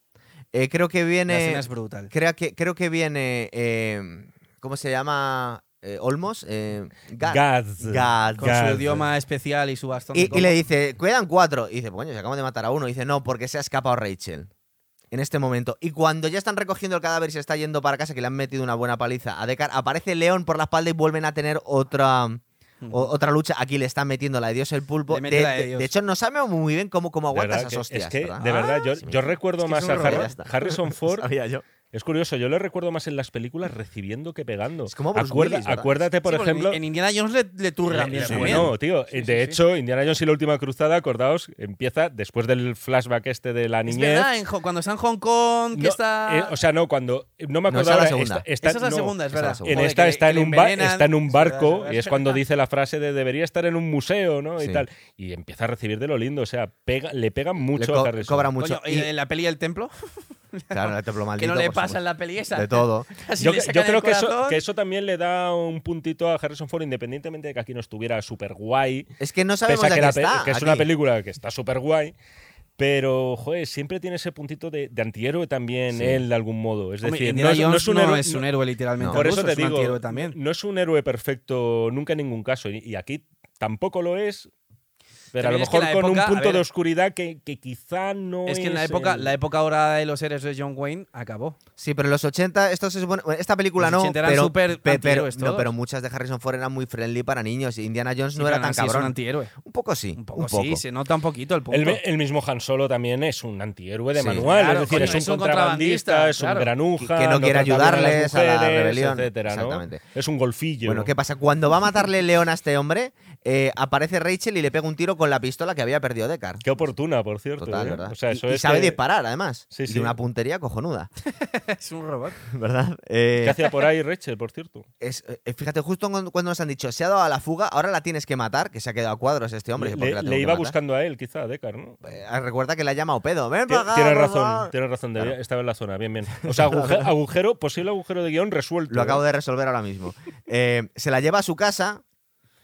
A: Eh, creo que
C: La escena
A: viene.
C: es brutal.
A: Creo que, creo que viene. eh, ¿Cómo se llama? Eh, Olmos. Eh, Gad.
B: Gaz.
A: Gad.
C: Con
B: Gad.
C: su idioma especial y su bastón. de
A: Y, y
C: coco.
A: le dice, quedan cuatro. Y dice, bueno, se acaban de matar a uno. Y dice, no, porque se ha escapado Rachel. En este momento. Y cuando ya están recogiendo el cadáver y se está yendo para casa, que le han metido una buena paliza a Deckard, aparece León por la espalda y vuelven a tener otra. o- otra lucha, aquí le están metiendo la de Dios el pulpo.
C: Le
A: De,
C: mete la de
A: de-
C: Dios.
A: de hecho, no sabemos muy bien cómo, cómo
B: De
A: aguanta
B: verdad
A: esas
B: que-
A: hostias.
B: es que,
A: ¿verdad? Ah,
B: de verdad, yo,
A: sí.
B: yo recuerdo
A: Es que
B: más
A: es un
B: a
A: robot.
B: Har-
A: Ya está.
B: Harrison Ford.
A: Sabía yo.
B: Es curioso, yo le recuerdo más en las películas recibiendo que pegando.
A: Es como Bruce
B: Acuerda-
A: Willis, ¿verdad?
B: acuérdate, por
C: Sí, porque
B: ejemplo.
C: En Indiana Jones le, le turran bien
B: eh,
C: también.
B: bueno, tío, eh,
C: sí,
B: de
C: sí.
B: hecho, Indiana Jones y la última cruzada, acordaos, empieza después del flashback este de la
C: Es
B: niñez.
C: verdad, en Ho- cuando está en Hong Kong, que
B: No,
C: está.
B: eh, o sea, no, cuando. No me
A: No, esa
B: acuerdo
A: es la
B: ahora,
A: segunda.
B: esta- esta-
C: Esa es la
B: no,
C: segunda, es
A: esa es la
C: verdad.
A: segunda.
B: En
C: Joder,
B: esta
C: que-
B: está
C: que
B: en,
C: le
B: un ba-
C: envenenan.
B: está en un
C: Es verdad,
B: barco
C: es verdad.
B: y es cuando dice la frase de debería estar en un museo, ¿no? Y
A: Sí.
B: tal. Y empieza a recibir de lo lindo, o sea, pega, le pegan
A: Le
B: mucho
A: co-
B: a Harrison.
A: cobra
C: Coño,
A: mucho.
C: ¿y en la peli del templo,
A: Y- claro, el templo
C: que
A: maldito,
C: no le
A: por
C: pasa en
A: supuesto.
C: la peli esa.
A: De todo.
C: Casi
B: yo,
C: le
B: yo
C: sacan
B: creo
C: el
B: que eso,
C: corazón.
B: que eso también le da un puntito a Harrison Ford, independientemente de que aquí no estuviera súper guay.
A: Es que no sabemos
B: Pese
A: de
B: a que,
A: qué
B: la pe-
A: está.
B: que es
A: aquí.
B: una película que está súper guay. Pero, joder, siempre tiene ese puntito de, de antihéroe también
A: Sí.
B: él, de algún modo. Es
C: Hombre,
B: decir,
C: Indiana
B: no, es, no
C: Jones
B: es un héroe. no-
C: literalmente.
A: No.
B: por
C: ruso,
B: eso te
C: es un
B: digo,
C: antihéroe también.
B: no es un héroe perfecto nunca en ningún caso. Y, y aquí tampoco lo es. Pero a lo
C: También es que
B: mejor
C: la
B: con
C: época-
B: un
C: a
B: punto
C: ver.
B: de oscuridad que, que quizá no es.
C: Es que en la época,
B: el-
C: la época ahora de los héroes de John Wayne acabó.
A: Sí, pero en los 80, esto se supone. bueno, esta película
C: Los
A: no.
C: 80 eran
A: pero,
C: súper
A: pe- pero,
C: antihéroes
A: no,
C: todos.
A: pero muchas de Harrison Ford eran muy friendly para niños. y Indiana Jones
C: Sí,
A: no era
C: pero aún
A: tan
C: así Es un
A: cabrón.
C: antihéroe.
A: Un poco sí.
C: Un poco, sí, se nota un poquito el punto.
B: el, el mismo Han Solo también es un antihéroe de
A: Sí.
B: manual.
C: Claro,
B: es decir,
C: coño,
B: es un contrabandista, es un
C: claro.
A: Que-
B: granuja.
A: que no quiere
B: trata bien a las
A: ayudarles a la
B: mujeres,
A: rebelión.
B: etcétera, ¿no?
A: Exactamente.
B: Es un golfillo.
A: Bueno, ¿qué pasa? Cuando va a matarle León a este hombre, eh, aparece Rachel y le pega un tiro con la pistola que había perdido Deckard.
B: Qué oportuna, por cierto.
A: Total,
B: ¿eh?
A: ¿verdad?
B: O sea,
A: Y-
B: eso
A: y
B: es
A: sabe
B: que-
A: disparar, además.
B: Sí,
A: y
B: sí.
A: una puntería cojonuda,
C: es un robot.
A: ¿verdad? Eh,
B: ¿Qué hacía por ahí Rachel, por cierto?
A: es- eh, fíjate, justo cuando cuando nos han dicho, se ha dado a la fuga, ahora la tienes que matar, que se ha quedado a cuadros este hombre.
B: le
A: ¿por qué la
B: le
A: tengo que
B: iba
A: matar?
B: buscando a él, quizá, a Deckard, ¿no?
A: Eh, recuerda que la llama Opedo. Ven
B: Tie-
A: para acá,
B: Tienes
A: por
B: razón,
A: favor.
B: tienes razón. debía-
A: Claro.
B: Estaba en la zona, bien, bien. O sea, aguje- agujero, posible agujero de guión resuelto.
A: Lo acabo
B: ¿eh?
A: de resolver ahora mismo. Eh, se la lleva a su casa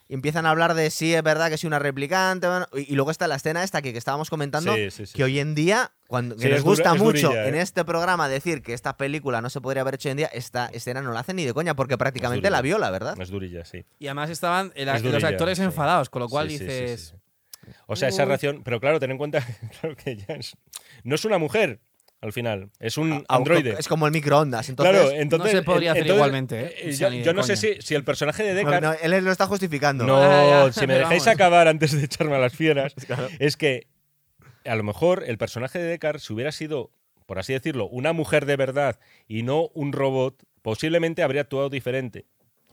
A: y empiezan a hablar de si es verdad que soy una replicante. bueno, y, y luego está la escena esta que, que estábamos comentando,
B: Sí, sí, sí.
A: que hoy en día, cuando que
B: Sí,
A: nos
B: es dura-
A: gusta
B: es
A: mucho
B: durilla,
A: en
B: ¿eh?
A: este programa decir que esta película no se podría haber hecho hoy en día, esta escena no la hacen ni de coña porque prácticamente
B: durilla.
A: la viola, ¿verdad?
B: Es durilla, sí.
C: Y además estaban el-
B: Es
C: los
B: durilla,
C: actores
B: sí.
C: enfadados, con lo cual
B: Sí, sí, sí, sí,
C: dices. "Mm".
B: sí. O sea, esa
C: Uy.
B: reacción. Pero claro, ten en cuenta claro, que ya es. No es una mujer, al final. Es
C: Ah,
B: un
A: A- a-
B: Mm, androide.
A: Es como el microondas. Entonces,
B: claro, entonces.
C: se podría hacer
B: entonces,
C: igualmente, ¿eh? O sea,
B: yo
C: ni de
B: yo no sé
C: coña.
B: si, si el personaje de
A: bueno,
B: Deckard.
A: no, él lo está justificando.
B: este No,
C: Ah, ya,
B: si me
C: pero
B: dejáis
C: vamos.
B: acabar antes de echarme a las fieras, es que a lo mejor el personaje de Deckard, si hubiera sido, por así decirlo, una mujer de verdad y no un robot, posiblemente habría actuado diferente.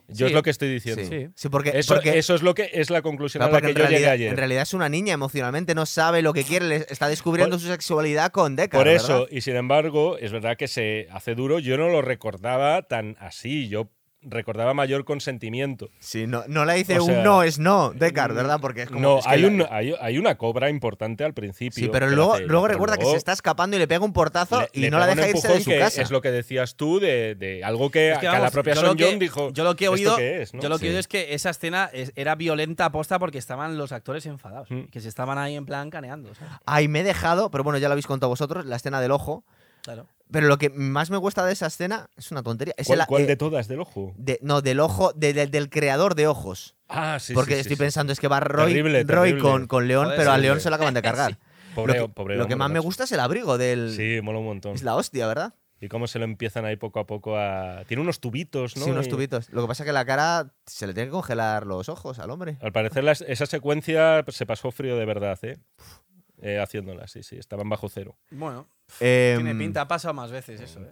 B: Yo
C: Sí.
B: es lo que estoy diciendo.
A: Sí.
C: Sí.
A: Sí, porque,
B: Eso,
A: porque-
B: eso es lo que es la conclusión
A: Claro,
B: a la
A: porque
B: que
A: en
B: yo llegué
A: realidad,
B: ayer.
A: en realidad es una niña emocionalmente, no sabe lo que quiere, le está descubriendo
B: Por-
A: su sexualidad con Deckard.
B: Por eso,
A: ¿verdad?
B: y sin embargo, es verdad que se hace duro. Yo no lo recordaba tan así. Yo recordaba mayor consentimiento.
A: Sí, no, no le dice
B: O sea, mm,
A: un no es no, Deckard, ¿verdad? Porque es como.
B: no,
A: es que
B: hay,
A: la- eh
B: un- hay, hay una cobra importante al principio.
A: Sí, pero
B: que la
A: luego,
B: hace ella,
A: luego
B: pero
A: recuerda que
B: luego-
A: se está escapando y le pega un portazo
B: Le-
A: y
B: le
A: no la
B: pega un
A: deja irse de
B: empujón
A: su
B: que
A: casa.
B: Es lo que decías tú de, de algo Eh, que,
C: Es que,
B: que a la
C: vamos,
B: propia
C: yo lo
B: Son
C: que-
B: John dijo.
C: Yo lo que he
B: "¿Esto
C: oído,
B: qué es, no?".
C: yo lo que he
A: Sí.
C: oído es que esa escena es- era violenta aposta porque estaban los actores enfadados,
B: Mm.
C: que se estaban ahí en plan caneando. ¿sabes?
A: Ay, me he dejado, pero bueno, ya lo habéis contado vosotros, la escena del ojo.
C: Claro.
A: Pero lo que más me gusta de esa escena es una tontería. Es
B: ¿Cuál,
A: el-
B: cuál
A: eh,
B: de todas del ojo?
A: de- No, del ojo, de- de- del creador de ojos.
B: Ah, sí.
A: porque
B: sí, sí,
A: estoy
B: sí.
A: pensando, es que va Roy,
B: Terrible,
A: Roy
B: terrible.
A: Con, con León,
C: Joder,
A: pero a
B: sí,
A: León
B: sí.
A: se lo acaban de cargar.
B: Pobre,
A: lo que,
B: pobre
A: lo que
B: hombre,
A: más me
B: macho.
A: gusta es el abrigo del.
B: Sí, mola un montón.
A: Es la hostia, ¿verdad?
B: Y cómo se lo empiezan ahí poco a poco a. Tiene unos tubitos, Pues ¿no?
A: Sí, unos
B: Y-
A: tubitos. Lo que pasa es que la cara se le tiene que congelar los ojos al hombre.
B: Al parecer las- esa secuencia se pasó frío de verdad, ¿eh? Eh, haciéndola, sí, sí. Estaban bajo cero.
C: Bueno, tiene
A: Em,
C: pinta, ha pasado más veces eso. ¿eh?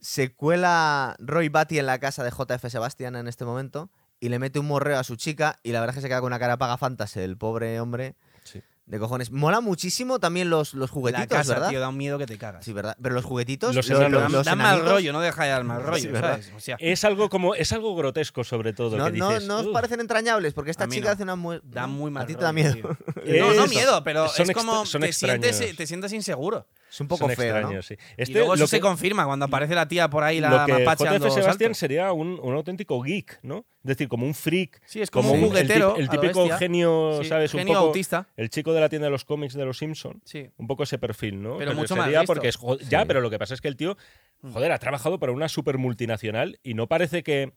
A: Se cuela Roy Batty en la casa de JF Sebastián en este momento y le mete un morreo a su chica y la verdad es que se queda con una cara paga fantas el pobre hombre.
B: Sí.
A: De cojones. Mola muchísimo también los, los
C: la
A: juguetitos,
C: casa,
A: ¿verdad?
C: tío, da un miedo que te cagas.
A: Sí, ¿verdad? Pero los juguetitos.
B: Los
A: lo- lo-
B: enanos.
C: da,
A: los
C: da mal
A: enanitos,
C: rollo, no deja ya el mal rollo,
A: ¿verdad? Eh,
C: ¿sabes? O sea,
B: Es algo como es algo grotesco sobre todo
A: No,
B: que
A: no,
B: dices,
A: no os
B: "Uf".
A: parecen entrañables porque esta
C: A mí
A: chica
C: no.
A: hace una mu- ¿Mm?
C: da muy mal
A: A ti te
C: rollo,
A: da miedo.
C: tío.
B: Eh,
C: No, no
B: eso.
C: miedo, pero
B: Son
C: es como
B: extra- son
C: te sientes,
B: extraños.
C: te sientes inseguro.
A: Es un poco
B: Son
A: feo, ¿no?
B: extraños, sí. Este,
C: y luego
B: lo
C: eso se
B: que-
C: confirma cuando aparece la tía por ahí, la
B: lo que
C: mapache
B: JF
C: dando
B: Sebastián
C: saltos.
B: sería un, un auténtico geek, ¿no? Es decir, como un freak.
C: Sí, es como, un
B: el tip-
C: juguetero.
B: El,
C: a lo
B: típico
C: bestia.
B: genio,
C: Sí,
B: ¿sabes?
C: genio
B: un poco,
C: autista.
B: El chico de la tienda de los cómics de los Simpson.
C: Sí.
B: Un poco ese perfil, ¿no?
C: Pero mucho más Mm.
B: sería
C: listo.
B: porque es jo- ya, pero lo que pasa es que el tío, joder, ha trabajado para una super multinacional y no parece que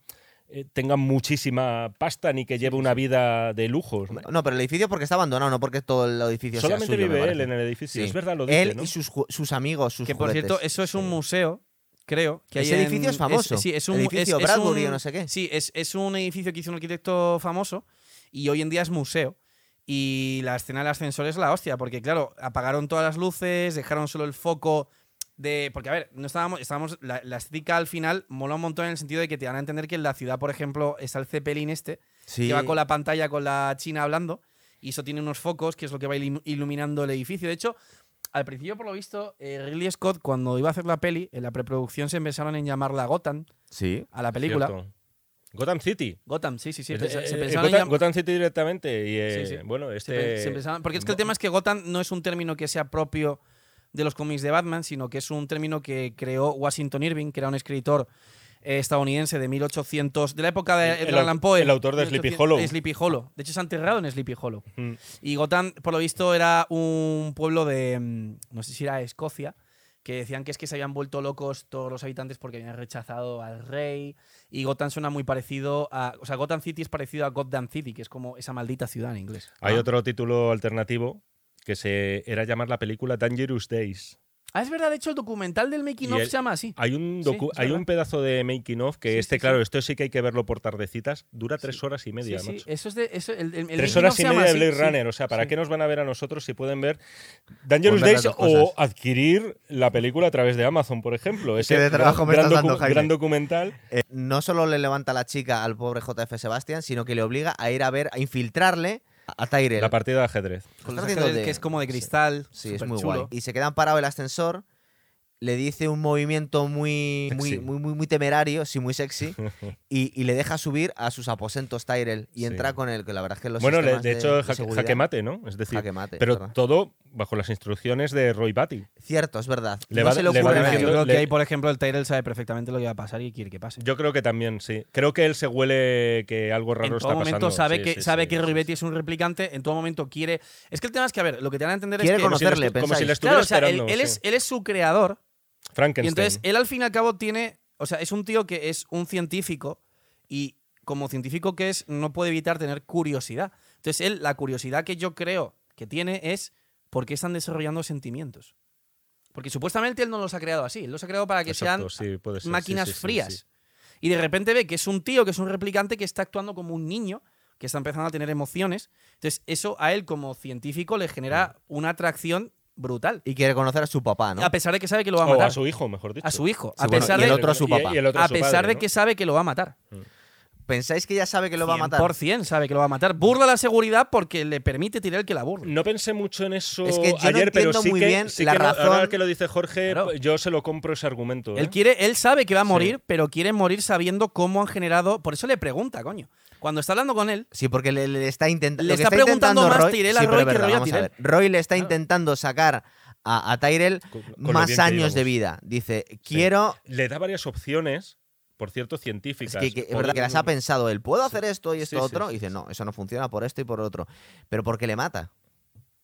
B: eh, tenga muchísima pasta ni que lleve una vida de lujos. ¿no?
A: No, pero el edificio porque está abandonado, no porque todo el edificio sea
B: Solamente
A: suyo, me
B: vive él
A: parece.
B: en el edificio,
A: Sí.
B: es verdad lo dice,
A: Él
B: ¿no?
A: y sus, ju- sus amigos, sus
C: Que por
A: juguetes.
C: cierto, eso es un museo, creo. Que
A: Ese
C: hay en-
A: edificio es famoso.
C: sí, es un
A: Edificio
C: es- es
A: Bradbury
C: un-
A: o no sé qué.
C: Sí, es, es un edificio que hizo un arquitecto famoso y hoy en día es museo. Y la escena del ascensor es la hostia, porque claro, apagaron todas las luces, dejaron solo el foco de. Porque, a ver, no estábamos. estábamos la, la estética al final mola un montón en el sentido de que te dan a entender que en la ciudad, por ejemplo, está el Zeppelin este,
A: Sí.
C: que va con la pantalla con la china hablando. Y eso tiene unos focos, que es lo que va ilu- iluminando el edificio. De hecho, al principio, por lo visto, eh, Ridley Scott, cuando iba a hacer la peli, en la preproducción se pensaron en llamarla Gotham,
A: Sí.
C: a la película.
B: Cierto. Gotham City.
C: Gotham, sí, sí, sí.
B: Eh,
C: pensa- se
B: eh,
C: pensaron en
B: Gotham,
C: llam-
B: Gotham City directamente. Y, eh,
C: Sí, sí.
B: Bueno,
C: se pe-
B: este.
C: se pensaron- porque es que el tema es que Gotham no es un término que sea propio de los cómics de Batman, sino que es un término que creó Washington Irving, que era un escritor eh, estadounidense de 1800, de la época de
B: El-
C: Edgar
B: el au-
C: Allan Poe.
B: el autor de Sleepy
C: 1800
B: Hollow.
C: Sleepy Hollow. De hecho, se ha enterrado en Sleepy Hollow.
B: Mm.
C: Y Gotham, por lo visto, era un pueblo de, mm, no sé si era Escocia, que decían que es que se habían vuelto locos todos los habitantes porque habían rechazado al rey. Y Gotham suena muy parecido a... O sea, Gotham City es parecido a Gotham City, que es como esa maldita ciudad en inglés.
B: Hay
C: Ah.
B: otro título alternativo que se era llamar la película Dangerous Days.
C: Ah, es verdad, de hecho, el documental del Making
B: Y
C: of
B: el-
C: se llama así.
B: Hay un,
C: Sí,
B: docu-
C: es
B: hay
C: verdad.
B: un pedazo de making of que
C: Sí,
B: este,
C: sí, sí.
B: claro, esto sí que hay que verlo por tardecitas. Dura tres
C: Sí.
B: horas y media,
C: sí, sí,
B: macho.
C: eso es de... Eso, el, el- el
B: Tres
C: making of
B: horas
C: se
B: y
C: llama
B: media de
C: así,
B: Blade
C: sí.
B: Runner. O sea, ¿para
C: Sí.
B: qué nos van a ver a nosotros si pueden ver
A: Pues
B: Dangerous
A: ver
B: Days
A: las dos
B: o
A: cosas.
B: adquirir la película a través de Amazon, por ejemplo? Ese
A: de trabajo me estás dando, Jaime.
B: gran documental.
A: Eh, no solo le levanta la chica al pobre JF Sebastián, sino que le obliga a ir a ver, a infiltrarle a Tyrell.
B: La partida de ajedrez.
A: Está
C: Con los
A: haciendo
C: ángeles
A: de-
C: que es como de
A: sí.
C: cristal.
A: Sí, es muy
C: superchulo.
A: guay. Y se quedan parados el ascensor. Le dice un movimiento muy, muy,
B: Sexy.
A: muy, muy, muy temerario, sí, muy sexy, y, y le deja subir a sus aposentos Tyrell y
B: Sí.
A: entra con él, que la verdad es que los
B: bueno, le-
A: sistemas
B: de hecho, jaque-
A: seguridad-
B: jaque mate, ¿no? Es decir,
A: jaque mate,
B: pero
A: ¿verdad?
B: todo bajo las instrucciones de Roy Batty.
A: Cierto, es verdad.
B: Le
A: no
B: va-
A: se le
B: le
A: ocurre a
B: van
A: nadie.
C: Yo
B: haciendo-
C: creo que
B: le-
C: ahí, por ejemplo, el Tyrell sabe perfectamente lo que va a pasar y quiere que pase.
B: Yo creo que también, sí. Creo que él se huele que algo raro
C: en
B: está
C: todo momento
B: pasando.
C: sabe
B: Sí,
C: que
B: sí,
C: sabe
B: sí,
C: que
B: sí,
C: Ribetti es un replicante, en todo momento quiere. Es que el tema es que, a ver, lo que te van a entender
A: Quiere
C: es que.
B: Como si le
A: Conocerle,
B: estu- como si le
A: pensáis.
B: estuviera
C: claro, o sea, él,
B: esperando.
C: él
B: sí.
C: es, él es su creador. Y
B: Frankenstein.
C: entonces, eh, él al fin y al cabo tiene. O sea, es un tío que es un científico y como científico que es, no puede evitar tener curiosidad. Entonces, él, la curiosidad que yo creo que tiene es por qué están desarrollando sentimientos. Porque supuestamente él no los ha creado así, él los ha creado para que
B: Exacto,
C: sean
B: sí, puede ser, sí,
C: máquinas
B: sí, sí,
C: frías.
B: sí.
C: Y de repente ve que es un tío, que es un replicante, que está actuando como un niño, que está empezando a tener emociones. Entonces, eso a él como científico le genera una atracción brutal.
A: Y quiere conocer a su papá, ¿no?
C: A pesar de que sabe que lo va a
B: O
C: matar.
B: Oh, a su hijo, mejor dicho.
C: A su hijo.
A: Sí,
C: a
A: bueno,
C: pesar,
A: y el
C: de,
A: otro a su
B: y- y
A: papá.
B: el otro
C: a
B: su
C: pesar
B: padre,
C: de
B: ¿no?
C: que sabe que lo va a matar.
A: ¿Pensáis que ya sabe que lo va a matar?
C: Por cien sabe que lo va a matar. Burla la seguridad porque le permite tirar el que la burla.
B: No pensé mucho en eso
A: Es que yo no
B: ayer, pero
A: entiendo
B: sí
A: muy
B: que,
A: bien
B: sí
A: la
B: que no-
A: razón-
B: ahora que lo dice Jorge,
C: Claro.
B: yo se lo compro ese argumento. ¿eh?
C: Él quiere, él sabe que va a morir, pero quiere morir sabiendo cómo han generado. Por eso le pregunta, coño. Cuando está hablando con él,
A: Sí, porque le, le está intentando.
C: Le está preguntando más Tyrell a Roy que Roy a Tyrell.
A: Roy le está
C: Claro.
A: intentando sacar a, a Tyrell
B: Con- con lo bien
A: más
B: que
A: años de
B: íbamos.
A: vida. Dice, quiero.
B: Le da varias opciones, por cierto, científicas.
A: Es que, que- es
B: Por-
A: verdad que las ha pensado él. ¿Puedo hacer esto y
B: Sí,
A: esto
B: sí,
A: otro?
B: sí,
A: Y dice, no, eso no funciona por esto y por otro. Pero ¿por qué le mata?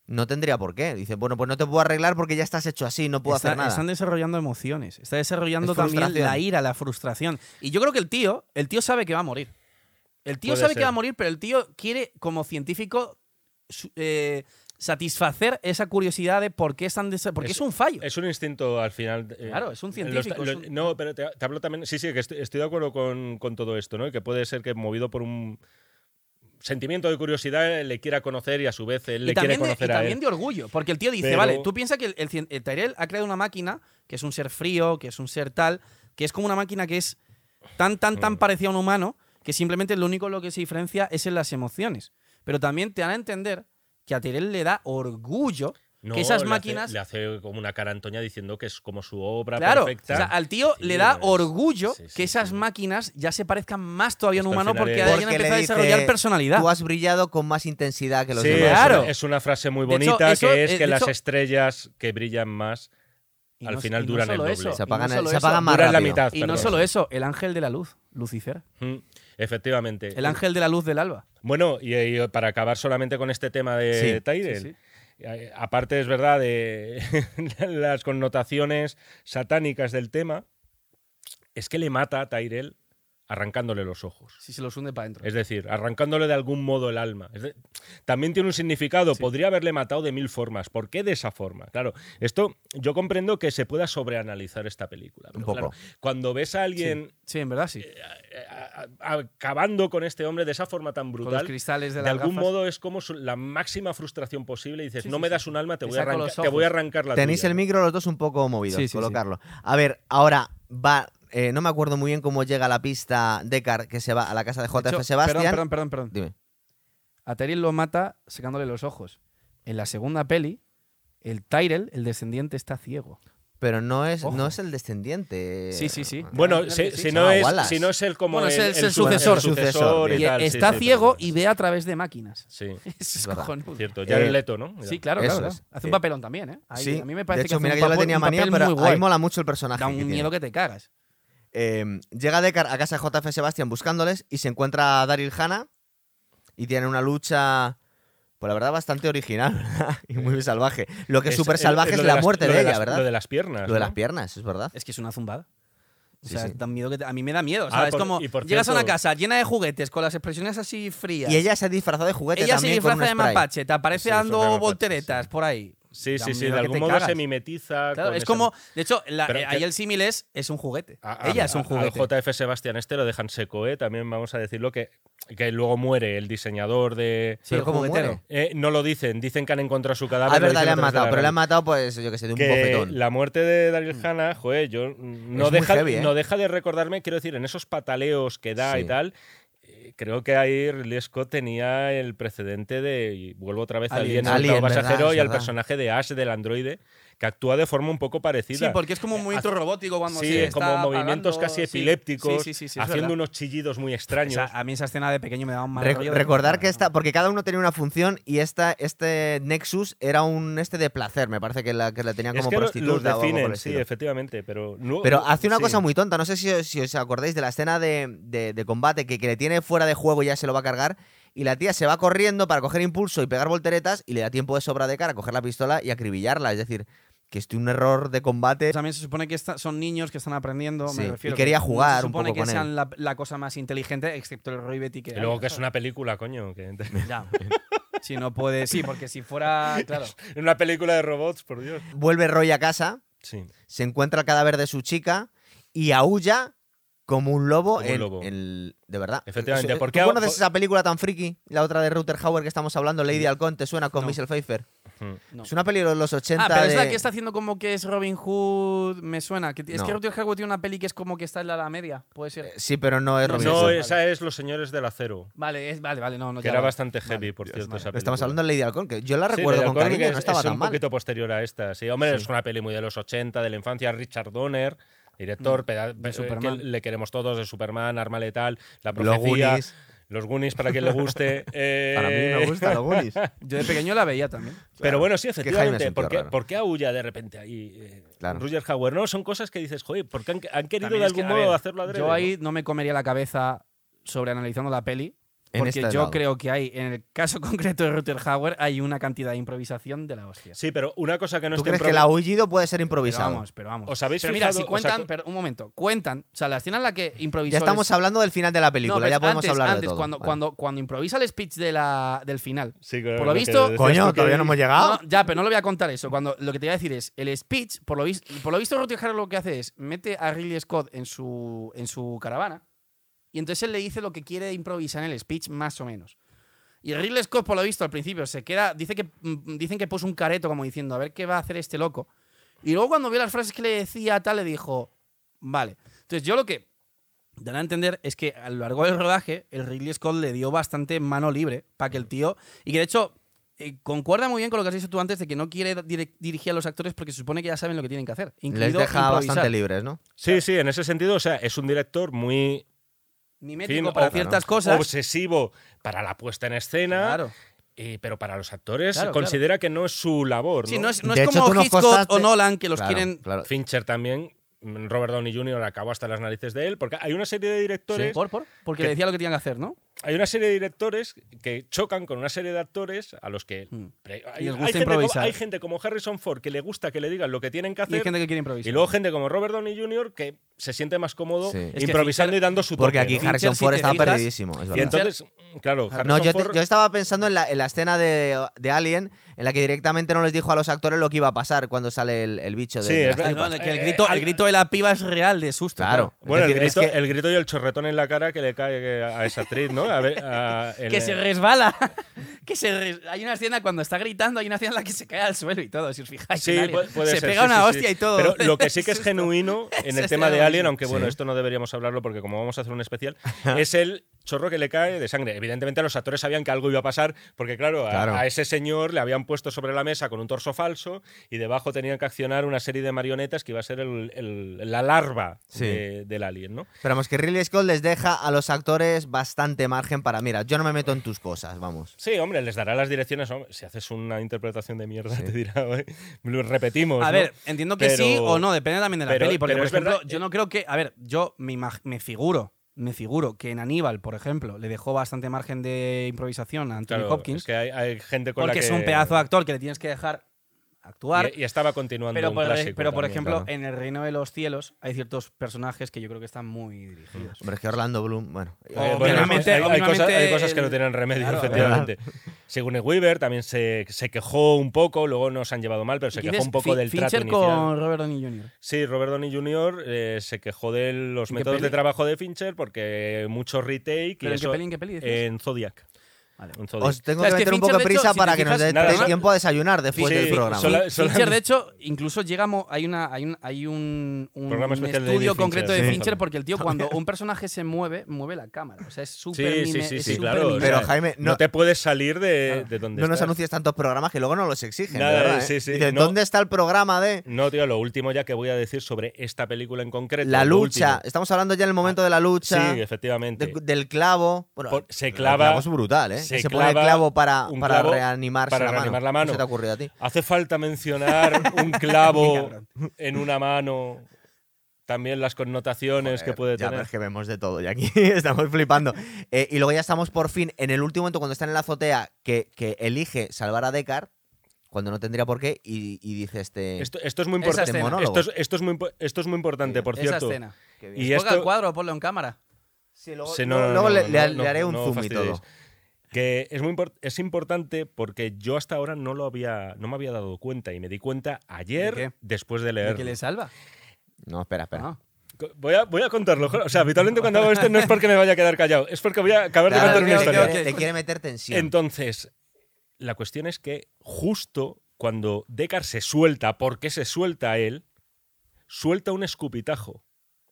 A: No tendría por qué. Dice, bueno, pues no te puedo arreglar porque ya estás hecho así, no puedo
C: está-
A: hacer nada.
C: están desarrollando emociones. Está desarrollando
A: Es
C: también
A: frustración.
C: la ira, la frustración. Y yo creo que el tío, el tío sabe que va a morir. El tío
B: Puede
C: sabe que
B: ser.
C: va a morir, pero el tío quiere, como científico, su- eh, satisfacer esa curiosidad de por qué están desa- Porque es,
B: Es-
C: un fallo.
B: Es un instinto al final. eh,
C: Claro, es un
B: los-
C: científico, es
B: los-
C: un-
B: No, pero te, te hablo también. Sí, sí, que estoy, estoy de acuerdo con, con todo esto, ¿no? Y Que puede ser que movido por un sentimiento de curiosidad eh, le quiera conocer y a su vez él
C: y
B: le quiere
C: también, de,
B: conocer
C: y
B: a
C: también
B: él.
C: de orgullo, porque el tío dice,
B: Pero-
C: vale, tú piensas que el, el cien- el Tyrell ha creado una máquina que es un ser frío, que es un ser tal, que es como una máquina que es tan, tan,
B: Mm.
C: tan parecida a un humano, que simplemente lo único en lo que se diferencia es en las emociones. Pero también te dan a entender que a Tyrell le da orgullo
B: No,
C: que esas
B: le hace-
C: máquinas.
B: Le hace, como una cara a Antonia diciendo que es como su obra
C: Claro,
B: perfecta.
C: o sea, al tío
B: Sí,
C: le da
B: es-
C: orgullo
B: sí, sí,
C: que esas
B: sí.
C: máquinas ya se parezcan más todavía a un
B: Esto al
C: humano
B: final
C: porque
B: es-
C: hayan
A: Porque le
C: empezado a
A: dice,
C: desarrollar personalidad.
A: Tú has brillado con más intensidad que los
B: Sí, es
A: demás.
B: una-
C: Claro.
B: es, una frase muy
C: De hecho,
B: bonita
C: eso,
B: que es
C: eh,
B: que
C: de
B: las
C: hecho-
B: estrellas que brillan más
C: Y
B: al
C: no-
B: final
C: y no
B: duran el
C: solo
B: doble.
C: eso,
B: Se
C: y no
A: apagan-
C: solo
A: se
C: eso,
A: apagan más
B: duran la
A: rápido.
B: mitad.
C: Y no
B: perdón.
C: solo eso, el ángel de la luz, Lucifer.
B: Mm, Efectivamente.
C: El ángel de la luz del alba.
B: Bueno, y, y para acabar solamente con este tema de
A: Sí, sí,
B: Tyrell,
C: sí.
B: eh, aparte es verdad de las connotaciones satánicas del tema, es que le mata a Tyrell arrancándole los ojos.
C: Si se los hunde para adentro.
B: Es decir, arrancándole de algún modo el alma. Es de- también tiene un significado. Podría haberle matado de mil formas. ¿Por qué de esa forma? Claro, esto yo comprendo que se pueda sobreanalizar esta película. pero
A: Un poco.
B: claro, cuando ves a alguien
C: Sí, en verdad sí.
B: eh, a- a- acabando con este hombre de esa forma tan
C: Con los
B: brutal,
C: cristales de,
B: de
C: las
B: algún
C: gafas.
B: modo es como su- la máxima frustración posible. Y dices,
C: Sí,
B: no
C: sí,
B: me
C: sí.
B: das un alma, te
C: Te
B: voy, a
C: saco
B: arranca-
C: los
B: te voy a
C: ojos.
B: arrancar la
A: Tenéis
B: tuya.
A: el micro los dos un poco movidos,
C: Sí, sí, sí.
A: colocarlo. A ver, ahora va. eh, no me acuerdo muy bien cómo llega a la pista Decar que se va a la casa de
C: De
A: JF
C: hecho,
A: Sebastián.
C: Perdón, perdón, perdón. perdón.
A: Dime.
C: A Tyrell lo mata secándole los ojos. En la segunda peli, el Tyrell, el descendiente, está ciego.
A: Pero no es,
C: Ojo.
A: no es el descendiente.
C: Sí, sí, sí.
B: Bueno,
C: Ah,
B: si,
C: sí,
B: si
C: sí.
B: no
A: Ah,
B: es,
A: Wallace.
B: si no es el como
C: Bueno, es el- es el
B: su-
C: sucesor.
B: sucesor y
A: Y
B: tal,
C: Y
B: sí,
C: está
B: sí,
C: ciego
B: perdón.
C: y ve a través de máquinas.
B: Sí,
C: Eso es
A: verdad.
C: cojonudo.
B: cierto. Ya el
A: Eh,
B: Leto, ¿no?
C: Sí, claro,
A: Eso
C: claro. claro.
A: es.
C: Hace
A: Eh,
C: un papelón también, ¿eh? Ahí,
A: Sí.
C: a mí me
A: De
C: parece
A: hecho,
C: que
A: mira
C: hace
A: que yo
C: un
A: le
C: papel-
A: tenía
C: un
A: manía,
C: papel muy
A: pero
C: guay.
A: ahí mola mucho el personaje.
C: Da
A: que
C: un
A: tiene.
C: miedo que te cagas.
A: Eh, llega Deckard a casa de JF Sebastián buscándoles y se encuentra a Daryl Hanna y tienen una lucha, pues la verdad, bastante original ¿verdad? y muy salvaje. Lo que es súper salvaje es,
B: lo
A: la
B: las-
A: muerte
B: lo
A: de, ella,
B: las-
A: ¿verdad?
B: Lo de las piernas.
A: Lo de
B: ¿no?
A: las piernas, es verdad.
C: Es que es una zumbada. O
A: Sí,
C: sea,
A: sí.
C: tan miedo que te- a mí me da miedo. O
B: Ah,
C: sea, es
B: por-
C: como
B: y por
C: llegas a una
B: cierto-
C: casa llena de juguetes con las expresiones así frías.
A: Y ella se ha disfrazado de juguete
C: Ella se
A: también
C: disfraza
A: con un
C: de
A: spray.
C: mapache, te aparece
B: Sí, disfraza de
C: dando
B: mapache,
C: volteretas por ahí.
B: Sí,
C: Da
B: sí,
C: un
B: sí.
C: miedo
B: De
C: que
B: algún
C: te
B: modo
C: cagas.
B: se mimetiza.
C: Claro,
B: con
C: es
B: esa-
C: como, de hecho, la-
B: Pero
C: eh,
B: que-
C: ahí el símil es, es un juguete.
B: A- a-
C: ella es un
B: a-
C: juguete.
B: Al JF Sebastián este lo dejan seco, ¿eh? También vamos a decirlo que, que luego muere el diseñador de.
C: Sí,
A: Pero
C: el
A: ¿cómo
C: juguetero.
A: muere?
B: Eh, no lo dicen, dicen que han encontrado su
A: Ah,
B: cadáver.
A: es
B: lo
A: verdad,
B: dicen
A: le
B: a
A: han
B: través de
A: matado,
B: la
A: pero le han
B: radio.
A: matado, pues, yo que sé, de un
B: que
A: bofetón.
B: la muerte de Daryl Hannah, joder, yo mm, no
A: Es muy
B: deja,
A: heavy, ¿eh?
B: no deja de recordarme, quiero decir, en esos pataleos que da y
A: Sí.
B: tal, eh, creo que ahí Ridley Scott tenía el precedente de, y vuelvo otra vez a Alien,
C: Alien.
B: Alien
A: Alien,
B: pasajero
A: verdad, es
B: y al
A: verdad.
B: personaje de Ash del androide, que actúa de forma un poco parecida.
C: Sí, porque es como un movimiento
B: Eh, hace-
C: robótico cuando
B: Sí,
C: se
B: como
C: está
B: movimientos
C: apagando,
B: casi
C: sí.
B: epilépticos,
C: Sí, sí, sí, sí, es
B: haciendo
C: verdad.
B: unos chillidos muy
C: O
B: extraños.
C: sea, a mí esa escena de pequeño me daba un mal
A: Re-
C: rollo de-
A: recordar que
C: no,
A: esta,
C: no.
A: porque cada uno tenía una función y esta, este Nexus era un este de placer, me parece que la, que la tenían
B: es
A: como
B: que lo-
A: prostituta
B: los
A: o algo por el
B: definen, sí,
A: estilo.
B: efectivamente, pero... no-
A: Pero hace una
B: sí.
A: cosa muy tonta, no sé si, os- si os acordáis de la escena de, de- de combate que, que le tiene fuera de juego y ya se lo va a cargar. Y la tía se va corriendo para coger impulso y pegar volteretas y le da tiempo de sobra de cara a coger la pistola y acribillarla. Es decir, que esto es un error de combate.
C: También se supone que esta- son niños que están aprendiendo.
A: Sí,
C: me
A: y
C: refiero,
A: quería
C: que
A: jugar
C: no se
A: un
C: supone
A: poco
C: que
A: con él.
C: sean la, la cosa más inteligente, excepto el Roy Betty que.
B: Y
C: hay,
B: luego que es
C: ¿sabes?
B: una película, coño. Que...
C: Ya. si no puede. Sí, porque si fuera. Claro.
B: una película de robots, por Dios.
A: Vuelve Roy a casa,
B: Sí.
A: se encuentra el cadáver de su chica y aúlla como un lobo.
B: Como un
A: en-
B: lobo.
A: en- de verdad.
B: Efectivamente,
A: Eso- eh,
B: ¿por
A: ¿Tú
B: qué-
A: conoces
B: por-
A: esa película tan friki? La otra de Ruther Hauer que estamos hablando, Lady Halcón, ¿te suena con
C: No.
A: Michelle Pfeiffer?
B: Mm.
C: No.
A: Es una peli de los 80
C: Ah, pero es la
A: de-
C: que está haciendo como que es Robin Hood. Me suena. Que, t- Es
A: No.
C: que Rutger Hauer tiene una peli que es como que está en la, la media. Puede ser.
A: Eh, Sí, pero no es
C: No,
A: Robin
C: Robinson.
B: No,
A: Hood.
B: esa es Los Señores del Acero.
C: Vale, es, vale, vale. No, no,
B: Que
C: ya
B: era
C: vale.
B: bastante heavy,
C: Vale,
B: por
C: Dios,
B: cierto,
C: vale.
B: esa película.
A: Estamos hablando de Lady Halcón, que yo la
B: Sí,
A: recuerdo
B: Lady
A: con
B: Halcón,
A: cariño,
B: que
A: no
B: es-
A: estaba
B: es
A: tan
B: un
A: mal.
B: poquito posterior a esta, sí. Hombre,
A: Sí.
B: es una peli muy de los 80, de la infancia. Richard Donner, director,
C: Mm,
B: peda-
C: de
B: eh,
C: Superman.
B: que le queremos todos, de Superman, Arma Letal, La
A: Los
B: Profecía,
A: Goonies.
B: Los Goonies, para quien le guste. eh,
A: Para mí me gusta los Goonies.
C: Yo de pequeño la veía también.
B: Pero bueno, sí,
A: Jaime
B: efectivamente.
A: es un tío
B: ¿por, qué,
A: raro.
B: por qué aúlla de repente ahí eh,
A: Claro.
B: Roger Hauer? No, son cosas que dices, joder, porque han, han querido
C: También
B: de
C: es que,
B: algún
C: a
B: modo
C: ver,
B: hacerlo adrede.
C: Yo
B: ¿no?
C: ahí no me comería la cabeza sobre analizando la peli.
A: En
C: Porque
A: este
C: yo
A: lado.
C: creo que hay, en el caso concreto de Rutger Hauer, hay una cantidad de improvisación de la hostia.
B: Sí, pero una cosa que no
A: ¿Tú
B: estoy
A: crees que el aullido puede ser improvisado?
C: Pero vamos, pero vamos.
B: ¿Os habéis
C: pero mira,
B: fijado-
C: si
B: os
C: cuentan,
B: acu-
C: pero un momento, cuentan, o sea, la escena en la que improvisó.
A: ya estamos
C: el-
A: hablando del final de la película,
C: No, pero
A: ya podemos
C: antes,
A: hablar
C: antes,
A: de todo.
C: Cuando,
A: Vale.
C: cuando, cuando improvisa el speech de la, del final.
B: Sí,
C: Por lo visto-
B: decías tú
A: Coño,
B: que-
A: todavía no hemos llegado.
C: No, ya, pero no lo voy a contar eso. Cuando, lo que te voy a decir es, el speech, por lo, vis- por lo visto, Rutger Hauer lo que hace es mete a Ridley Scott en su, en su caravana y entonces él le dice lo que quiere improvisar en el speech, más o menos. Y Ridley Scott, por lo visto, al principio se queda. Dice que, mm, dicen que puso un careto como diciendo, a ver qué va a hacer este loco. Y luego cuando vio las frases que le decía, tal, le dijo, vale. Entonces yo lo que dan a entender es que a lo largo del rodaje, el Ridley Scott le dio bastante mano libre para que el tío. Y que de hecho, eh, concuerda muy bien con lo que has dicho tú antes de que no quiere dire- dirigir a los actores porque se supone que ya saben lo que tienen que hacer. Incluido
A: Les deja
C: improvisar.
A: bastante libres, ¿no?
B: Sí, sí, en ese sentido, o sea, es un director muy
C: Mimético
B: Fin,
C: para
B: o-
C: ciertas cosas.
B: obsesivo para la puesta en escena,
C: Claro.
B: y- pero para los actores
C: Claro,
B: considera que no es su labor.
C: Sí,
B: ¿no?
C: no es, no
A: De
C: es
A: hecho,
C: como
A: tú nos
C: Hitchcock
A: contaste-
C: o Nolan que los
A: Claro,
C: quieren.
A: claro.
B: Fincher también, mm, Robert Downey Jr. acabó hasta las narices de él, porque hay una serie de directores,
C: Por, por, porque
B: que-
C: le decía lo que tenían que hacer, ¿no?
B: hay una serie de directores que chocan con una serie de actores a los que
C: Mm.
B: pre-
C: Y
B: hay,
C: les gusta
B: hay gente como,
C: improvisar.
B: hay gente como Harrison Ford que le gusta que le digan lo que tienen que
C: Y hay
B: hacer,
C: gente que quiere
B: y
C: improvisar.
B: luego gente como Robert Downey Jr. que se siente más cómodo
A: Sí. Es
C: que
B: improvisando
C: Fincher-
B: y dando su
A: Porque
B: toque,
A: aquí
B: ¿no?
C: Fincher,
A: Harrison
C: si
A: Ford
C: te
A: estaba
C: fijas-
A: perdidísimo. es
B: Y
A: verdad.
B: entonces, mm, claro, Harrison
A: No, yo, te-
B: Ford-
A: yo estaba pensando en la, en la escena de, de Alien en la que directamente no les dijo a los actores lo que iba a pasar cuando sale el, el bicho de,
B: Sí,
A: de las
B: es verdad.
A: tripas.
C: Ah, no, que el,
B: Eh,
C: grito,
B: eh,
C: el grito de la piba es real, de susto.
A: Claro. Es
B: Bueno, el
A: decir, es
B: grito,
A: que-
B: el grito y el chorretón en la cara que le cae a esa actriz, ¿no? A ver, a- en-
C: Que se resbala. que se res- Hay una escena cuando está gritando, hay una escena en la que se cae al suelo y todo, si os fijáis.
B: Sí,
C: en Alien.
B: pu- puede
C: se
B: ser,
C: pega
B: sí,
C: una
B: sí, sí.
C: hostia y todo.
B: Pero lo que sí que es
C: Susto.
B: genuino en
C: Eso
B: el
C: es
B: tema de
C: genuino.
B: Alien, aunque bueno,
A: Sí.
B: esto no deberíamos hablarlo porque como vamos a hacer un especial, es el chorro que le cae de sangre. Evidentemente los actores sabían que algo iba a pasar porque claro, a,
A: Claro.
B: a ese señor le habían puesto sobre la mesa con un torso falso y debajo tenían que accionar una serie de marionetas que iba a ser el- el- la larva
A: Sí.
B: de- del alien, ¿no?
A: Pero vamos, que Ridley Scott les deja a los actores bastante margen para, mira, yo no me meto en tus cosas, vamos.
B: Sí, hombre, les dará las direcciones. hombre, si haces una interpretación de mierda, te dirá, "Oye, lo repetimos.
C: A
B: ¿no?
C: ver, entiendo que
B: Pero-
C: sí o no, depende también de la
B: pero-
C: peli. Porque,
B: pero
C: por
B: es verdad,
C: ejemplo, yo no creo que. A ver, yo me, imag- me figuro. Me figuro que en Aníbal, por ejemplo, le dejó bastante margen de improvisación a Anthony
B: Claro,
C: Hopkins.
B: es que hay, hay gente con la
C: porque
B: que-
C: es un pedazo de actor que le tienes que dejar actuar.
B: Y, y estaba continuando
C: pero,
B: un
C: por,
B: clásico
C: pero, por
B: también,
C: ejemplo,
B: claro.
C: en El Reino de los Cielos hay ciertos personajes que yo creo que están muy dirigidos.
A: Hombre, es que Orlando Bloom, bueno.
B: Eh,
C: obviamente-
B: bueno, hay- hay,
C: obviamente
B: cosas, hay
C: el-
B: cosas que no tienen remedio,
C: Claro,
B: efectivamente. Según Weaver también se, se quejó un poco, luego no se han llevado mal, pero se
C: Y
B: quejó
C: dices
B: un poco
C: Fi-
B: del trato
C: Fincher
B: inicial.
C: con Robert Downey Jr.
B: Sí, Robert Downey Jr. eh, se quejó de los
C: ¿En qué
B: métodos de
C: peli?
B: trabajo de Fincher porque mucho retake y
C: ¿Pero en qué
B: eso eh,
C: peli, en qué peli dices?
B: en Zodiac.
C: Vale.
B: En Zodiac.
A: Os tengo
C: O sea,
A: que
C: es que
A: meter un poco
C: Fincher,
A: de
C: de
A: prisa
C: hecho, si
A: para
C: te
A: que nos
C: fijas-
A: dé
B: Nada,
A: tenéis
B: nada.
A: tiempo a desayunar después
B: Sí,
A: del programa.
B: sola-
C: Fin-
B: solamente-
C: Fincher, de hecho, incluso llega. mo- Hay, una, hay, un, hay un, un
B: Programa especial de
C: estudio
B: David
C: concreto
B: Fincher,
C: de
B: sí.
C: Fincher porque el tío, cuando un personaje se mueve, mueve la cámara. O sea, es súper.
B: sí, sí,
C: mime-
B: sí,
C: es
B: sí,
C: súper
B: claro. o
C: mime-
A: Pero,
B: sea,
A: Jaime,
B: no,
A: no-
B: te puedes salir de, de donde
A: No nos
B: estás.
A: anuncies tantos programas que luego no los exigen, de
B: Nada,
A: ¿verdad?
B: sí,
A: eh?
B: sí,
A: Dices,
B: no.
A: ¿Dónde está el programa de
B: No, tío, lo último ya que voy a decir sobre esta película en concreto.
A: la
B: lo
A: lucha?
B: último. Ah,
A: Estamos hablando ya en el momento de la lucha,
B: Sí, efectivamente.
A: de- del clavo. Bueno,
B: Por- se
A: el
B: clava-
A: clavo es brutal, ¿eh?
B: se
A: Se, pone el
B: clava
A: clavo para,
B: un
A: para
B: clavo
A: reanimarse
B: para
A: la,
B: reanimar
A: mano.
B: la mano.
A: ¿No se te ha ocurrido a ti?
B: Hace falta mencionar un clavo en una mano. También las connotaciones que
A: Joder,
B: puede
A: ya, pero
B: tener.
A: es que vemos de todo y aquí estamos flipando. Eh, y luego ya estamos por fin en el último momento cuando está en la azotea que, que elige salvar a Deckard cuando no tendría por qué y, y dice este...
B: Esto, esto es muy
C: Esa
B: importante.
C: escena.
B: Esto es, esto es muy, impo- esto es muy importante, por
C: Esa
B: cierto.
C: escena.
A: Qué bien.
B: Y
C: Ponga el
B: esto,
C: cuadro, ponlo en cámara.
A: Sí, luego
B: Sí, no,
A: luego-
B: no,
A: luego
B: no,
A: le,
B: no,
A: le ha-
B: no,
A: le haré
B: no,
A: un
B: no
A: zoom y
B: fastidiéis.
A: todo.
B: que es, muy impor- es importante porque yo hasta ahora no lo había, no me había dado cuenta y me di cuenta ayer
C: ¿De qué?
B: después de
C: ¿De
B: leer.
C: que le salva?
A: No, espera, espera.
C: Ah.
B: Voy a, voy a contarlo. joder. O sea, habitualmente cuando hago esto no es porque me vaya a quedar callado, es porque voy a acabar de
A: Claro,
B: contar una
A: te
C: ok,
B: historia.
A: quiere-
C: ok, ok.
A: Te quiere meter tensión.
B: Entonces, la cuestión es que justo cuando Deckard se suelta, porque se suelta él, suelta un escupitajo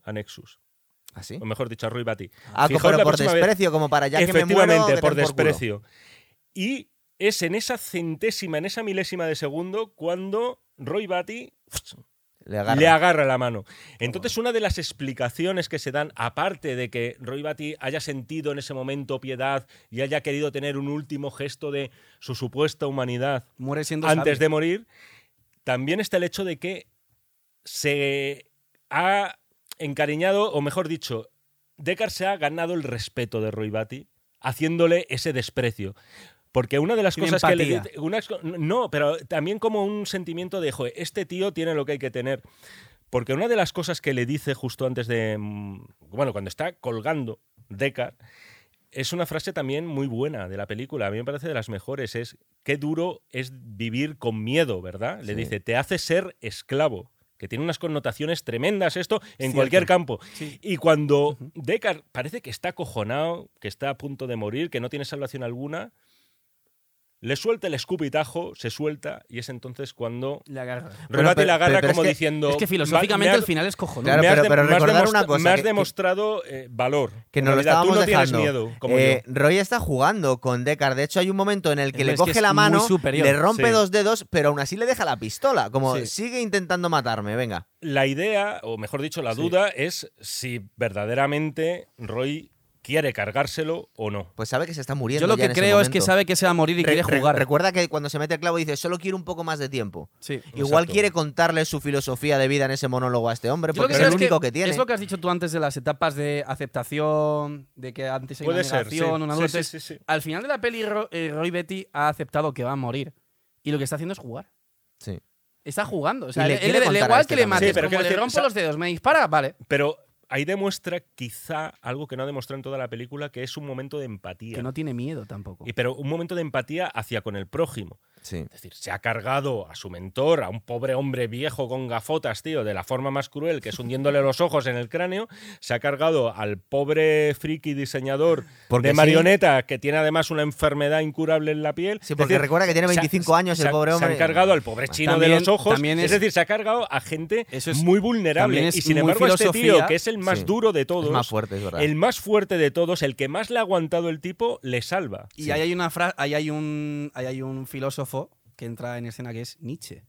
B: a Nexus.
A: ¿Así?
B: O mejor dicho, a Rui Bati.
A: Ah,
B: Fijaos
A: pero
B: la
A: por
B: próxima vez.
A: desprecio, como para ya que me muero,
B: Efectivamente,
A: que te
B: por
A: den culo.
B: desprecio. Y es en esa centésima, en esa milésima de segundo, cuando Roy Batty
A: Le agarra.
B: le agarra la mano. Entonces, una de las explicaciones que se dan, aparte de que Roy Batty haya sentido en ese momento piedad y haya querido tener un último gesto de su supuesta humanidad
C: Muere siendo
B: antes
C: sabio.
B: de morir, también está el hecho de que se ha encariñado, o mejor dicho, Deckard se ha ganado el respeto de Roy Batty haciéndole ese desprecio. Porque una de las
C: Tiene
B: cosas que le
C: empatía.
B: di- unas co- no, pero también como un sentimiento de, "Joe, este tío tiene lo que hay que tener. Porque una de las cosas que le dice justo antes de. mm, Bueno, cuando está colgando Deckard, es una frase también muy buena de la película. A mí me parece de las mejores. Es qué duro es vivir con miedo, ¿verdad? Le
A: Sí.
B: dice, te hace ser esclavo. Que tiene unas connotaciones tremendas esto en
C: Cierto.
B: cualquier campo.
C: Sí.
B: Y cuando Deckard parece que está acojonado, que está a punto de morir, que no tiene salvación alguna, Le suelta el escupitajo, se suelta y es entonces cuando
C: La garra.
A: Bueno,
B: Renate
A: pero-
B: la agarra
A: pero- pero
B: como
A: es que-
B: diciendo.
C: Es que
B: "Me-
C: filosóficamente
B: me has-
C: el final es cojonudo.
A: Claro,
B: me has
A: pero-
B: de-
A: pero
B: me has
A: recordar una
B: demostra-
A: cosa,
B: Me has
A: que- que-
B: demostrado eh, valor.
A: Que
B: En
A: nos lo
B: realidad,
A: estábamos
B: tú no
A: dejando.
B: tienes miedo, como
A: Eh,
B: yo.
A: Roy está jugando con Deckard. De hecho, hay un momento en el que
C: Es
A: le
C: que
A: coge
C: es
A: la
C: muy
A: mano,
C: superior,
A: le rompe
B: sí.
A: dos dedos, pero aún así le deja la pistola. Como
B: Sí.
A: sigue intentando matarme, venga.
B: La idea, o mejor dicho, la
C: Sí.
B: duda es si verdaderamente Roy quiere cargárselo o no.
A: Pues sabe que se está muriendo.
C: Yo lo
A: ya
C: que
A: en ese
C: creo es que
A: momento.
C: sabe que se va a morir y
A: Re-
C: quiere
A: re-
C: jugar.
A: recuerda que cuando se mete el clavo dice, solo quiero un poco más de tiempo.
C: Sí.
A: Igual
B: Exacto.
A: quiere contarle su filosofía de vida en ese monólogo a este hombre,
C: Yo lo
A: porque
C: que
A: es
C: creo
A: el único
C: que,
A: que, tiene.
C: Es lo que has dicho tú antes de las etapas de aceptación, de que antes hay
B: Puede
C: una
B: ser. sí.
C: negación, una
B: Sí,
C: duda.
B: sí,
C: Entonces,
B: sí, sí.
C: Al final de la peli, Ro- eh, Roy Betty ha aceptado que va a morir. Y lo que está haciendo es jugar.
A: Sí.
C: Está jugando. O sea,
A: Y le
C: él-
A: quiere
C: él-
A: contar a
C: igual
A: este
C: que le
A: también.
C: mates,
B: Sí, pero
C: como
B: quiero
C: le
B: decir,
C: rompo
B: o sea-
C: los dedos, me dispara, vale.
B: Pero ahí demuestra quizá algo que no ha demostrado en toda la película, que es un momento de empatía.
C: Que no tiene miedo tampoco.
B: Y- pero un momento de empatía hacia con el prójimo.
A: Sí.
B: Es decir, se ha cargado a su mentor, a un pobre hombre viejo con gafotas, tío, de la forma más cruel, que es hundiéndole los ojos en el cráneo. Se ha cargado al pobre friki diseñador
A: Porque
B: de
A: sí.
B: marioneta, que tiene además una enfermedad incurable en la piel.
A: Sí,
B: Es
A: porque
B: decir,
A: recuerda que tiene
B: se ha-
A: 25 años
B: se
A: el
B: ha-
A: pobre hombre.
B: Se ha cargado al pobre chino de
C: También-
B: los ojos.
C: también
B: es,
C: es-
B: decir, se ha cargado a gente
C: Eso es-
B: muy vulnerable.
C: también es
B: Y sin
C: muy
B: embargo, este tío,
C: filosofía.
B: que es el más
A: Sí.
B: duro de
A: Es
B: todos,
A: más fuerte, es verdad.
B: el más fuerte de todos, el que más le ha aguantado el tipo, le salva.
C: Y ahí hay una frase, ahí hay un, ahí hay un filósofo que entra en escena que es Nietzsche.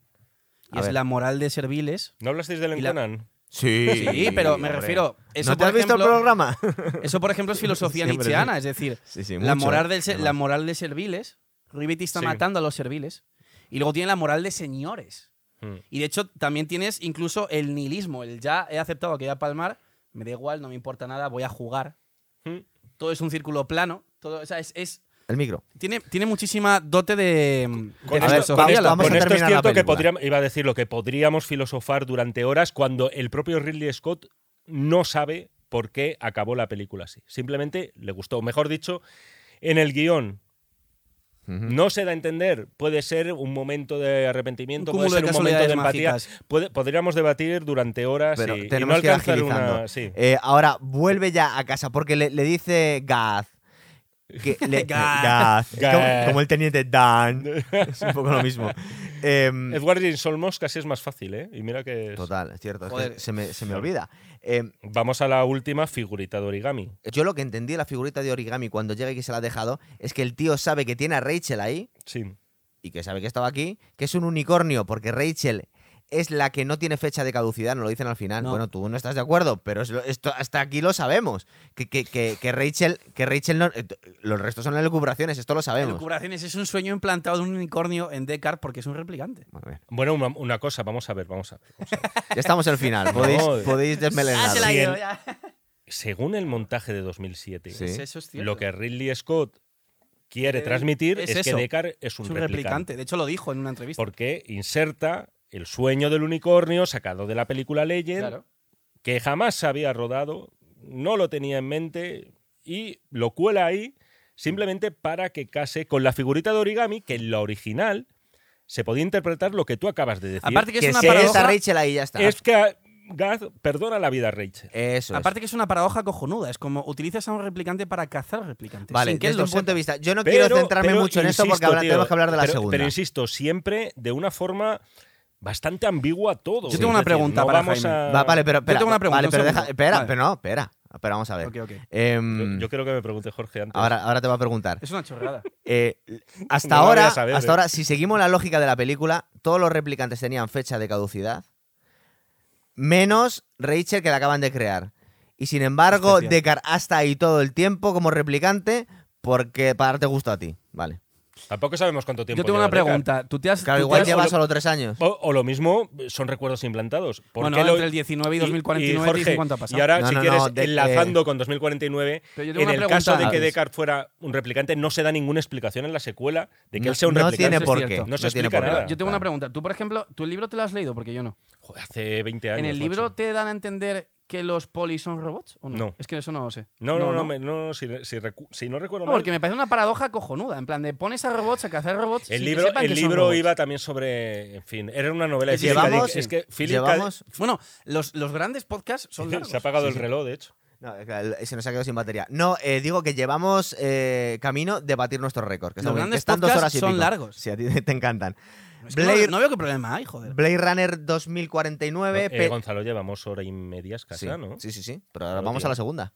C: Y
A: A
C: es
A: ver.
C: la moral de serviles.
B: ¿No hablasteis del
C: Y la-
B: Conan?
A: Sí,
C: Sí, pero me
A: hombre.
C: refiero. Eso,
A: ¿No te
C: por
A: has visto el
C: ejemplo-
A: programa?
C: Eso, por ejemplo, es filosofía
A: Siempre,
C: nietzscheana, es decir,
A: Sí, sí,
C: la,
A: mucho,
C: moral
A: ¿eh?
C: del se-
A: Además.
C: la moral de serviles, Rui Betty está
B: Sí.
C: matando a los serviles, y luego tiene la moral de señores.
B: Hmm.
A: Mm.
C: Y de hecho, también tienes incluso el nihilismo, el ya he aceptado que voy a palmar, me da igual, no me importa nada, voy a jugar.
B: Hmm.
C: Todo es un círculo plano, todo, o sea, es, es-
A: El micro.
C: tiene, tiene muchísima dote de, mm, de
A: esto-
C: filosofía,
A: con esto-
C: la
A: vamos a
B: con esto
C: peli.
B: es
A: terminar la
B: cierto que
A: película.
B: podríamos, iba a decir lo que podríamos filosofar durante horas cuando el propio Ridley Scott no sabe por qué acabó la película así. Simplemente le gustó. O Mejor dicho, en el guión
A: Ujú.
B: no se da a entender. Puede ser un momento de arrepentimiento,
C: Un
B: puede
C: cúmulo
B: ser
C: de
B: un momento de
C: casualidades
B: empatía.
C: mágicas.
B: Puede- podríamos debatir durante horas
A: Pero
B: y, y no
A: tenemos que ir
B: alcanzar
A: agilizando.
B: una. sí.
A: Eh, ahora, vuelve ya a casa, porque le, le dice Gaz. Que le-
C: Gaz.
A: Gaz. Es Como,
B: Gaz.
A: como el teniente Dan. Es un poco lo mismo. Em,
B: Edward James Olmos casi es más fácil, ¿eh? Y mira que es-
A: total, es cierto. es que
C: Joder.
A: se me, se me olvida. Em,
B: vamos a la última figurita de origami.
A: yo lo que entendí de la figurita de origami cuando llega y que se la ha dejado es que el tío sabe que tiene a Rachel ahí
B: Sí.
A: y que sabe que estaba aquí, que es un unicornio, porque Rachel es la que no tiene fecha de caducidad, nos lo dicen al final.
C: No.
A: Bueno, tú no estás de acuerdo, pero es lo- esto, hasta aquí lo sabemos. Que, que- que- que Rachel, que Rachel no- eh, t- los restos son elucubraciones, esto lo sabemos.
C: Elucubraciones es un sueño implantado de un unicornio en Descartes porque es un replicante.
A: Bueno, bien.
B: Bueno, una, una cosa, vamos a ver, vamos a ver.
A: Ya estamos en el final, podéis,
B: No,
A: podéis desmelenar.
C: Ah, se la ha ido, ya.
B: Según el montaje de 2007,
A: Sí.
C: Pues eso es cierto.
B: lo que Ridley Scott quiere
C: Eh,
B: transmitir
C: es
B: es, que
C: eso.
B: Deckard es un,
C: es un replicante.
B: replicante.
C: De hecho, lo dijo en una entrevista.
B: Porque inserta el sueño del unicornio sacado de la película Legend,
C: Claro.
B: que jamás se había rodado, no lo tenía en mente y lo cuela ahí simplemente para que case con la figurita de origami que en la original se podía interpretar lo que tú acabas de decir.
C: Aparte que es
A: Que
C: una
A: si es a
C: paradoja.
A: Rachel ahí ya está.
B: es que Gad perdona la vida a Rachel.
A: Eso es.
C: Aparte que es una paradoja cojonuda, es como utilizas a un replicante para cazar replicantes.
A: vale,
C: sin que él
A: desde
C: lo
A: un punto
C: sepa.
A: de vista. Yo no
B: Pero-
A: quiero centrarme
B: pero
A: mucho en esto porque
B: insisto,
A: habla-
B: tío,
A: tenemos que hablar de la
B: pero-
A: segunda.
B: Pero insisto, siempre de una forma bastante ambigua todo.
C: Yo tengo una
B: Es
C: pregunta
B: no
C: para
B: vamos
C: Jaime.
B: a-
A: Va, vale, pero espera.
C: tengo una pregunta,
A: vale,
C: un
A: pero deja,
C: segundo.
A: espera,
C: Vale.
A: pero no, espera. Pero vamos a ver.
C: Ok, ok.
A: Em,
B: Yo, yo creo que me pregunte Jorge antes.
A: ahora, ahora te va a preguntar.
C: Es una chorrada.
A: Eh, hasta
B: No lo
A: ahora,
B: voy a saber,
A: hasta
B: eh.
A: ahora, si seguimos la lógica de la película, todos los replicantes tenían fecha de caducidad, menos Rachel que la acaban de crear. Y sin embargo,
C: Especial.
A: Deckard hasta ahí todo el tiempo como replicante porque para darte gusto a ti, vale.
B: Tampoco sabemos cuánto tiempo.
C: Yo tengo
B: lleva
C: una
B: Deckard.
C: pregunta. ¿Tú te has,
A: Claro,
C: tú te
A: igual
C: has-
A: lleva
B: solo-
A: solo tres años.
B: O, o lo mismo, son recuerdos implantados. ¿Por
C: Bueno,
B: qué lo-
C: entre el 19 y 2049
B: y
C: te
B: Jorge,
C: dicen cuánto ha pasado.
B: y ahora,
A: No,
B: si
A: no,
B: quieres,
A: no, de- eh,
B: enlazando con 2049,
C: Pero yo
B: en
C: tengo una
B: el caso de
C: pregunta
B: que
A: antes.
B: Deckard fuera un replicante, no se da ninguna explicación en la secuela de que
A: no,
B: él sea un
A: no
B: replicante.
A: tiene
C: eso es
A: por qué.
C: cierto.
B: No se
A: tiene
B: explica
A: por qué.
B: nada.
C: Yo tengo una
A: Claro.
C: pregunta. Tú, por ejemplo, ¿tú el libro te lo has leído? Porque yo no.
B: Joder, hace 20 años.
C: ¿En el
B: macho.
C: libro te dan a entender que los polis son robots o no?
B: No.
C: Es que eso no lo sé.
B: No, no, no, me- no, si, si recu- si no recuerdo
C: No,
B: mal,
C: porque me parece una paradoja cojonuda. En plan, de pones a robots a cazar robots. sin
B: El
C: que
B: libro,
C: sepan
B: el
C: que son
B: libro
C: robots.
B: iba también sobre. En fin, era una novela de Philip K.
A: Llevamos,
B: Dick. Es que Philip K.
A: llevamos,
C: Bueno, los, los grandes podcasts son largos.
B: Se ha apagado
C: Sí,
B: el
C: sí.
B: reloj, de hecho.
A: No, es que el- se nos ha quedado sin batería. No, eh, digo que llevamos eh, camino de batir nuestros récords. Que está
C: Los
A: bien, que
C: grandes
A: están dos
C: podcasts
A: horas y
C: son
A: pico.
C: largos.
A: Sí, a ti te encantan.
C: Es que no-
A: Blade-
C: no, veo qué problema hay, joder.
A: Blade Runner 2049.
B: Eh,
A: pe-
B: Gonzalo, llevamos hora y media
A: sí,
B: escasa, ¿no?
A: sí, sí, sí. Pero ahora
B: Claro,
A: vamos a
B: tío.
A: la segunda.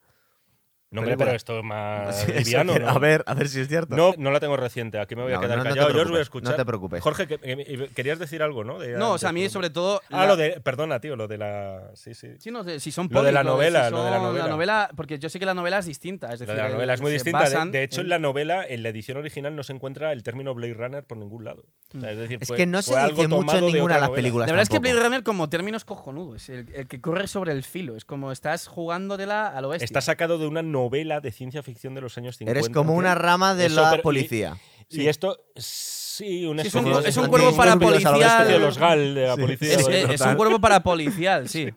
B: No, hombre,
A: película.
B: pero esto es más
A: Sí, eso
B: liviano,
A: quiero-
B: ¿no?
A: A ver, a ver si es cierto.
B: No, no la tengo reciente, aquí me voy a
A: No,
B: quedar
A: no, no te
B: callado. Yo os voy a
A: preocupes,
B: escuchar.
A: no te preocupes.
B: Jorge, que- que- que- querías decir algo, ¿no? De
C: No, o
B: antes,
C: sea, a mí
B: pero-
C: sobre todo.
B: Ah,
C: la-
B: lo de. Perdona, tío, lo de la. Sí, sí.
C: Sí, no sé, si son
B: Lo de la
C: polis, si
B: novela, lo de la
C: son-
B: novela.
C: Porque yo sé que la novela es distinta. Es
B: Lo
C: decir,
B: de la novela es muy
C: eh, se
B: distinta. De-
C: basan
B: De, hecho, en
C: en-
B: la novela, en la edición original, no se encuentra el término Blade Runner por ningún lado. O sea, es decir,
C: Mm.
A: Es
B: fue-
A: que no se
B: fue algo
A: dice mucho
B: tomado
A: en
B: de
A: ninguna de
B: otra
A: las
B: novela.
A: películas.
C: La verdad es que
A: tampoco.
C: Blade Runner como término es cojonudo, es el, el que corre sobre el filo, es como estás jugándotela a lo bestia.
B: Está sacado de una novela de ciencia ficción de los años 50.
A: Eres como una rama de
B: Eso,
A: la
B: pero- y-
A: policía.
B: Y esto, sí, una
C: Sí, es
B: especie
C: un-
B: de-
C: es un
B: de-
C: cuervo para policía.
B: de los GAL, de la
A: Sí,
B: policía.
C: es,
B: de-
C: es- es un cuerpo parapolicial, sí.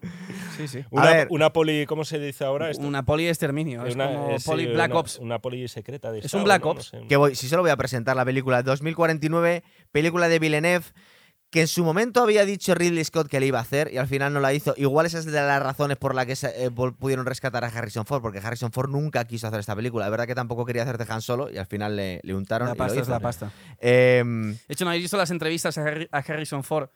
C: sí, sí.
B: Una,
A: A ver.
B: una poli, ¿cómo se dice ahora? Esto?
C: Una poli de exterminio, es
B: Una-
C: como
B: eh, sí,
C: poli Black
B: una-
C: Ops.
B: Una poli secreta de
C: Es
B: Estado,
C: un Black
B: ¿no? No
C: Ops.
B: sé,
A: Que voy, si solo voy a presentar la película 2049, película de Villeneuve, que en su momento había dicho Ridley Scott que le iba a hacer y al final no la hizo. Igual esa es de las razones por las que se- eh, vol- pudieron rescatar a Harrison Ford, porque Harrison Ford nunca quiso hacer esta película. La verdad que tampoco quería hacer de Han Solo y al final le, le untaron.
C: La
A: y lo
C: pasta es
A: hizo.
C: la pasta.
A: Em,
C: De hecho, ¿no habéis visto las entrevistas a, Harry- a Harrison Ford?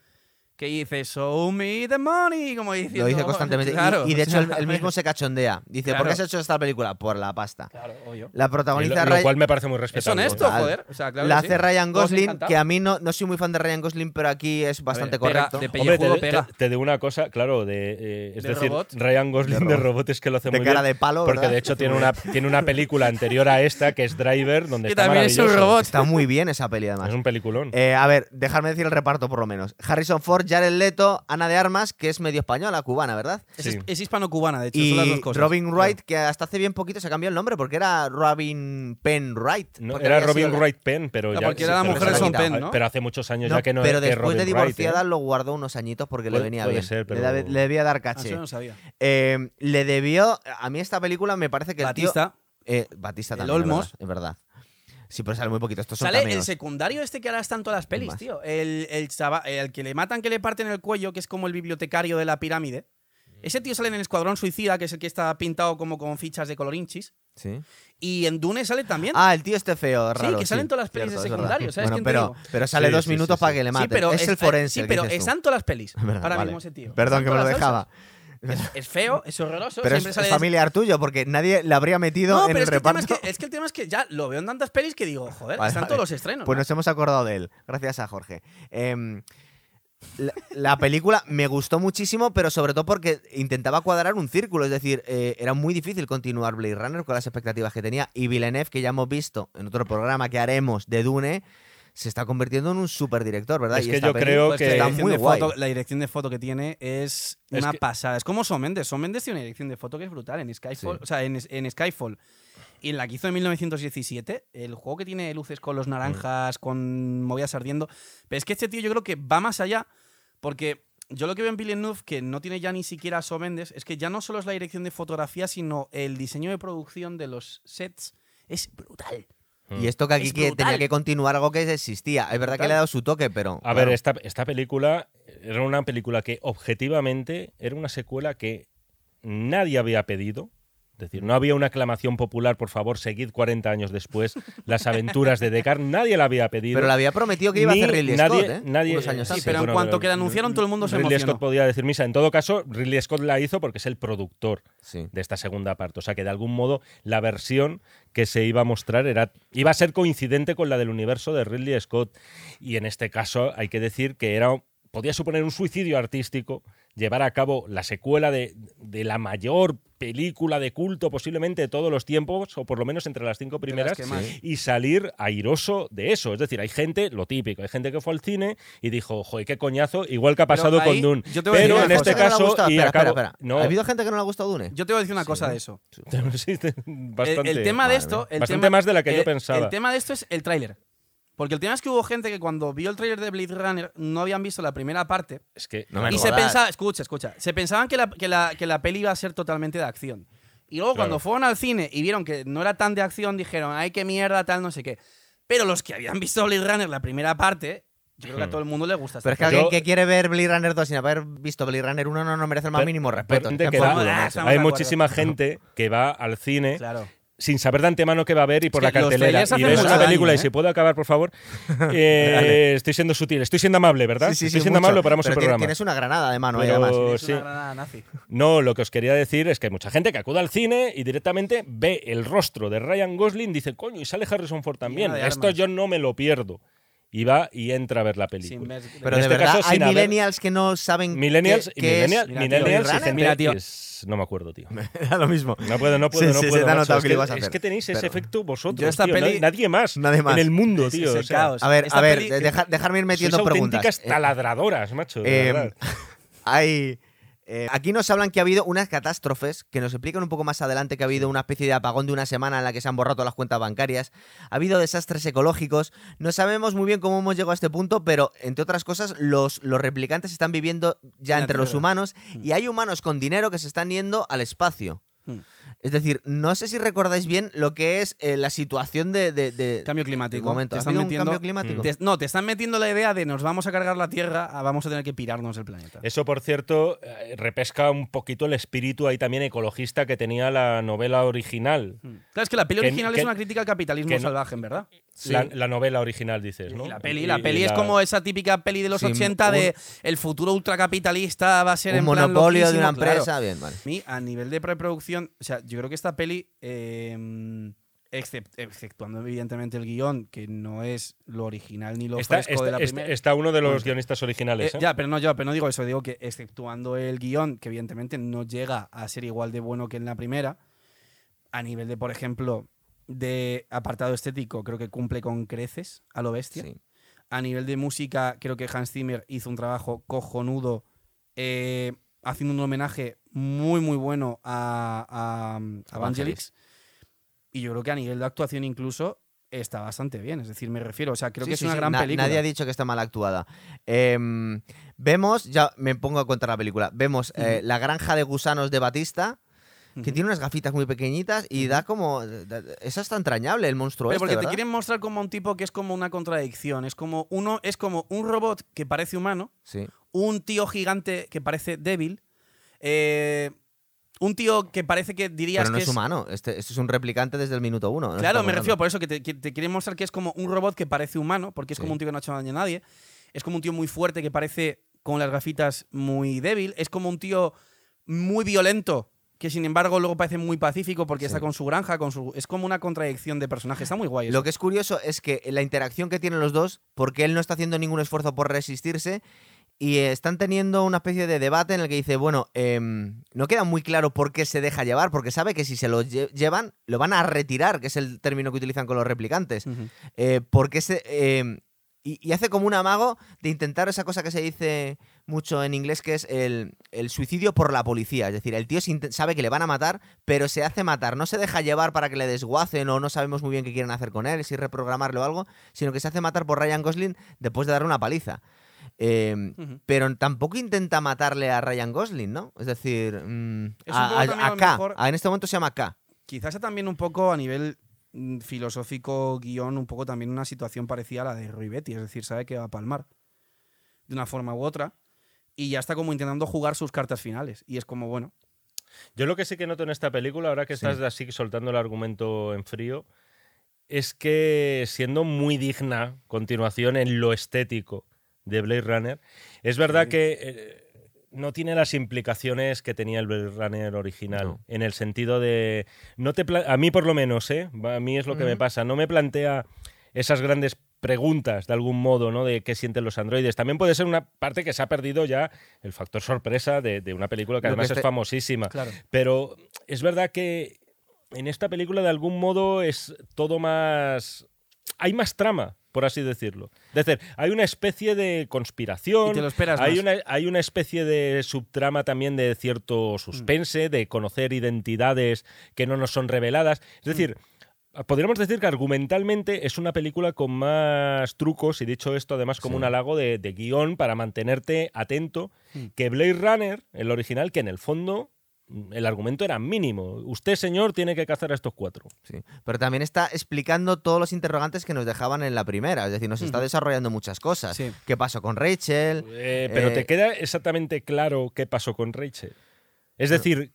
C: Que dice, show me the money, como dice.
A: lo dice constantemente. Y-
C: Claro,
A: y, de
C: o
A: hecho
C: sea,
A: él, él mismo se cachondea. Dice, ¿por qué
C: Claro.
A: se ha hecho esta película? Por la pasta.
C: Claro, obvio.
A: La
B: Y
A: protagonista
B: lo, lo
A: Ray-
B: cual me parece muy
C: Es
B: respetable.
C: honesto,
A: Total.
C: joder. O sea, claro
A: la
C: que
A: hace
C: sí.
A: Ryan
C: Todos
A: Gosling,
C: encantados.
A: que a mí no, no soy muy fan de Ryan Gosling, pero aquí es bastante
C: pega-
A: correcto.
C: de pe-
B: Hombre, te,
C: pellejudo,
B: te-
C: pega.
B: te digo una cosa, claro, de, eh, es
C: ¿De
B: decir,
C: robot?
B: Ryan Gosling
A: De
B: de
A: robot.
B: robot. es que lo hace
A: De
B: muy
A: cara
B: bien,
A: de palo,
B: porque
A: ¿verdad?
B: de hecho tiene una, tiene una película anterior a esta que es Driver, donde
C: Que
B: está
C: también es un
B: maravilloso.
C: robot.
A: Está muy bien esa peli, además.
B: Es un peliculón.
A: Eh, a ver, dejarme decir el reparto por lo menos. Harrison Ford, Jared Leto, Ana de Armas, que es medio española, cubana, ¿verdad?
C: Es,
B: Sí.
C: es hispano-cubana, de hecho, son las
A: Y
C: dos cosas.
A: Robin Wright, que hasta hace bien poquito se cambió el nombre porque era Robin Penn Wright.
B: No,
A: porque
B: era
A: había
B: Robin
A: sido la-
B: Wright Penn, pero
C: No,
B: ya.
C: porque era la
B: pero
A: mujer
B: se
A: de
B: la
A: Sean
B: quita.
C: Penn, ¿no?
B: Pero hace muchos años
A: No,
B: ya que no
A: pero
B: es
A: después
B: Robin
A: de divorciada
B: Wright, ¿eh?
A: lo guardó unos añitos porque le
B: Puede-
A: venía
B: puede
A: bien.
B: ser, pero-
A: le, da- le debía dar
C: Ah, eso
A: caché.
C: no sabía.
A: Eh, le debió. A mí esta película me parece que el tío-
C: Batista.
A: Eh, Batista
C: El
A: también. es
C: Olmos.
A: verdad, Es verdad, Sí, pero sale muy poquito. Estos son
C: Sale el
A: cameos.
C: secundario este que ahora está en todas las pelis,
A: más.
C: tío. El, el, chava- el que le matan, que le parten el cuello, que es como el bibliotecario de la pirámide. Ese tío sale en el Escuadrón Suicida, que es el que está pintado como con fichas de colorinchis.
A: Sí.
C: Y en Dune sale también.
A: Ah, el tío este feo,
C: Sí,
A: raro.
C: que salen todas las pelis de
A: es verdad.
C: secundario, ¿sabes
A: Bueno,
C: quién te
A: pero,
C: digo?
A: pero sale
B: Sí,
A: dos
B: sí,
A: minutos
B: sí,
A: para
B: sí.
A: que le
C: Sí,
A: maten.
C: pero eh,
A: es, el forense.
C: Sí,
A: el que
C: pero
A: dices tú.
C: están todas las pelis.
A: Es verdad,
C: ahora
A: vale.
C: mismo ese tío.
A: Perdón
C: Están
A: que me lo
C: todas las
A: dejaba.
C: bolsas. Es feo, es horroroso.
A: Pero es,
C: siempre
A: es
C: sale
A: familiar tuyo, porque nadie le habría metido
C: No,
A: en
C: pero
A: el
C: es que, el tema
A: reparto.
C: es, que, es que el tema es que ya lo veo en tantas pelis que digo, joder,
A: Vale,
C: están
A: vale.
C: todos los estrenos.
A: Pues
C: ¿no?
A: nos hemos acordado de él, gracias a Jorge. Em, la, la película me gustó muchísimo, pero sobre todo porque intentaba cuadrar un círculo. Es decir, eh, era muy difícil continuar Blade Runner con las expectativas que tenía. Y Villeneuve, que ya hemos visto en otro programa que haremos de Dune, se está convirtiendo en un superdirector, ¿verdad?
B: Es
A: Y
B: que
A: esta
B: yo
A: peli,
B: creo
C: Pues
B: que-
C: la
A: está
C: dirección
A: muy
C: de
A: guay.
C: foto- la dirección de foto que tiene es
B: Es
C: una
B: que-
C: pasada. Es como Son Mendes. Son Mendes tiene una dirección de foto que es brutal en Skyfall.
A: Sí.
C: O sea, en, en Skyfall. Y en la que hizo en 1917, el juego que tiene luces con los
B: Mm.
C: naranjas, con movidas ardiendo. Pero es que este tío yo creo que va más allá, porque yo lo que veo en Villeneuve, que no tiene ya ni siquiera a Son Mendes, es que ya no solo es la dirección de fotografía, sino el diseño de producción de los sets. Es brutal.
B: ¿eh? Mm.
A: Y esto que aquí
C: Es
A: que tenía
C: brutal.
A: que continuar algo que existía. Es verdad que
C: Brutal.
A: le ha dado su toque, pero.
B: A ver,
A: claro.
B: esta, esta película era una película que objetivamente era una secuela que nadie había pedido. Es decir, no había una aclamación popular, por favor, seguid 40 años después las aventuras de Descartes. Nadie la había pedido.
A: Pero le había prometido que iba a
B: Ni
A: hacer Ridley
B: nadie-
A: Scott, ¿eh?
B: nadie-
A: Unos años
B: Sí,
C: Sí,
A: antes.
C: pero en
B: bueno,
C: cuanto que la
B: pero-
C: anunciaron, todo el mundo se
B: Ridley
C: emocionó.
B: Scott podía decir misa. En todo caso, Ridley Scott la hizo porque es el productor
A: Sí.
B: de esta segunda parte. O sea que de algún modo la versión que se iba a mostrar era iba a ser coincidente con la del universo de Ridley Scott. Y en este caso hay que decir que era podía suponer un suicidio artístico llevar a cabo la secuela de, de la mayor película de culto posiblemente de todos los tiempos, o por lo menos entre las cinco
C: las
B: primeras,
C: que más.
B: y salir airoso de eso. Es decir, hay gente, lo típico, hay gente que fue al cine y dijo, joder, qué coñazo, igual que ha
C: Pero
B: pasado con
C: ahí,
B: Dune.
C: yo te voy a
B: Pero
C: decir
B: en
C: una
B: este
A: Gente que no le ha
B: caso...
A: gustado-
B: y
A: espera, espera,
B: acabo-
A: espera.
B: No,
A: ¿Ha habido gente que no le ha gustado Dune?
C: Yo te voy a decir una cosa de eso.
B: Sí,
C: El-
B: bastante.
C: El, tema
A: Madre
C: de esto.
A: mía.
C: El
B: Bastante
C: tema,
B: más de la que yo
C: el-
B: pensaba.
C: El tema de esto es el tráiler. Porque el tema es que hubo gente que cuando vio el tráiler de Blade Runner no habían visto la primera parte.
B: Es que
A: No me
C: y
A: Bueno,
C: se
A: jodas.
C: pensaba, escucha, escucha, se pensaban que la, que, la, que la peli iba a ser totalmente de acción. Y luego cuando
B: Claro.
C: fueron al cine y vieron que no era tan de acción, dijeron, ay, qué mierda, tal, no sé qué. Pero los que habían visto Blade Runner la primera parte,
B: Hmm.
C: Yo creo que a todo el mundo le gusta. esta
A: Pero es que
B: Yo-
A: alguien que quiere ver Blade Runner 2 sin haber visto Blade Runner 1 no, no merece el más
B: Pero-
A: mínimo
B: pero
A: respeto.
B: gente
A: Está
B: que
A: en
B: va-
A: forma de
C: Ah,
A: macho.
C: estamos de
B: Hay
C: acuerdo.
B: muchísima gente que va al cine
C: Claro.
B: sin saber de antemano qué va a ver y por
C: que
B: la
C: los
B: cartelera.
C: trailers hacen
B: Y ves
C: mucho
B: una
C: daño,
B: película
C: ¿eh?
B: y si puedo acabar, por favor. Eh, estoy siendo sutil, estoy siendo amable, ¿verdad?
A: Sí, sí, sí,
B: estoy siendo
A: mucho.
B: amable, paramos
A: Pero
B: el
A: tienes-
B: programa.
A: Tienes una granada de mano ahí,
B: Pero-
A: además.
B: Pues
C: Es una
B: sí.
C: granada nazi.
B: No, lo que os quería decir es que hay mucha gente que acude al cine y directamente ve el rostro de Ryan Gosling, dice, coño, y sale Harrison Ford también.
C: Llena de
B: Esto
C: armas.
B: yo no me lo pierdo. Y va y entra a ver la
C: Sin
B: película.
C: ver-
A: Pero
B: en
A: de
B: este
A: verdad,
B: caso,
A: hay
B: sin haber-
A: millennials que no saben.
B: Millennials
A: qué-
B: y
A: qué es-
B: millennials,
C: Mira, tío,
B: millennials
A: Blade
B: y Pues
A: Runner.
B: gente
C: Mira, tío.
B: que es- No me acuerdo, tío.
A: Da lo mismo.
B: No puedo, no puedo,
A: Sí,
B: no
A: sí,
B: puedo.
A: se te ha
B: macho.
A: notado
B: es,
A: que lo ibas a
B: es
A: hacer.
B: que tenéis ese
A: Pero-
B: efecto vosotros.
C: Yo esta
B: tío, na-
C: peli-
B: nadie más.
A: Nadie más.
B: En el mundo,
C: Es-
B: tío.
C: es el
B: o sea,
C: caos.
A: A ver,
C: Esta
A: a ver,
C: peli-
A: de- deja- dejarme ir
B: sois
A: metiendo
B: auténticas
A: preguntas. Eh,
B: taladradoras, macho. de
A: Eh,
B: verdad.
A: hay. eh, aquí nos hablan que ha habido unas catástrofes que nos explican un poco más adelante que ha habido una especie de apagón de una semana en la que se han borrado todas las cuentas bancarias. Ha habido desastres ecológicos. No sabemos muy bien cómo hemos llegado a este punto, pero entre otras cosas, los, los replicantes están viviendo ya
C: En la
A: entre los
C: Tierra.
A: humanos
C: Mm.
A: y hay humanos con dinero que se están yendo al espacio.
C: Mm.
A: Es decir, no sé si recordáis bien lo que es eh, la situación de, de- de-
C: Cambio
A: del
C: climático.
A: momento.
C: Te
A: ¿Ha
C: están
A: habido un
C: metiendo-
A: cambio climático?
C: te- no, te están metiendo la idea de nos vamos a cargar la Tierra, a vamos a tener que pirarnos el planeta.
B: Eso, por cierto, eh, repesca un poquito el espíritu ahí también ecologista que tenía la novela original.
C: Mm. Claro, es que la peli
B: Que-
C: original
B: que-
C: es una crítica al capitalismo
B: que no-
C: salvaje, en verdad.
B: La, la novela original, dices, ¿no?
C: Y la peli, la peli es como esa típica peli de los
A: Sí,
C: 80 de el futuro ultracapitalista va a ser
A: Un
C: en plan
A: monopolio de
C: loquísimo,
A: una
C: claro.
A: empresa. Bien, vale.
C: A mí, a nivel de preproducción, o sea, yo creo que esta peli, eh, excep- exceptuando evidentemente el guión, que no es lo original ni lo
B: Está,
C: fresco de la
B: está-
C: primera.
B: está uno de los
C: Bueno.
B: guionistas
C: Eh,
B: originales. ¿eh?
C: ya, pero no, yo pero no digo eso, digo que exceptuando el guión, que evidentemente no llega a ser igual de bueno que en la primera, a nivel de, por ejemplo, de apartado estético, creo que cumple con creces a lo bestia.
A: Sí.
C: A nivel de música, creo que Hans Zimmer hizo un trabajo cojonudo eh, haciendo un homenaje muy, muy bueno a, a, a Vangelis. Y yo creo que a nivel de actuación incluso está bastante bien. Es decir, me refiero, o sea, creo
A: Sí,
C: que es
A: sí,
C: una
A: sí.
C: gran
A: Na-
C: película.
A: Nadie ha dicho que está mal actuada. Em, vemos, ya me pongo a contar la película. Vemos eh, la granja de gusanos de Batista, que
C: Ujú.
A: tiene unas gafitas muy pequeñitas y da como. da- da- Eso está entrañable, el monstruo
C: Pero
A: este,
C: porque
A: ¿verdad?
C: te quieren mostrar como un tipo que es como una contradicción. Es como uno, es como un robot que parece humano,
A: Sí.
C: un tío gigante que parece débil, eh, un tío que parece que dirías
A: Pero no
C: que
A: es humano. Este, este es un replicante desde el minuto uno. ¿no?
C: Claro,
A: Estamos
C: me refiero
A: hablando.
C: por eso que te, que te quieren mostrar que es como un robot que parece humano, porque es
A: Sí.
C: como un tío que no ha hecho daño a nadie. Es como un tío muy fuerte que parece con las gafitas muy débil. Es como un tío muy violento que sin embargo luego parece muy pacífico porque
A: Sí.
C: está con su granja, con su es como una contradicción de personaje. Está muy guay. eso.
A: Lo que es curioso es que la interacción que tienen los dos, porque él no está haciendo ningún esfuerzo por resistirse, y eh, están teniendo una especie de debate en el que dice, bueno, em, no queda muy claro por qué se deja llevar, porque sabe que si se lo lle- llevan, lo van a retirar, que es el término que utilizan con los replicantes.
C: Ujú.
A: Eh, porque se... em, y, y hace como un amago de intentar esa cosa que se dice mucho en inglés, que es el, el suicidio por la policía. Es decir, el tío se inte- sabe que le van a matar, pero se hace matar. No se deja llevar para que le desguacen o no sabemos muy bien qué quieren hacer con él, si reprogramarlo o algo, sino que se hace matar por Ryan Gosling después de darle una paliza. Eh,
C: Ujú.
A: pero tampoco intenta matarle a Ryan Gosling, ¿no? Es decir, mm,
C: Es un
A: a,
C: poco
A: a-
C: también
A: a
C: a lo
A: K.
C: mejor-
A: A- en este momento se llama K.
C: Quizás sea también un poco a nivel mm, filosófico, guión, un poco también una situación parecida a la de Roy Betty, es decir, sabe que va a palmar de una forma u otra y ya está como intentando jugar sus cartas finales y es como, bueno,
B: Yo lo que sí que noto en esta película, ahora que
A: Sí.
B: estás así soltando el argumento en frío, es que siendo muy digna continuación en lo estético de Blade Runner, es verdad
C: Sí.
B: que eh, no tiene las implicaciones que tenía el Blade Runner original,
A: No.
B: en el sentido de no te pla- a mí por lo menos, ¿eh? a mí es lo que me
A: Ujú.
B: pasa, no me plantea esas grandes preguntas de algún modo, ¿no? De qué sienten los androides. También puede ser una parte que se ha perdido ya el factor sorpresa de, de una película que
A: Lo que
B: además
A: este-
B: es famosísima.
C: claro.
B: Pero es verdad que en esta película de algún modo es todo más... Hay más trama, por así decirlo. Es decir, hay una especie de conspiración.
C: Y te lo esperas
B: hay,
C: más.
B: Una, hay una especie de subtrama también de
C: Mm.
B: cierto suspense, de conocer identidades que no nos son reveladas.
C: Mm.
B: Es decir... Podríamos decir que argumentalmente es una película con más trucos, y dicho esto, además, como
A: Sí.
B: un halago de, de guión para mantenerte atento,
C: Mm.
B: que Blade Runner, el original, que en el fondo mm, El argumento era mínimo. Usted, señor, tiene que cazar a estos cuatro.
A: Sí. Pero también está explicando todos los interrogantes que nos dejaban en la primera. Es decir, nos está
C: Ujú.
A: desarrollando muchas cosas.
C: Sí.
A: ¿Qué pasó con Rachel?
B: Eh, pero
A: Eh,
B: te queda exactamente claro qué pasó con Rachel. Es decir,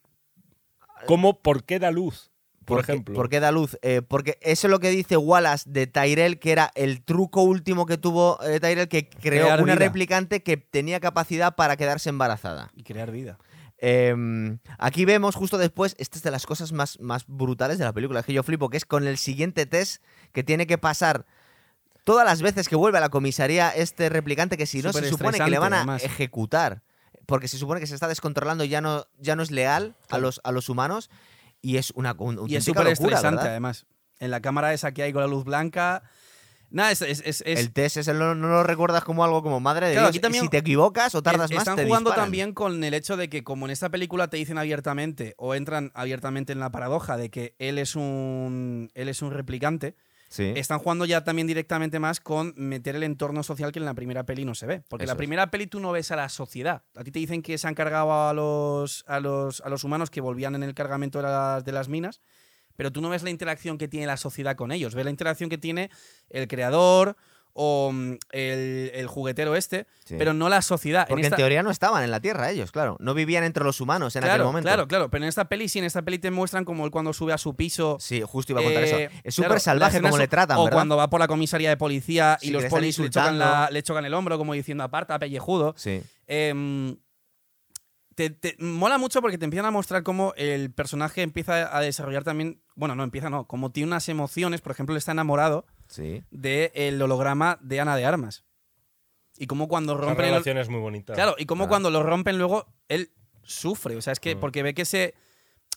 B: cómo, por qué da luz, por,
A: ¿Por qué-
B: ejemplo.
A: ¿Por qué da luz? Eh, porque eso es lo que dice Wallace de Tyrell, que era el truco último que tuvo eh, Tyrell, que creó
C: Crear
A: una
C: vida.
A: replicante que tenía capacidad para quedarse embarazada.
C: Y crear vida.
A: Em, aquí vemos justo después, esta es de las cosas más, más brutales de la película, es que yo flipo, que es con el siguiente test que tiene que pasar todas las veces que vuelve a la comisaría este replicante, que si no se supone que le van a
C: Superestresante, además.
A: ejecutar, porque se supone que se está descontrolando, ya no, ya no es leal a,
C: Claro.
A: los, a los humanos, y es una, un-
C: Y es
A: auténtica
C: súper
A: locura,
C: estresante,
A: ¿verdad?
C: además. En la cámara esa que hay con la luz blanca. Nada, es. es, es- es-
A: El test ese no, no lo recuerdas como algo como madre de
C: Claro,
A: Dios,
C: aquí
A: y
C: también-
A: si te equivocas o tardas
C: es-
A: más
C: Están
A: te
C: jugando
A: disparan.
C: también con el hecho de que, como en esta película te dicen abiertamente, o entran abiertamente en la paradoja de que él es un. él es un replicante.
A: Sí.
C: Están jugando ya también directamente más con meter el entorno social que en la primera peli no se ve. Porque en
A: Eso
C: la
A: es.
C: primera peli tú no ves a la sociedad. A ti te dicen que se han cargado a los, a los, a los humanos que volvían en el cargamento de las, de las minas, pero tú no ves la interacción que tiene la sociedad con ellos. Ves la interacción que tiene el creador o mm, el, el juguetero este,
A: Sí.
C: pero no la sociedad. Ah, En
A: Porque en,
C: esta-
A: teoría no estaban en la Tierra ellos, claro. No vivían entre los humanos en aquel
C: claro,
A: momento.
C: claro, claro. Pero en esta peli sí, en esta peli te muestran como él cuando sube a su piso
A: Sí, justo iba a contar
C: eh,
A: eso. Es súper
C: claro, la
A: salvaje
C: escena
A: como
C: es-
A: le tratan,
C: O
A: ¿verdad?
C: cuando va por la comisaría de policía y
A: Sí,
C: los
A: que le están
C: polis le chocan, la-
A: insultando.
C: le chocan el hombro, como diciendo aparta, pellejudo.
A: Sí,
C: Em, te, te- mola mucho porque te empiezan a mostrar cómo el personaje empieza a desarrollar también. Bueno, no empieza, no. Como tiene unas emociones. Por ejemplo, él está enamorado
A: sí.
C: del holograma de Ana de Armas. Y cómo cuando
B: Esa
C: rompen. el-
B: relación es muy bonita.
C: Claro, y como
A: Ah.
C: cuando lo rompen luego, él sufre. O sea, es que
B: Mm.
C: porque ve que se.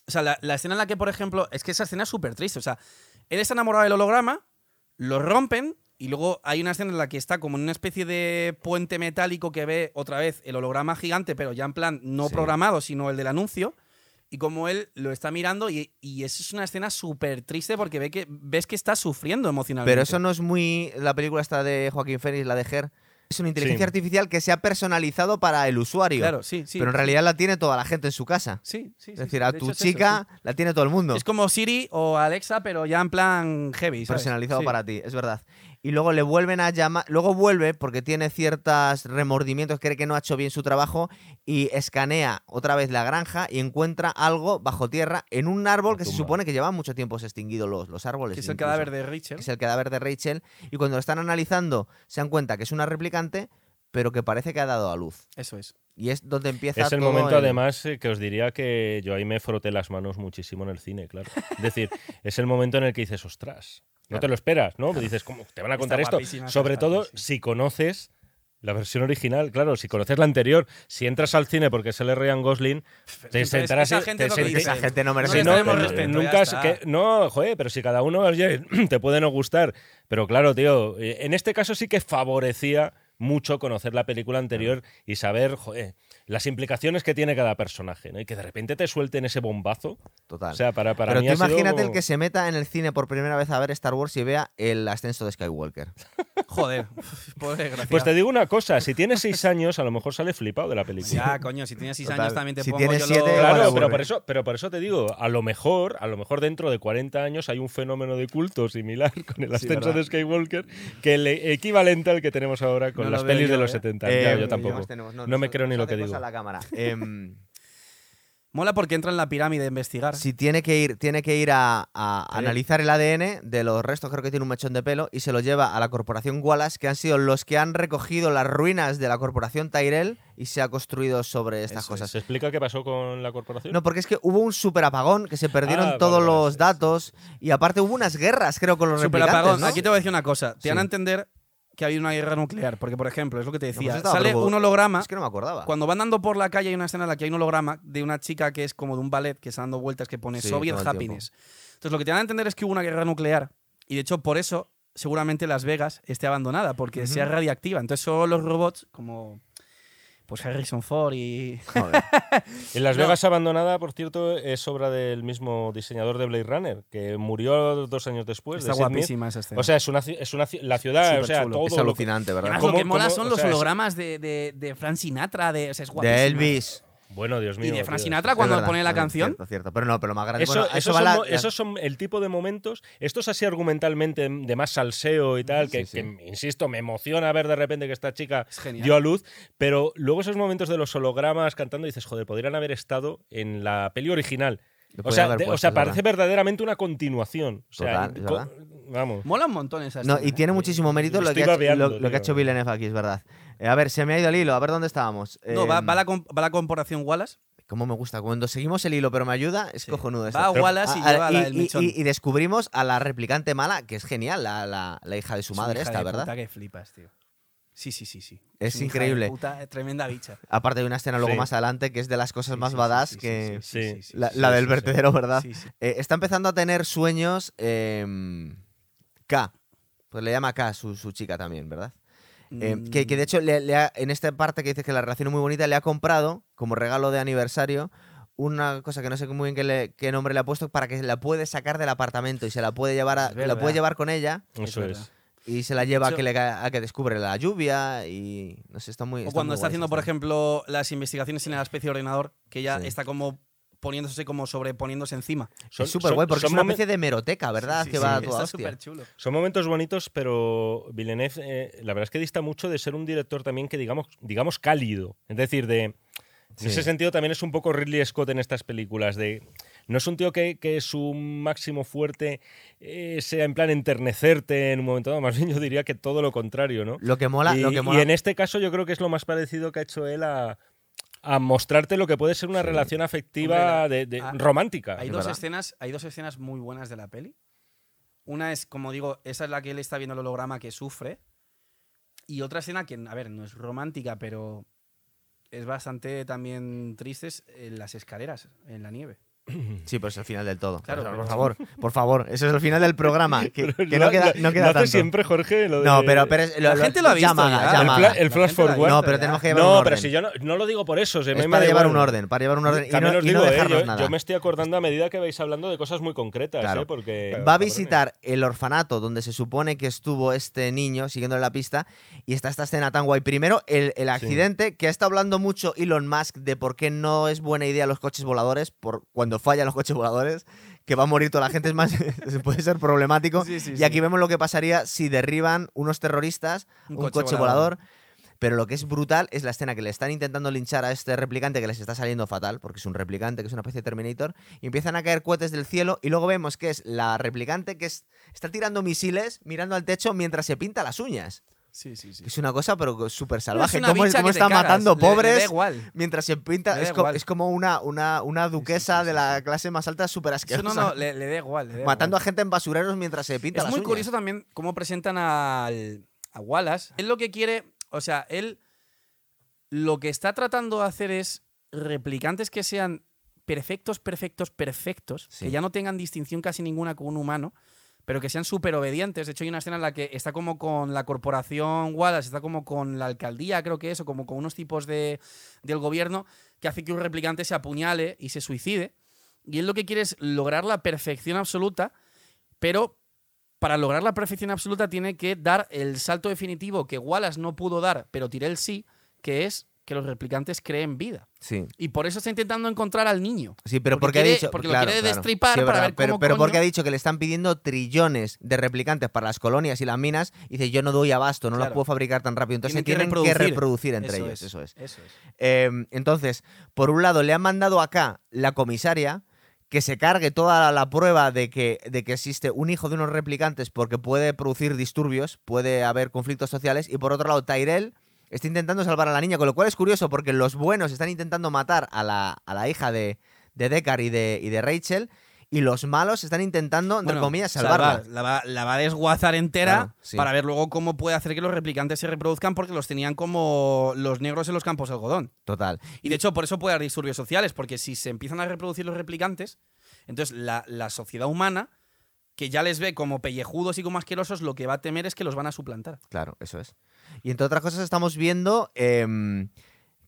C: O sea, la, la escena en la que, por ejemplo, es que esa escena es súper triste. O sea, él está enamorado del holograma, lo rompen y luego hay una escena en la que está como en una especie de puente metálico que ve otra vez el holograma gigante, pero ya en plan no
A: Sí.
C: programado, sino el del anuncio. Y como él lo está mirando y, y eso es una escena súper triste porque ve que, ves que está sufriendo emocionalmente.
A: Pero eso no es muy. La película esta de Joaquín Félix, la de Her. Es una inteligencia
B: Sí.
A: artificial que se ha personalizado para el usuario.
C: Claro, sí, sí.
A: pero en realidad la tiene toda la gente en su casa.
C: Sí, sí, sí,
A: es
C: sí.
A: decir, a
C: De
A: tu
C: hecho es eso, sí.
A: chica la tiene todo el mundo.
C: Es como Siri o Alexa, pero ya en plan heavy. ¿sabes?
A: personalizado
C: Sí.
A: para ti, es verdad. Y luego le vuelven a llamar, luego vuelve porque tiene ciertos remordimientos, cree que no ha hecho bien su trabajo y escanea otra vez la granja y encuentra algo bajo tierra en un árbol
B: La
A: que se
B: tumba.
A: supone que llevan mucho tiempo extinguidos los, los árboles.
C: Que es el
A: incluso,
C: cadáver de
A: que
C: Richard.
A: es el cadáver de Rachel. Y cuando lo están analizando se dan cuenta que es una replicante, pero que parece que ha dado a luz.
C: Eso es.
A: Y es donde empieza
B: Es el
A: todo
B: momento, además, eh, que os diría que yo ahí me froté las manos muchísimo en el cine, claro. Es decir, es el momento en el que dices, ostras, no
A: Claro.
B: te lo esperas, ¿no? Dices, ¿cómo te van a
C: Está
B: contar esto?
C: guapísima, está
B: Sobre todo
C: guapísima.
B: si conoces la versión original, claro, si conoces la anterior, si entras al cine porque sale Ryan Gosling, te
C: entonces,
B: sentarás
C: esa gente
B: te
C: es lo que
B: sent-
C: dice.
A: Esa gente no
C: No
A: merece
B: si
C: les
B: no,
C: tenemos
B: eh,
C: respeto, ya
B: nunca
C: está.
B: que- no, joder, pero si cada uno oye, te puede no gustar, pero claro, tío, eh, en este caso sí que favorecía mucho conocer la película anterior y saber, joder, las implicaciones que tiene cada personaje, ¿no? Y que de repente te suelten ese bombazo,
A: Total.
B: o sea, para para
A: Pero
B: mí
A: tú
B: ha sido
A: imagínate el
B: como-
A: que se meta en el cine por primera vez a ver Star Wars y vea el ascenso de Skywalker.
C: Joder. Pobre desgraciado.
B: Pues te digo una cosa, si tienes seis años, a lo mejor sale flipado de la película.
C: Ya, coño, si tienes 6
A: Total.
C: años también te
A: Si
C: pongo
A: tienes
C: yo
A: siete,
C: lo...
A: igual
B: Claro,
A: aburre.
B: pero por eso, pero por eso te digo, a lo mejor, a lo mejor dentro de 40 años hay un fenómeno de culto similar con el
A: Sí,
B: ascenso
A: ¿verdad?
B: de Skywalker que el equivalente al que tenemos ahora con
C: No lo
B: las
C: veo
B: pelis
C: yo,
B: de los
C: ¿eh?
B: 70.
A: Eh,
B: Ya,
A: ¿qué
B: yo
A: más
B: tampoco.
A: tenemos?
B: No me
A: nos-
B: creo ni
A: nos
B: lo
A: hace
B: que
A: cosa
B: digo.
A: la cámara. Em,
C: Mola porque entra en la pirámide a investigar.
A: si tiene que ir, tiene que ir a, a
B: Sí.
A: analizar el ADN de los restos, creo que tiene un mechón de pelo, y se lo lleva a la corporación Wallace, que han sido los que han recogido las ruinas de la corporación Tyrell y se ha construido sobre estas
C: Eso
A: cosas.
B: ¿Se explica qué pasó con la corporación?
A: No, porque es que hubo un superapagón, que se perdieron
B: Ah,
A: todos
B: vale, vale,
A: los
B: sí,
A: datos, y aparte hubo unas guerras, creo, con los
C: Super
A: replicantes,
C: apagón.
A: ¿no?
C: Aquí te voy a decir una cosa. Te
A: Sí.
C: van a entender que ha habido una guerra nuclear. Porque, por ejemplo, es lo que te
A: No, pues
C: decía.
A: estaba
C: sale
A: preocupado.
C: un holograma.
A: Es que no me acordaba.
C: Cuando van andando por la calle hay una escena en la que hay un holograma de una chica que es como de un ballet que está dando vueltas que pone
A: Sí,
C: Soviet
A: todo el tiempo.
C: Happiness. Entonces lo que te van a entender es que hubo una guerra nuclear y de hecho por eso seguramente Las Vegas esté abandonada porque sea
A: Ujú.
C: radiactiva. Entonces solo los robots como pues Harrison Ford y
A: Joder.
B: En Las
C: No.
B: Vegas abandonada, por cierto, es obra del mismo diseñador de Blade Runner, que murió dos años después.
C: está
B: Pues de Sid Mead.
C: guapísima esa escena.
B: O sea, es una, ci- es una ci- la ciudad, o sea,
C: Superchulo.
B: todo
A: es
B: lo que-
A: alucinante,
C: Además,
A: ¿verdad?
B: ¿Cómo-
C: lo que mola
B: cómo-
C: son
B: o
C: los
B: sea, es-
C: hologramas de, de, de Frank Sinatra, de, o sea, es guapísima.
A: De Elvis.
B: Bueno, Dios mío.
C: Y de Frank
B: tío.
C: Sinatra
A: Es
C: cuando
A: verdad,
C: pone la
A: es verdad,
C: canción.
A: Cierto, cierto. Pero no, pero lo más grande.
B: Eso-
A: bueno, a eso
B: esos,
A: va
B: son,
A: la-
B: mo-
A: la-
B: esos son el tipo de momentos, estos así argumentalmente de más salseo y tal,
A: Sí,
B: que,
A: sí.
B: que, insisto, me emociona ver de repente que esta chica
C: Es genial.
B: dio a luz, pero luego esos momentos de los hologramas cantando dices, joder, podrían haber estado en la peli original.
A: le
B: O
A: podían
B: sea,
A: haber
B: de- o
A: puesto,
B: sea,
A: es verdad.
B: parece verdaderamente una continuación. O sea,
A: Total,
B: y
A: es
B: co-
A: verdad.
B: vamos.
C: Mola un montón esa
A: No,
C: escena,
A: y
C: ¿eh?
A: tiene muchísimo mérito lo
B: Estoy
A: que, ha hecho,
B: babeando,
A: lo- lo que ha
B: tío.
A: hecho Villeneuve aquí, es verdad. Eh, a ver, se me ha ido el hilo. A ver dónde estábamos.
C: No, va,
A: Eh,
C: va la, com- va la corporación Wallace.
A: Cómo me gusta. Cuando seguimos el hilo, pero me ayuda, es
C: Sí.
A: cojonudo. esto.
C: Va a
A: Pero-
C: Wallace y
A: Ah, ah,
C: lleva a la del mechón.
A: y- y descubrimos a la replicante mala, que es genial, la, la- la hija de su
C: Es una
A: madre,
C: hija
A: esta,
C: de
A: ¿verdad?
C: puta que flipas, tío. Sí, sí, sí, sí.
A: Es
C: una hija de
A: increíble.
C: puta, eh, tremenda bicha.
A: Aparte de una escena luego
B: Sí.
A: más adelante que es de las cosas
C: Sí,
A: más
C: sí, sí,
A: badass
C: sí, sí,
A: que.
C: sí, sí, sí, sí,
A: la
C: sí,
A: la
C: sí,
A: del
C: sí,
A: vertedero, ¿verdad?
C: sí, sí.
A: Eh, está empezando a tener sueños. em, K. Pues le llama K su, su chica también, ¿verdad? Eh,
C: Mm,
A: que, que de hecho le- le ha- en esta parte que dices que la relación es muy bonita, le ha comprado como regalo de aniversario una cosa que no sé muy bien qué, le- qué nombre le ha puesto para que la puede sacar del apartamento y se la puede llevar a- la
C: Es
A: puede
C: verdad.
A: llevar con ella
C: Es
B: Eso
C: verdad.
B: es.
A: y se la lleva
C: hecho-
A: a, que le, ca- a que descubre la lluvia y no sé, está muy...
C: O cuando
A: muy
C: está
A: guay
C: haciendo,
A: esa
C: por
A: escena.
C: ejemplo, las investigaciones en la especie de ordenador, que ya
A: Sí.
C: está como poniéndose como sobreponiéndose encima.
B: Son-
A: es súper
B: son-
A: guay porque es
B: son
A: una
B: momen-
A: especie de hemeroteca, ¿verdad?
C: Sí, sí,
A: que
C: sí,
A: va a toda
C: Está
A: hostia.
C: súper chulo.
B: Son momentos bonitos, pero Villeneuve, eh, la verdad es que dista mucho de ser un director también que digamos, digamos cálido. Es decir, de en
A: Sí.
B: ese sentido también es un poco Ridley Scott en estas películas. De, no es un tío que, que su máximo fuerte eh, sea en plan enternecerte en un momento dado. Más bien yo diría que todo lo contrario, ¿no?
A: Lo que mola,
B: y,
A: lo que
B: y
A: mola.
B: en este caso yo creo que es lo más parecido que ha hecho él a, a mostrarte lo que puede ser una
A: Sí.
B: relación afectiva
C: Hombre, la-
B: de, de-
C: ah,
B: romántica.
C: Hay
A: es
C: dos,
A: verdad.
C: escenas, hay dos escenas muy buenas de la peli. Una es, como digo, esa es la que él está viendo el holograma que sufre. Y otra escena que, a ver, no es romántica, pero es bastante también triste, es en las escaleras, en la nieve.
A: Sí, pero es el final del todo.
C: Claro,
A: por
C: pero-
A: favor, por favor, eso es el final del programa. Que, que no
B: Lo-
A: queda,
B: lo-
A: no queda
B: lo hace
A: tanto.
B: siempre Jorge. lo
A: No,
B: de-
A: pero, pero es-
C: La gente lo ha visto
A: llama,
C: ya.
A: llama.
B: El
C: llamada.
B: fla- el flash
C: La gente la ha
B: forward.
C: visto
A: No, pero
C: ya.
A: tenemos que llevar un
B: No,
A: orden.
B: pero si yo no, no lo digo por eso. se me
A: es
B: me
A: para
B: da
A: llevar
B: igual.
A: un orden, para llevar un orden y
B: También
A: no,
B: os
A: y
B: digo,
A: no
B: eh,
A: dejarnos
B: yo,
A: nada.
B: yo me estoy acordando a medida que vais hablando de cosas muy concretas,
A: Claro.
B: eh, porque
A: Va a visitar el orfanato donde se supone que estuvo este niño siguiendo la pista y está esta escena tan guay. Primero, el, el accidente, que ha estado hablando mucho Elon Musk de por qué no es buena idea los coches voladores, por cuando fallan los coches voladores, que va a morir toda la gente, es más, puede ser problemático.
C: Sí, sí,
A: y
C: sí.
A: aquí vemos lo que pasaría si derriban unos terroristas un, coche, volador. Pero lo que es brutal es la escena que le están intentando linchar a este replicante que les está saliendo fatal, porque es un replicante, que es una especie de Terminator, y empiezan a caer cohetes del cielo y luego vemos que es la replicante que es- está tirando misiles mirando al techo mientras se pinta las uñas.
C: Sí, sí, sí.
A: Es una cosa pero súper
C: No, es
A: salvaje.
C: una
A: ¿Cómo,
C: bicha
A: cómo
C: que te
A: está
C: cagas,
A: matando
C: le- le da
A: pobres
C: igual.
A: mientras se
C: Le
A: pinta?
C: da
A: Es, co-
C: igual.
A: es como una, una, una duquesa
C: sí,
A: de
C: sí,
A: la
C: sí.
A: clase más alta súper asquerosa.
C: Eso no, no, le, le da igual. le da
A: matando
C: igual.
A: a gente en basureros mientras se pinta
C: Es
A: las
C: muy
A: uñas.
C: curioso también cómo presentan al, a Wallace. Él lo que quiere, o sea, él lo que está tratando de hacer es replicantes que sean perfectos, perfectos, perfectos,
A: Sí.
C: que ya no tengan distinción casi ninguna con un humano, pero que sean súper obedientes. De hecho, hay una escena en la que está como con la corporación Wallace, está como con la alcaldía, creo que es, o como con unos tipos de, del gobierno, que hace que un replicante se apuñale y se suicide. Y él lo que quiere es lograr la perfección absoluta, pero para lograr la perfección absoluta tiene que dar el salto definitivo que Wallace no pudo dar, pero Tyrell sí, que es que los replicantes creen vida.
A: Sí.
C: Y por eso está intentando encontrar al niño.
A: Sí, pero
C: Porque
A: porque, ha
C: quiere-
A: dicho.
C: porque lo
A: claro,
C: quiere
A: claro.
C: destripar
A: Sí, es
C: para
A: verdad,
C: ver
A: pero,
C: cómo
A: pero porque
C: coño-
A: ha dicho que le están pidiendo trillones de replicantes para las colonias y las minas. Y dice, yo no doy abasto, no las
C: Claro.
A: puedo fabricar tan rápido. Entonces
C: Tienen
A: tienen,
C: que
A: que
C: reproducir.
A: reproducir entre
C: Eso
A: ellos.
C: es,
A: Eso es.
C: Eso es.
A: Eh, entonces, por un lado, le han mandado acá la comisaria que se cargue toda la prueba de que, de que existe un hijo de unos replicantes porque puede producir disturbios, puede haber conflictos sociales. Y por otro lado, Tyrell está intentando salvar a la niña, con lo cual es curioso porque los buenos están intentando matar a la, a la hija de, de Deckard y de, y de Rachel y los malos están intentando, entre
C: Bueno,
A: comillas,
C: salvar,
A: salvarla.
C: la, va, la va a desguazar entera
A: Claro, sí.
C: para ver luego cómo puede hacer que los replicantes se reproduzcan porque los tenían como los negros en los campos de algodón.
A: Total.
C: Y de hecho, por eso puede haber disturbios sociales, porque si se empiezan a reproducir los replicantes, entonces la, la sociedad humana, que ya les ve como pellejudos y como asquerosos, lo que va a temer es que los van a suplantar.
A: Claro, eso es. Y entre otras cosas estamos viendo em,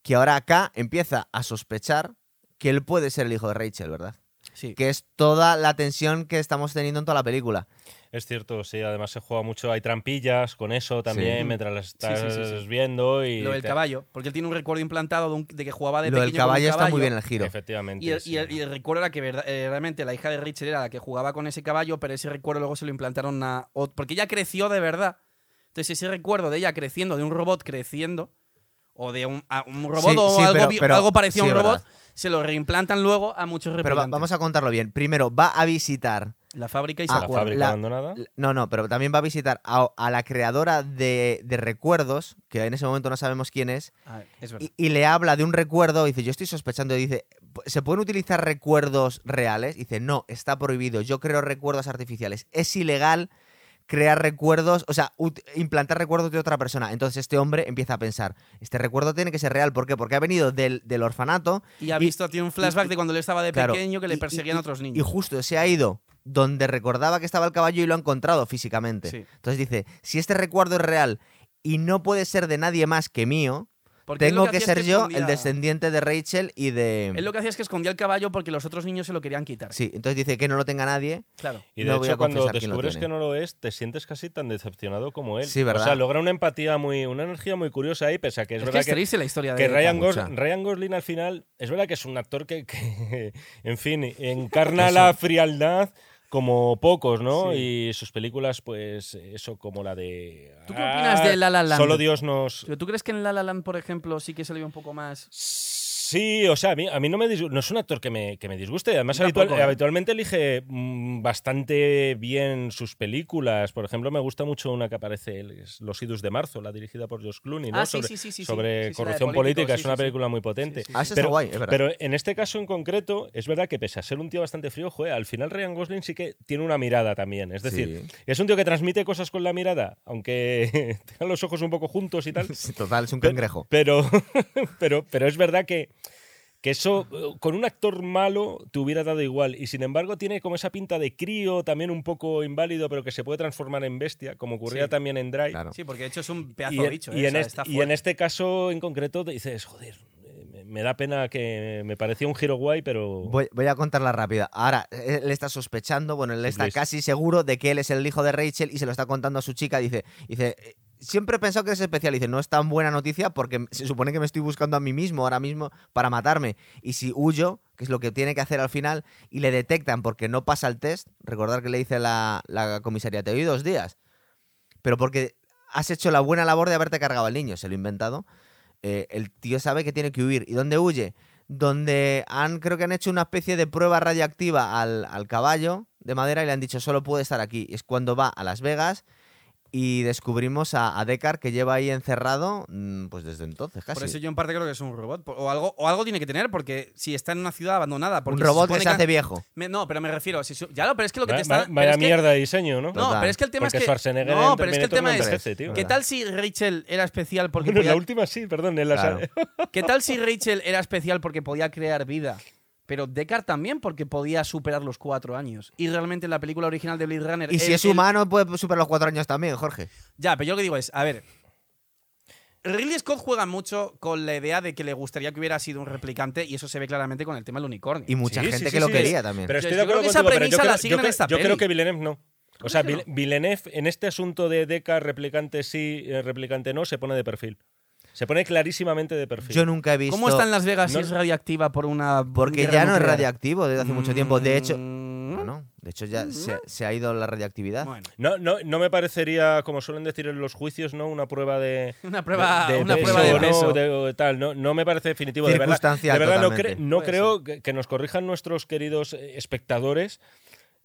A: que ahora acá empieza a sospechar que él puede ser el hijo de Rachel, ¿verdad?
C: Sí.
A: Que es toda la tensión que estamos teniendo en toda la película.
B: Es cierto, sí, además se juega mucho, hay trampillas con eso también,
D: Sí.
B: mientras las
C: Sí, sí,
B: estás
C: sí, sí.
B: viendo y...
C: Lo del
B: te-
C: caballo, porque él tiene un recuerdo implantado de, un- de que jugaba de
A: Lo del
C: pequeño con un
A: caballo está muy bien el giro.
B: Efectivamente.
C: Y el,
B: sí.
C: y el- y el recuerdo era que verda- eh, realmente la hija de Richard era la que jugaba con ese caballo, pero ese recuerdo luego se lo implantaron a. ot- Porque ella creció de verdad. Entonces, ese recuerdo de ella creciendo, de un robot creciendo, o de un, a un robot
A: Sí,
C: o
A: sí,
C: algo,
A: pero-
C: vi-
A: pero-
C: algo parecido
A: sí,
C: a un
A: es
C: robot,
A: verdad.
C: se lo reimplantan luego a muchos
A: Pero va-
C: replicantes.
A: vamos a contarlo bien. Primero, va a visitar.
C: La fábrica y se
A: Ah,
B: la
C: acuerda.
B: fábrica
A: la-
B: abandonada.
A: No, no, pero también va a visitar a, a la creadora de, de recuerdos, que en ese momento no sabemos quién es,
C: Ah, es verdad.
A: y, y le habla de un recuerdo. Dice, yo estoy sospechando. Dice, ¿se pueden utilizar recuerdos reales? Dice, no, está prohibido. Yo creo recuerdos artificiales. Es ilegal crear recuerdos, o sea, ut- implantar recuerdos de otra persona. Entonces este hombre empieza a pensar, este recuerdo tiene que ser real. ¿Por qué? Porque ha venido del, del orfanato
C: Y, ha visto, tiene un flashback
A: y-
C: de cuando él estaba de
A: Claro.
C: pequeño que le
A: Y- y-
C: perseguían
A: y-
C: otros
A: Y
C: niños.
A: justo se ha ido donde recordaba que estaba el caballo y lo ha encontrado físicamente.
C: Sí.
A: Entonces dice, si este recuerdo es real y no puede ser de nadie más que mío,
C: Porque él lo
A: tengo que,
C: hacía es
A: ser yo el
C: escondía-
A: descendiente de Rachel y de...
C: Él lo que hacía es que escondía el caballo porque los otros niños se lo querían quitar.
A: Sí, entonces dice que no lo tenga nadie.
C: Claro.
B: Y de
A: No voy
B: hecho,
A: a
B: cuando
A: confesar quién lo
B: descubres
A: tiene.
B: que no lo es, te sientes casi tan decepcionado como él.
A: Sí, ¿verdad?
B: O sea, logra una empatía muy, una energía muy curiosa ahí, pese a que es,
C: Es, que
B: verdad
C: es triste la historia
B: que
C: de
B: Ryan, Gos-
A: mucha.
B: Ryan Gosling al final es verdad que es un actor que, que, en fin, encarna la frialdad como pocos, ¿no? Y sus películas, pues eso, como la de. "Ah,
C: ¿Tú qué opinas de La La Land?
B: Solo Dios nos.
C: Pero tú crees que en La La Land, por ejemplo, sí que se le vio un poco más.
B: Sí, o sea, a mí, a mí no me disgu- no es un actor que me, que me disguste. Además,
C: Yo tampoco,
B: habitual-
C: ¿eh?
B: habitualmente elige mm, bastante bien sus películas. Por ejemplo, me gusta mucho una que aparece, el- es Los Idus de Marzo, la dirigida por Josh Clooney, ¿no?
C: Ah, sí,
B: sobre
C: sí, sí, sí, sí.
B: sobre
C: Sí, sí, la de
B: corrupción
C: políticos,
B: política.
C: sí,
B: es una
C: sí, sí.
B: película muy potente.
C: Sí, sí,
A: Ah, ese
B: Pero-
A: está guay, es verdad.
B: Pero en este caso en concreto, es verdad que pese a ser un tío bastante frío, joder, al final Ryan Gosling sí que tiene una mirada también. Es decir,
A: Sí.
B: es un tío que transmite cosas con la mirada, aunque tengan los ojos un poco juntos y tal.
A: Sí, Total, es un cangrejo.
B: Pero, pero, pero es verdad que, que eso eh, con un actor malo te hubiera dado igual. Y sin embargo tiene como esa pinta de crío, también un poco inválido, pero que se puede transformar en bestia, como ocurría
C: Sí.
B: también en Drive.
A: Claro.
C: Sí, porque de hecho es un pedazo
B: Y,
C: de
B: en-
C: bicho.
B: y
C: ¿eh? O
B: en
C: sea,
B: este,
C: está
B: y en
C: fuerte.
B: este caso en concreto te dices, joder, eh, me- me da pena que me parecía un giro guay, pero...
A: Voy, voy a contarla rápida. Ahora, eh, él está sospechando, bueno, él está
B: Luis.
A: casi seguro de que él es el hijo de Rachel y se lo está contando a su chica. Dice, dice "Eh, siempre he pensado que eres especial. Dice, no es tan buena noticia porque se supone que me estoy buscando a mí mismo ahora mismo para matarme. Y si huyo, que es lo que tiene que hacer al final, y le detectan porque no pasa el test, recordar que le dice la, la comisaría, te doy dos días. Pero porque has hecho la buena labor de haberte cargado al niño, se lo he inventado. Eh, el tío sabe que tiene que huir. ¿Y dónde huye? Donde han, creo que han hecho una especie de prueba radioactiva al, al caballo de madera y le han dicho solo puede estar aquí. Es cuando va a Las Vegas y descubrimos a, a Deckard que lleva ahí encerrado mm, pues desde entonces casi.
C: Por eso yo en parte creo que es un robot. por- O algo, o algo tiene que tener, porque si está en una ciudad abandonada. Porque
A: Un
C: se
A: robot
C: supone
A: que se hace viejo.
C: me- No, pero me refiero. si su- Ya lo, pero es que lo que
B: Va-
C: te está.
B: va-
C: pero
B: vaya
C: es que-
B: mierda de diseño, ¿no?
C: No,
A: Total.
C: pero es que el tema
B: Porque
C: es que.
B: Schwarzenegger
C: no,
B: en
C: pero es que el
B: Terminator
C: tema
B: no
C: es.
B: envejece, tío.
C: ¿Qué tal si Rachel era especial porque
B: Bueno, en la
C: podía-
B: última sí, perdón, en la
A: Claro.
C: ¿Qué tal si Rachel era especial porque podía crear vida? Pero Deckard también porque podía superar los cuatro años. Y realmente en la película original de Blade Runner.
A: Y si
C: él-
A: es
C: él-
A: humano puede superar los cuatro años también, Jorge.
C: Ya, pero yo lo que digo es, a ver. Ridley Scott juega mucho con la idea de que le gustaría que hubiera sido un replicante y eso se ve claramente con el tema del unicornio.
A: Y mucha
B: Sí,
A: gente
B: sí,
A: que
B: sí,
A: lo
B: sí,
A: quería
B: es-
A: también.
B: Pero
C: Yo-
B: estoy
C: yo
B: de
C: creo
B: acuerdo
C: que esa
B: contigo, pero
C: premisa
B: yo creo,
C: la siguen
B: yo
C: en
B: creo-
C: esta
B: yo creo
C: peli.
B: que Villeneuve no. O sea,
C: que
B: Vil- Villeneuve en este asunto de Deca, replicante sí, eh, replicante no, se pone de perfil. Se pone clarísimamente de perfil.
A: Yo nunca he visto...
C: ¿Cómo está en Las Vegas si
B: No-
C: es radiactiva por una.
A: Porque
C: guerra
A: ya no es
C: nuclear?
A: radiactivo desde hace mucho tiempo. De hecho,
C: Mm,
A: bueno, ¿Ah, de hecho ya se, se ha ido la radiactividad.
C: bueno.
B: no, no, no me parecería, como suelen decir en los juicios, ¿no? Una prueba de.
C: Una prueba
B: de-
C: de,
B: de
C: una
B: peso,
C: prueba de
B: ¿no?
C: peso.
B: de- o de tal. No, no me parece definitivo. De verdad,
A: Circunstancial
B: de verdad no,
A: totalmente.
B: cre- no
C: Puede
B: creo que, que nos corrijan nuestros queridos eh, espectadores.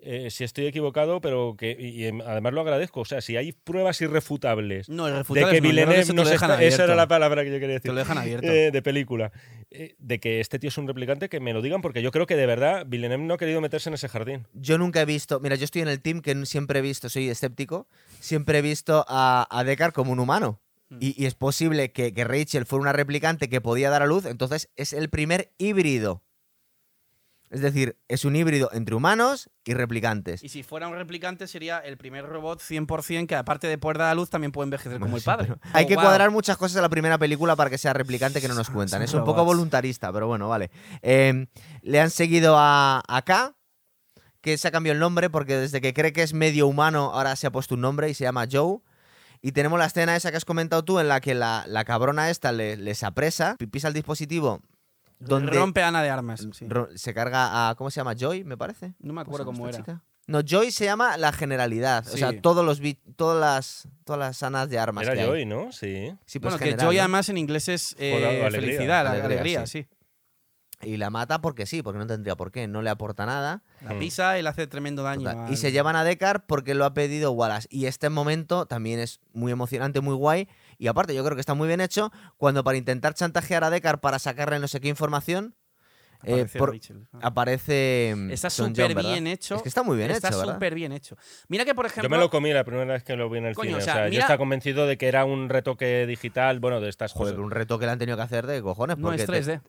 B: eh, si estoy equivocado, pero que. Y, y, em, además lo agradezco. O sea, si hay pruebas irrefutables
C: No, el
B: de
C: refutable
B: que
C: es Mm, no, yo creo
B: Villeneuve
C: eso te
B: nos
C: lo dejan
B: está- Esa era
C: abierto.
B: la palabra que yo quería decir.
C: Te lo dejan abierto.
B: eh, de película. Eh, de que este tío es un replicante, que me lo digan, porque yo creo que de verdad Villeneuve no ha querido meterse en ese jardín.
A: Yo nunca he visto, mira, yo estoy en el team que siempre he visto, soy escéptico, siempre he visto a, a Deckard como un humano.
C: Mm.
A: Y, y es posible que, que Rachel fuera una replicante que podía dar a luz, entonces es el primer híbrido. Es decir, es un híbrido entre humanos y replicantes.
C: Y si fuera un replicante, sería el primer robot 100% que, aparte de poder dar a luz, también puede envejecer como el padre.
A: Hay
C: Oh,
A: que
C: wow.
A: cuadrar muchas cosas a la primera película para que sea replicante que no nos cuentan.
C: son
A: Es un poco
C: robots.
A: Em, voluntarista, pero bueno, vale. Eh, le han seguido a, a K, que se ha cambiado el nombre porque desde que cree que es medio humano ahora se ha puesto un nombre y se llama Joe. Y tenemos la escena esa que has comentado tú en la que la, la cabrona esta le- les apresa, pi- pisa el dispositivo donde
C: Rompe Ana de armas. sí.
A: Mm, ro- pues se carga a... ¿Cómo se llama? Joy, me parece.
C: No me acuerdo
A: se
C: cómo
A: llama
C: era.
A: esta chica? No, Joy se llama la generalidad. O
C: Sí.
A: sea, todos los bi- todas las todas las sanas de armas.
B: Era
A: que hay.
B: Joy, ¿no? Sí.
A: Sí, pues
C: bueno, que
A: general,
C: joy
A: ¿no?
C: además en inglés es eh,
B: Joder, alegría.
C: felicidad, la-
A: Alegría,
C: alegría,
A: sí.
C: sí.
A: Y la mata porque sí, porque no tendría por qué, no le aporta nada.
C: La
B: Mm.
C: pisa, él hace tremendo daño.
A: Total.
C: al-
A: Y se llevan a Deckard porque lo ha pedido Wallace. Y este momento también es muy emocionante, muy guay. Y aparte, yo creo que está muy bien hecho cuando para intentar chantajear a Deckard para sacarle no sé qué información, eh,
C: aparece
A: por-
C: Rachel. Ah.
A: aparece. mm,
C: Está
A: Son John,
C: súper
A: ¿verdad?
C: bien hecho.
A: Es que está muy bien
C: Está
A: hecho, ¿verdad?
C: súper bien hecho. Mira que, por ejemplo.
B: Yo me lo comí la primera vez que lo vi en el
C: Coño,
B: cine.
C: o
B: O
C: sea,
B: sea, yo
C: mira-
B: estaba convencido de que era un retoque digital, bueno, de estas
A: Joder,
B: cosas.
A: un reto que le han tenido que hacer de cojones.
C: no
A: porque
C: es
A: te-
C: 3D.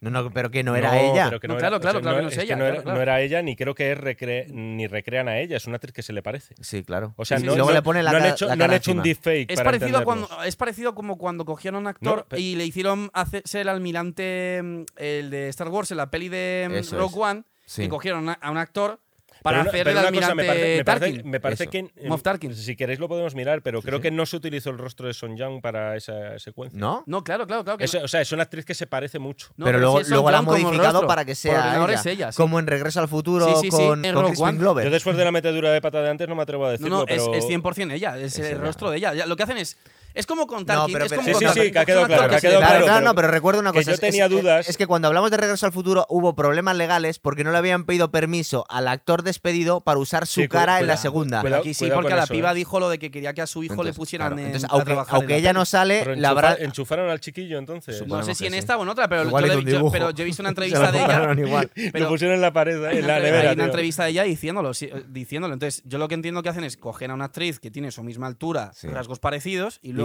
A: No, no, pero que no era ella.
B: pero que
C: No,
B: no
C: claro,
B: era-
C: claro,
B: o sea,
C: claro que no es ella,
B: que no,
C: claro,
B: era,
C: claro.
B: no era ella, ni creo que es recre- ni recrean a ella, es una actriz que se le parece.
A: Sí, claro.
B: O sea,
A: Sí,
B: no,
A: y luego
B: no-
A: le pone la,
B: no han
A: ca-
B: hecho,
A: la
B: no
A: cara
B: han hecho un
A: encima.
B: deepfake.
C: Es
B: para
C: parecido, a cuando,
B: entendernos.
C: es parecido como cuando cogieron a un actor
B: No, pe-
C: y le hicieron hace- ser el almirante, mm, el de Star Wars, en la peli de mm,
A: Eso
C: Rogue
A: es.
C: One,
A: Sí.
C: y cogieron a- a un actor para
B: Pero una-
C: hacer
B: pero
C: el
B: una cosa,
C: almirante
B: me parece, me parece-
C: Tarkin.
B: me parece
A: Eso.
B: que. eh,
C: Moff Tarkin.
B: Si queréis lo podemos mirar, pero creo
A: sí.
B: que no se utilizó el rostro de Son Young para esa secuencia.
A: ¿No?
C: No, claro, claro, claro. que
B: Es- o sea, es una actriz que se parece mucho.
C: no,
A: pero luego,
C: sí es
A: luego la han
C: John como
A: modificado
C: rostro.
A: para que
C: Por
A: sea
C: ordenador
A: ella.
C: es ella, sí.
A: Como en Regreso al Futuro
C: Sí, sí, sí,
A: con,
C: en
A: con
C: Rogue
A: Crispin
C: One.
A: Glover.
B: Yo después de la metedura de pata de antes no me atrevo a
C: No,
B: decirlo,
C: no, es,
B: pero.
C: es 100% ella,
A: Es
C: es, el
A: ella.
C: rostro de ella. Ya, Lo que hacen es. Es como con
A: No,
C: Tarkin.
A: pero-
C: es
A: pero-
C: como
A: Sí,
C: con
A: sí,
C: Tarkin,
A: sí, que ha
C: es un
B: quedado
C: actor
B: claro, que ha
C: se
B: quedado
C: le-
B: claro.
A: Claro,
B: pero-
A: no, no, pero recuerdo una
B: que
A: cosa.
B: yo
A: es-
B: tenía
A: es, es-
B: dudas.
A: Es que cuando hablamos de Regreso al Futuro hubo problemas legales porque no le habían pedido permiso al actor despedido para usar su
B: Sí, cu-
A: cara en la
B: cuidado,
A: segunda.
B: cuidado,
C: Aquí sí,
B: cuidado
C: porque
B: con
C: la
B: eso,
C: piba
B: ¿eh?
C: dijo lo de que quería que a su hijo
A: Entonces,
C: le pusieran
A: claro,
C: en-
A: entonces,
C: a
A: aunque,
C: trabajar en
A: aunque
C: la
A: ella
C: tele.
A: no sale,
B: Pero
A: Eh, la
B: enchufa-
A: habrá.
B: enchufaron al chiquillo entonces.
A: Supongo
C: No sé
A: Suponemos
C: si
A: que
C: en
A: sí.
C: esta o en otra, pero, yo,
A: Igual hizo
C: le-
A: un
C: yo-
A: dibujo.
C: pero yo he visto
A: Se
C: una entrevista
A: la
C: de ella.
A: compraron igual.
C: pero-
B: lo pusieron en la pared,
C: Hay
B: en
C: una
B: la
C: entre-
B: nevera.
C: Hay
B: tío.
C: una entrevista de ella diciéndolo, sí, eh, diciéndolo. Entonces, yo lo que entiendo que hacen es coger a una actriz que tiene su misma altura,
A: Sí.
C: rasgos parecidos, y luego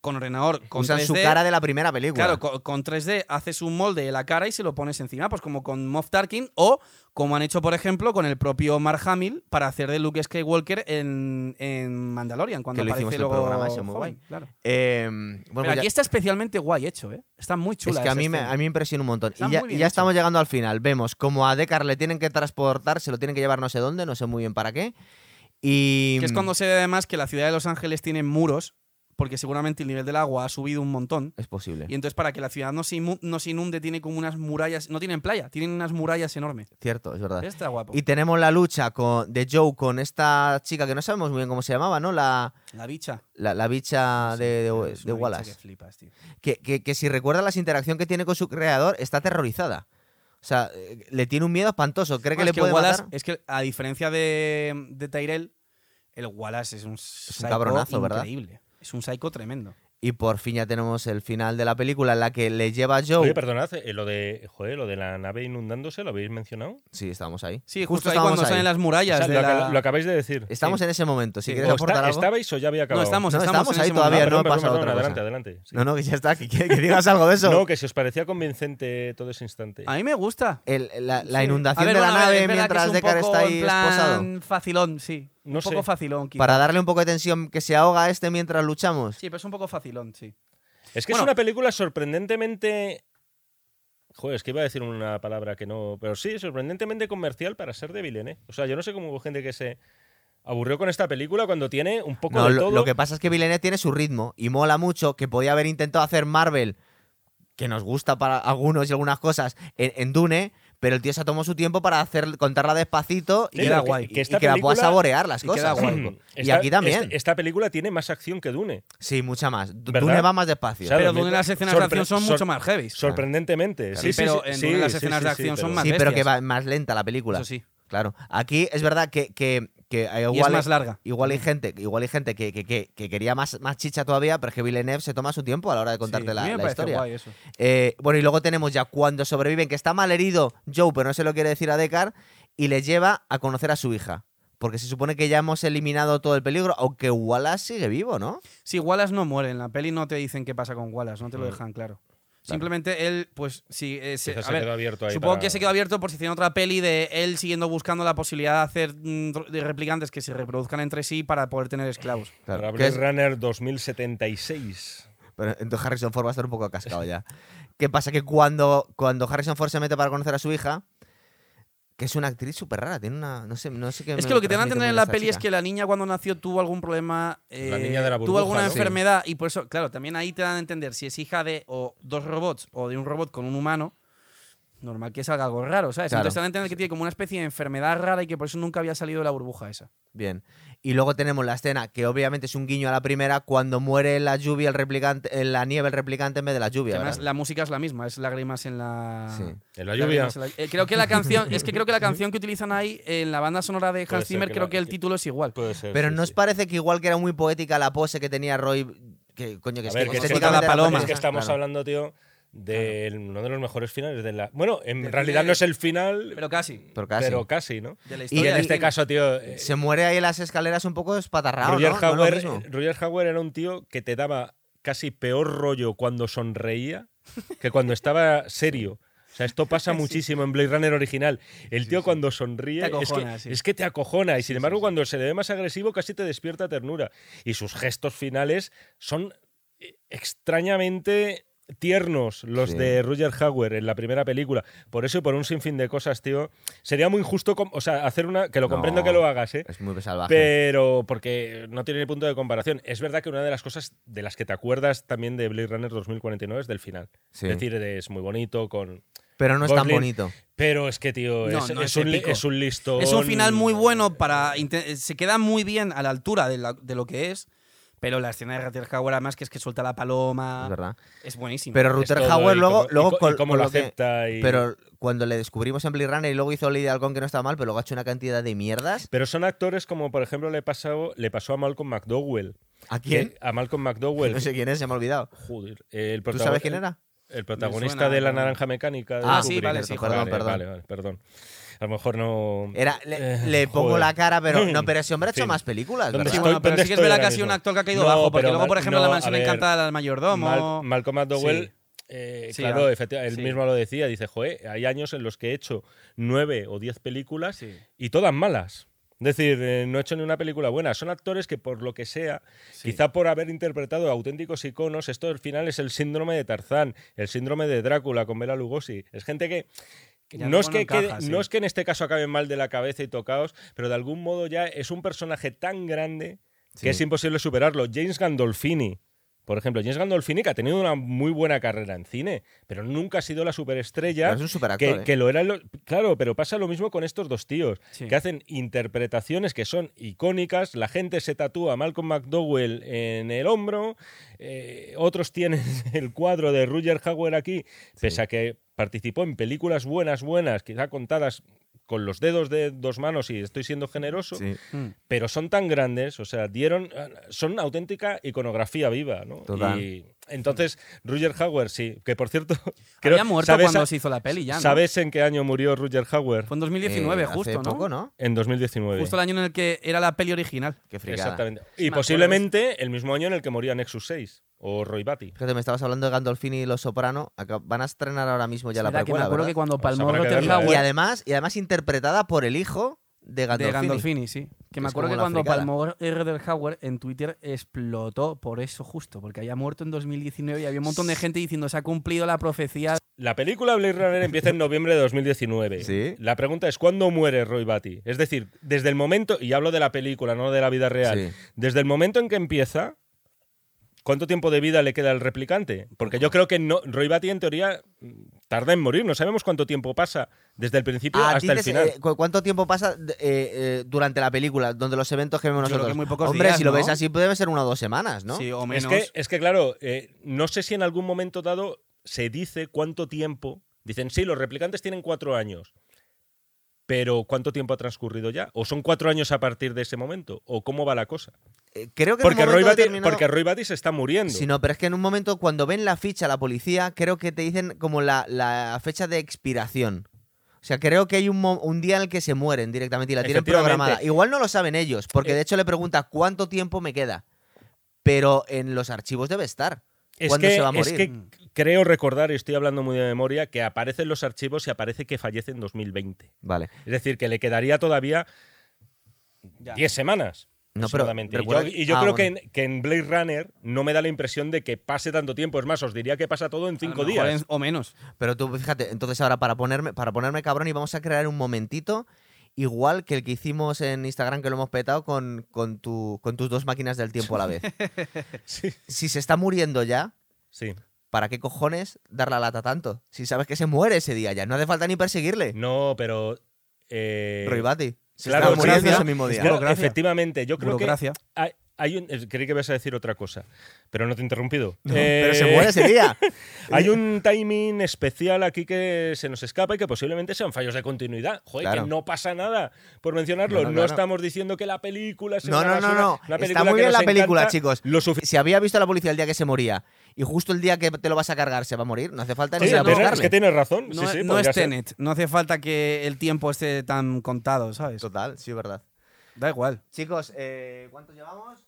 C: con ordenador, con
A: Usan
C: 3D,
A: su cara de la primera película.
C: Claro, co- con, 3D haces un molde de la cara y se lo pones encima, pues como con Moff Tarkin o como han hecho, por ejemplo, con el propio Mark Hamill para hacer de Luke Skywalker en, en Mandalorian, cuando
A: Que lo
C: aparece
A: hicimos el
C: luego
A: programa ese, muy
C: joven,
A: guay.
C: claro.
A: Eh, bueno,
C: Pero
A: pues ya-
C: aquí está especialmente guay hecho, ¿eh? Está muy chula.
A: es que a
C: esa
A: mí, me,
C: escena.
A: a mí me impresiona un montón.
C: Está
A: y ya,
C: muy bien
A: y ya
C: hecho.
A: estamos llegando al final. Vemos como a Deckard le tienen que transportar, se lo tienen que llevar no sé dónde, no sé muy bien para qué. Y. mm,
C: Que es cuando se ve además que la ciudad de Los Ángeles tiene muros, porque seguramente el nivel del agua ha subido un montón.
A: Es posible.
C: Y entonces para que la ciudad no se, inmu- no se inunde tiene como unas murallas, no tienen playa, tienen unas murallas enormes. Este
A: Cierto, es verdad.
C: Está guapo.
A: Ah. Y tenemos la lucha con, de Joe con esta chica que no sabemos muy bien cómo se llamaba, ¿no? La,
C: La bicha.
A: la, la bicha Ah, de, de- de
C: Es una bicha
A: Wallace.
C: que flipas, tío.
A: Que, que- que si recuerda las interacciones que tiene con su creador, está aterrorizada. O sea, eh, le tiene un miedo espantoso. Cree que
C: Bueno,
A: le
C: Ah, es que
A: puede
C: Wallace, eh,
A: matar.
C: Es que a diferencia de, de Tyrell, el Wallace es un, psycho
A: cabronazo, ¿verdad?
C: increíble. Es un psycho tremendo.
A: Y por fin ya tenemos el final de la película en la que le lleva a Joe.
B: Oye, perdonad, eh, lo de, joder, lo de la nave inundándose, ¿lo habéis mencionado?
A: Sí, estamos ahí.
C: Sí, justo, ahí
A: estábamos
C: cuando salen las murallas.
B: O sea,
C: de
B: lo,
C: la-
B: ac- lo acabáis de decir.
A: Estamos
B: Sí.
A: en ese momento. Si
C: Sí.
A: quieres
B: O
A: aportar
B: está-
A: algo.
B: ¿Estabais o ya había acabado?
C: No, estamos,
A: No,
C: estamos,
A: estamos
C: en
A: ahí
C: ese
A: todavía,
C: momento.
A: no
B: perdón,
A: ha
B: perdón,
A: pasado
B: perdón,
A: otra
B: adelante,
A: cosa.
B: adelante. sí.
A: No, no, que ya está. Que, que- que digas algo de eso.
B: No, que se os parecía convincente todo ese instante.
C: A mí me gusta.
A: El- la, la
C: Sí.
A: inundación
C: A ver,
A: de la
C: bueno, a
A: nave
C: ver, es verdad
A: mientras
C: que es un
A: Deckard
C: poco
A: está ahí
C: en plan
A: esposado.
C: facilón, sí.
B: No
C: un poco
B: sé.
C: facilón, quizá.
A: Para darle un poco de tensión que se ahoga este mientras luchamos.
C: Sí, pero es un poco facilón, sí.
B: Es que es
C: Bueno.
B: una película sorprendentemente. Joder, es que iba a decir una palabra que no. Pero sí, sorprendentemente comercial para ser de Villeneuve. O sea, yo no sé cómo hubo gente que se aburrió con esta película cuando tiene un poco
A: No,
B: de
A: lo,
B: todo.
A: lo que pasa es que Villeneuve tiene su ritmo y mola mucho que podía haber intentado hacer Marvel, que nos gusta para algunos y algunas cosas, en, en Dune, pero el tío se tomó su tiempo para hacer contarla despacito y,
B: Sí,
C: queda
A: que-
C: guay.
A: y
B: que esta
A: que la pueda
B: película-
A: saborear las
C: y queda
A: cosas. Mm.
C: guay. Mm. este-
A: Y aquí también.
B: Esta, esta película tiene más acción que Dune.
A: Sí, mucha más. Du-
B: ¿Verdad?
A: Dune va más despacio.
B: O sea,
C: Pero
B: me-
C: donde las escenas de
B: sorpre-
C: acción son
B: sor-
C: mucho más heavy.
B: Sorprendentemente.
A: Claro.
B: Sí, sí,
C: Pero
B: sí,
C: en
B: sí,
C: Dune las
B: sí,
C: escenas
B: sí,
C: de
B: sí,
C: acción son
B: pero-
C: más
A: sí, pero que
C: bestias.
A: va más lenta la película.
C: Eso sí.
A: Claro. Aquí es verdad que, que, que igual
C: Y es más Mm. larga.
A: Igual hay gente, igual hay gente que, que- que- que quería más, más chicha todavía, pero es que Villeneuve se toma su tiempo a la hora de contarte
C: Sí, a
A: la,
C: mí me
A: la
C: parece
A: historia.
C: guay eso.
A: Eh, bueno, y luego tenemos ya cuando sobreviven, que está mal herido Joe, pero no se lo quiere decir a Deckard, y le lleva a conocer a su hija. Porque se supone que ya hemos eliminado todo el peligro, aunque Wallace sigue vivo, ¿no?
C: Si Wallace no muere en la peli, no te dicen qué pasa con Wallace, no te lo dejan claro. Simplemente él, pues sí, eh, se-
B: Mm. Quizás
C: a
B: se
C: ver,
B: quedó abierto ahí
C: supongo
B: para-
C: que se quedó abierto por si tiene otra peli de él siguiendo buscando la posibilidad de hacer mm, ro- de replicantes que se reproduzcan entre sí para poder tener esclavos.
A: Claro,
B: Para
A: que
B: Blade
A: es-
B: Runner 2076.
A: Pero entonces Harrison Ford va a estar un poco cascado ya. ¿Qué pasa? Que cuando, cuando Harrison Ford se mete para conocer a su hija, que es una actriz súper rara. Tiene una. No sé, no sé qué.
C: Es
A: me
C: que lo que te van a
A: transmite
C: tener en
A: muy
C: la
A: esta
C: peli es
A: chica.
C: que la niña cuando nació tuvo algún problema.
B: La
C: eh,
B: niña de la
C: Tuvo
B: burbuja,
C: alguna
B: ¿no? Sí.
C: enfermedad y por eso, claro, también ahí te dan a entender si es hija de o dos robots o de un robot con un humano. Normal que salga algo raro, ¿sabes?
A: Claro.
C: Entonces te dan a entender que tiene como una especie de enfermedad rara y que por eso nunca había salido de la burbuja esa.
A: Bien. Y luego tenemos la escena, que obviamente es un guiño a la primera, cuando muere la lluvia, el replicante, eh, la nieve, el replicante en vez de la lluvia.
C: Además,
A: ¿verdad?
C: la música es la misma, es lágrimas en la.
A: Sí.
B: En la lluvia.
C: Lágrimas en la- eh, creo que la canción, es que creo que la canción que utilizan ahí en la banda sonora de
B: Puede
C: Hans
B: ser
C: Zimmer,
B: que
C: creo
B: la-
C: que el título es igual.
B: Puede ser,
A: Pero
B: sí,
A: no
B: sí.
A: os parece que igual que era muy poética la pose que tenía Roy. Que, coño, que
B: A
A: es
B: ver,
A: que
B: que es que,
A: estéticamente
C: la
A: era
C: paloma.
B: es que
A: preciosa,
B: estamos
A: claro.
B: hablando, tío, de uno de los mejores finales de la. Bueno, en
C: Del
B: realidad
C: cine-
B: no es el final, pero
C: Pero casi.
A: Pero
B: casi,
A: casi.
B: ¿no?
C: De la
B: Y
C: historia
B: en
C: del
B: este
C: cine.
B: caso, tío, eh,
A: Se muere ahí en las escaleras un poco espatarrado, ¿no?
B: Roger,
A: No es lo
B: Hauer, eh,
A: mismo.
B: Roger Hauer era un tío que te daba casi peor rollo cuando sonreía que cuando estaba serio. O sea, esto pasa muchísimo en Blade Runner original. El tío cuando sonríe
C: Te acojona,
B: es, que,
C: sí.
B: es que te acojona y sin embargo cuando se le ve más agresivo casi te despierta ternura. Y sus gestos finales son eh, extrañamente tiernos los
A: Sí.
B: de Roger Hauer en la primera película. Por eso y por un sinfín de cosas, tío. Sería muy injusto, com- o sea, hacer una... Que lo comprendo
A: No.
B: que lo hagas, ¿eh?
A: Es muy salvaje.
B: Pero porque no tiene ni punto de comparación. Es verdad que una de las cosas de las que te acuerdas también de Blade Runner 2049 es del final.
A: Sí.
B: Es decir, es muy bonito con...
A: Pero no es tan
B: Gosling-
A: bonito.
B: Pero es que, tío,
C: No,
B: es,
C: no
B: es
C: es
B: un, li-
C: épico.
B: es un listón...
C: Es un final muy bueno para. inte- eh, Se queda muy bien a la altura de, la- de lo que es. Pero la escena de Rutger Hauer, además, que es que suelta la paloma.
A: Es
C: Es,
A: verdad.
C: buenísimo.
A: Pero
B: Es
A: Ruther
B: todo,
A: Hauer
B: Ah, y
A: luego,
B: cómo- y
A: luego
B: co- y
A: col-
B: cómo
A: con
B: lo
A: lo que-
B: acepta y-
A: Pero cuando le descubrimos en Blade Runner y luego hizo Lidia Halcón que no está mal, pero luego ha hecho una cantidad de mierdas.
B: Pero son actores como, por ejemplo, le, pasó le pasó a Malcolm McDowell.
A: ¿A quién?
B: Que- A Malcolm McDowell.
A: No sé quién es, se me ha olvidado.
B: Joder, el
A: ¿Tú
B: protago-
A: sabes quién era?
B: El protagonista
C: suena,
B: de La
C: ¿no?
B: Naranja Mecánica. de
C: Ah,
A: sí,
B: Kubrick.
C: vale, sí,
A: perdón,
B: Vale,
A: perdón.
B: Vale, vale, perdón. A lo mejor no...
A: Era, le,
B: Eh,
A: le pongo
B: joder.
A: la cara, pero no, pero ese hombre ha
B: En
A: hecho
B: fin.
A: más películas,
B: ¿Dónde
A: ¿verdad?
C: Sí,
B: estoy-
C: bueno, pero
B: ¿dónde
C: sí que es
B: estoy
C: verdad que
B: ahora
C: ha sido un
B: mismo?
C: actor que ha caído
B: No,
C: bajo. Porque
B: pero
C: luego, por
B: Mal-
C: ejemplo,
B: no,
C: la
B: a
C: mansión
B: ver,
C: encantada del mayordomo.
B: Mal- Malcolm McDowell,
C: Sí.
B: eh,
C: Sí,
B: claro,
C: ah,
B: efecti- él
C: sí.
B: mismo lo decía, dice, joe, hay años en los que he hecho nueve o diez películas
C: Ah, Sí.
B: y todas malas. Es decir, eh, no he hecho ni una película buena. Son actores que por lo que sea,
C: Sí.
B: quizá por haber interpretado auténticos iconos, esto al final es el síndrome de Tarzán, el síndrome de Drácula con Bela Lugosi. Es gente que... que
C: Ya
B: No es
C: luego
B: que,
C: no
B: quede-
C: encaja, sí.
B: no es que en este caso acaben mal de la cabeza y tocaos, pero de algún modo ya es un personaje tan grande
A: Sí.
B: que es imposible superarlo. James Gandolfini, por ejemplo, James Gandolfini que ha tenido una muy buena carrera en cine, pero nunca ha sido la superestrella
A: Pero es un
B: que,
A: superactor, ¿eh?
B: que lo era. en lo- claro, pero pasa lo mismo con estos dos tíos,
C: Sí.
B: que hacen interpretaciones que son icónicas. La gente se tatúa a Malcolm McDowell en el hombro, eh, otros tienen el cuadro de Roger Hauer aquí, pese a que participó en películas buenas, buenas, quizá contadas con los dedos de dos manos y estoy siendo generoso
A: Sí,
C: Mm.
B: pero son tan grandes, o sea, dieron, ah, son auténtica iconografía viva, ¿no?
A: Total.
B: Y entonces, Roger Hauer, sí, que por cierto, creo-
C: Había muerto
B: ¿sabes
C: cuando
B: a-
C: se hizo la peli ya. ¿no?
B: ¿Sabes en qué año murió Roger Hauer?
C: Fue en 2019,
A: Eh,
C: justo,
A: hace
C: ¿no?
A: poco, ¿no?
B: En 2019.
C: Justo el año en el que era la peli original.
A: Qué fricada.
B: Exactamente.
C: me
B: Y
C: acuerdo.
B: posiblemente el mismo año en el que moría Nexus 6 o Roy Batty.
A: Fíjate, me estabas hablando de Gandolfini y Los Soprano. acá- Van a estrenar ahora mismo Pues ya la
C: Verdad que me
A: precuela,
C: acuerdo
A: ¿verdad?
C: que cuando
B: Pues
C: palmó
B: habrá que
C: Rutger
B: verla,
A: Y
B: Bueno.
C: Hauer
A: además, y además interpretada por el hijo de
C: de
A: Gandolfini.
C: Gandolfini, sí. Que me
A: Es como
C: acuerdo que
A: una
C: cuando
A: fricada.
C: palmó Rutger Hauer en Twitter explotó por eso justo, porque había muerto en 2019 y había un montón de gente diciendo se ha cumplido la profecía.
B: La película Blade Runner empieza en noviembre de 2019.
A: Sí.
B: La pregunta es, ¿cuándo muere Roy Batty? Es decir, desde el momento, y hablo de la película, no de la vida real,
A: Sí.
B: desde el momento en que empieza, ¿cuánto tiempo de vida le queda al replicante? Porque yo creo que no, Roy Batty en teoría mm, tarda en morir, no sabemos cuánto tiempo pasa desde el principio
A: Ah,
B: hasta el
A: dices,
B: final.
A: eh, cu- ¿Cuánto tiempo pasa eh, eh, durante la película, donde los eventos que vemos
C: Yo creo
A: nosotros?
C: que muy pocos
A: Hombre,
C: días,
A: si lo
C: ¿no?
A: ves así, debe ser una o dos semanas, ¿no?
C: Sí, o
B: es,
C: menos.
B: que, es que, claro, eh, no sé si en algún momento dado se dice cuánto tiempo. Dicen, sí, los replicantes tienen cuatro años. Pero ¿cuánto tiempo ha transcurrido ya? ¿O son cuatro años a partir de ese momento? ¿O cómo va la cosa?
A: Eh, creo que en un
B: Porque Roy,
A: momento
B: Batty,
A: determinado-
B: porque Roy Batty se está muriendo.
A: Sí, no, pero es que en un momento cuando ven la ficha la policía, creo que te dicen como la, la fecha de expiración. O sea, creo que hay un, mo- un día en el que se mueren directamente y la tienen
B: Efectivamente. Eh,
A: programada. Igual no lo saben ellos, porque de hecho le pregunta cuánto tiempo me queda. Pero en los archivos debe estar.
B: es,
A: ¿Cuándo
B: que,
A: se va a
B: es
A: morir?
B: que creo recordar, y estoy hablando muy de memoria, que aparecen los archivos y aparece que fallece en 2020.
A: Vale.
B: Es decir, que le quedaría todavía
C: Ya.
B: 10 semanas.
A: No, pero
B: Seguramente. Y yo,
A: recuerda-
B: y yo
A: Ah,
B: creo
A: bueno.
B: que, en, que en Blade Runner no me da la impresión de que pase tanto tiempo. Es más, os diría que pasa todo en
C: A lo
B: cinco
C: mejor
B: días.
C: en- o menos.
A: Pero tú, fíjate, entonces ahora para ponerme, para ponerme cabrón y vamos a crear un momentito igual que el que hicimos en Instagram que lo hemos petado con, con, tu, con tus dos máquinas del tiempo a la vez.
B: Sí,
A: si se está muriendo ya,
B: sí.
A: ¿para qué cojones dar la lata tanto? Si sabes que se muere ese día ya, no hace falta ni perseguirle.
B: No, pero. eh,
A: Roibati. Se
B: claro,
A: está muriendo
B: gracias.
A: ese mismo día.
B: claro,
C: Burocracia.
B: efectivamente, yo creo que
C: Burocracia.
B: hay, hay un. eh, Creí que ibas a decir otra cosa, pero no te he interrumpido.
A: No,
B: Eh,
A: Pero se muere ese día.
B: Hay
A: Eh,
B: un timing especial aquí que se nos escapa y que posiblemente sean fallos de continuidad. Joder,
A: Claro.
B: que no pasa nada por mencionarlo.
A: No,
B: No,
A: no, claro.
B: estamos diciendo que la película sea
A: No,
B: una
A: no, no,
B: basura,
A: no.
B: una
A: Está
B: película
A: muy
B: que
A: bien
B: nos
A: la película,
B: encanta
A: chicos.
B: Lo suficiente.
A: Si había visto a la policía el día que se moría y justo el día que te lo vas a cargar se va a morir, no hace falta ni
B: Sí,
A: ir a
C: no,
B: tienes-
A: buscarle.
B: es que tienes razón.
C: No,
B: sí, pues sí,
C: no
B: podría
C: es
B: ser.
C: Tenet. No hace falta que el tiempo esté tan contado, ¿sabes?
A: Total, sí, es verdad.
C: Da igual.
A: Chicos, eh, ¿cuánto llevamos?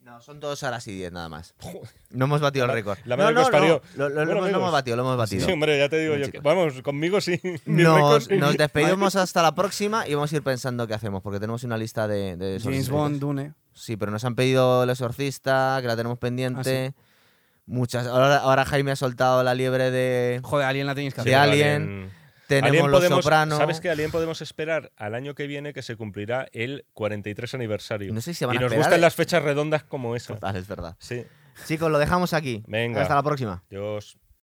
A: No, son dos horas y diez nada más.
B: Joder.
A: No hemos batido el
B: La-
A: récord.
B: la
A: no,
B: madre que
A: no,
B: os parió.
A: no, Lo, lo- lo
B: Bueno,
A: hemos, lo
B: amigos.
A: hemos batido, lo hemos batido.
B: Sí, hombre, ya te digo
A: Bien,
B: yo. que-
A: chicos.
B: vamos, conmigo sí. mi
A: Nos,
B: récord.
A: nos despedimos hasta la próxima y vamos a ir pensando qué hacemos, porque tenemos una lista de... de esos
C: James
A: récords.
C: Bond, Dune.
A: Sí, pero nos han pedido El Exorcista, que la tenemos
B: Ah,
A: pendiente. Muchas. Ahora, ahora Jaime ha soltado la liebre de...
C: Joder, alguien la tenéis que
A: De
C: hacer.
A: Alien, Tenemos
B: Alien
A: Los
B: podemos-
A: Soprano.
B: ¿Sabes que Alien podemos esperar al año que viene que se cumplirá el 43 aniversario?
A: No sé si se van
B: y
A: a
B: nos
A: esperar,
B: gustan
A: ¿eh?
B: las fechas redondas como esa.
A: Total, es verdad.
B: Sí.
A: Chicos, lo dejamos aquí.
B: Venga.
A: Hasta la próxima.
B: Dios.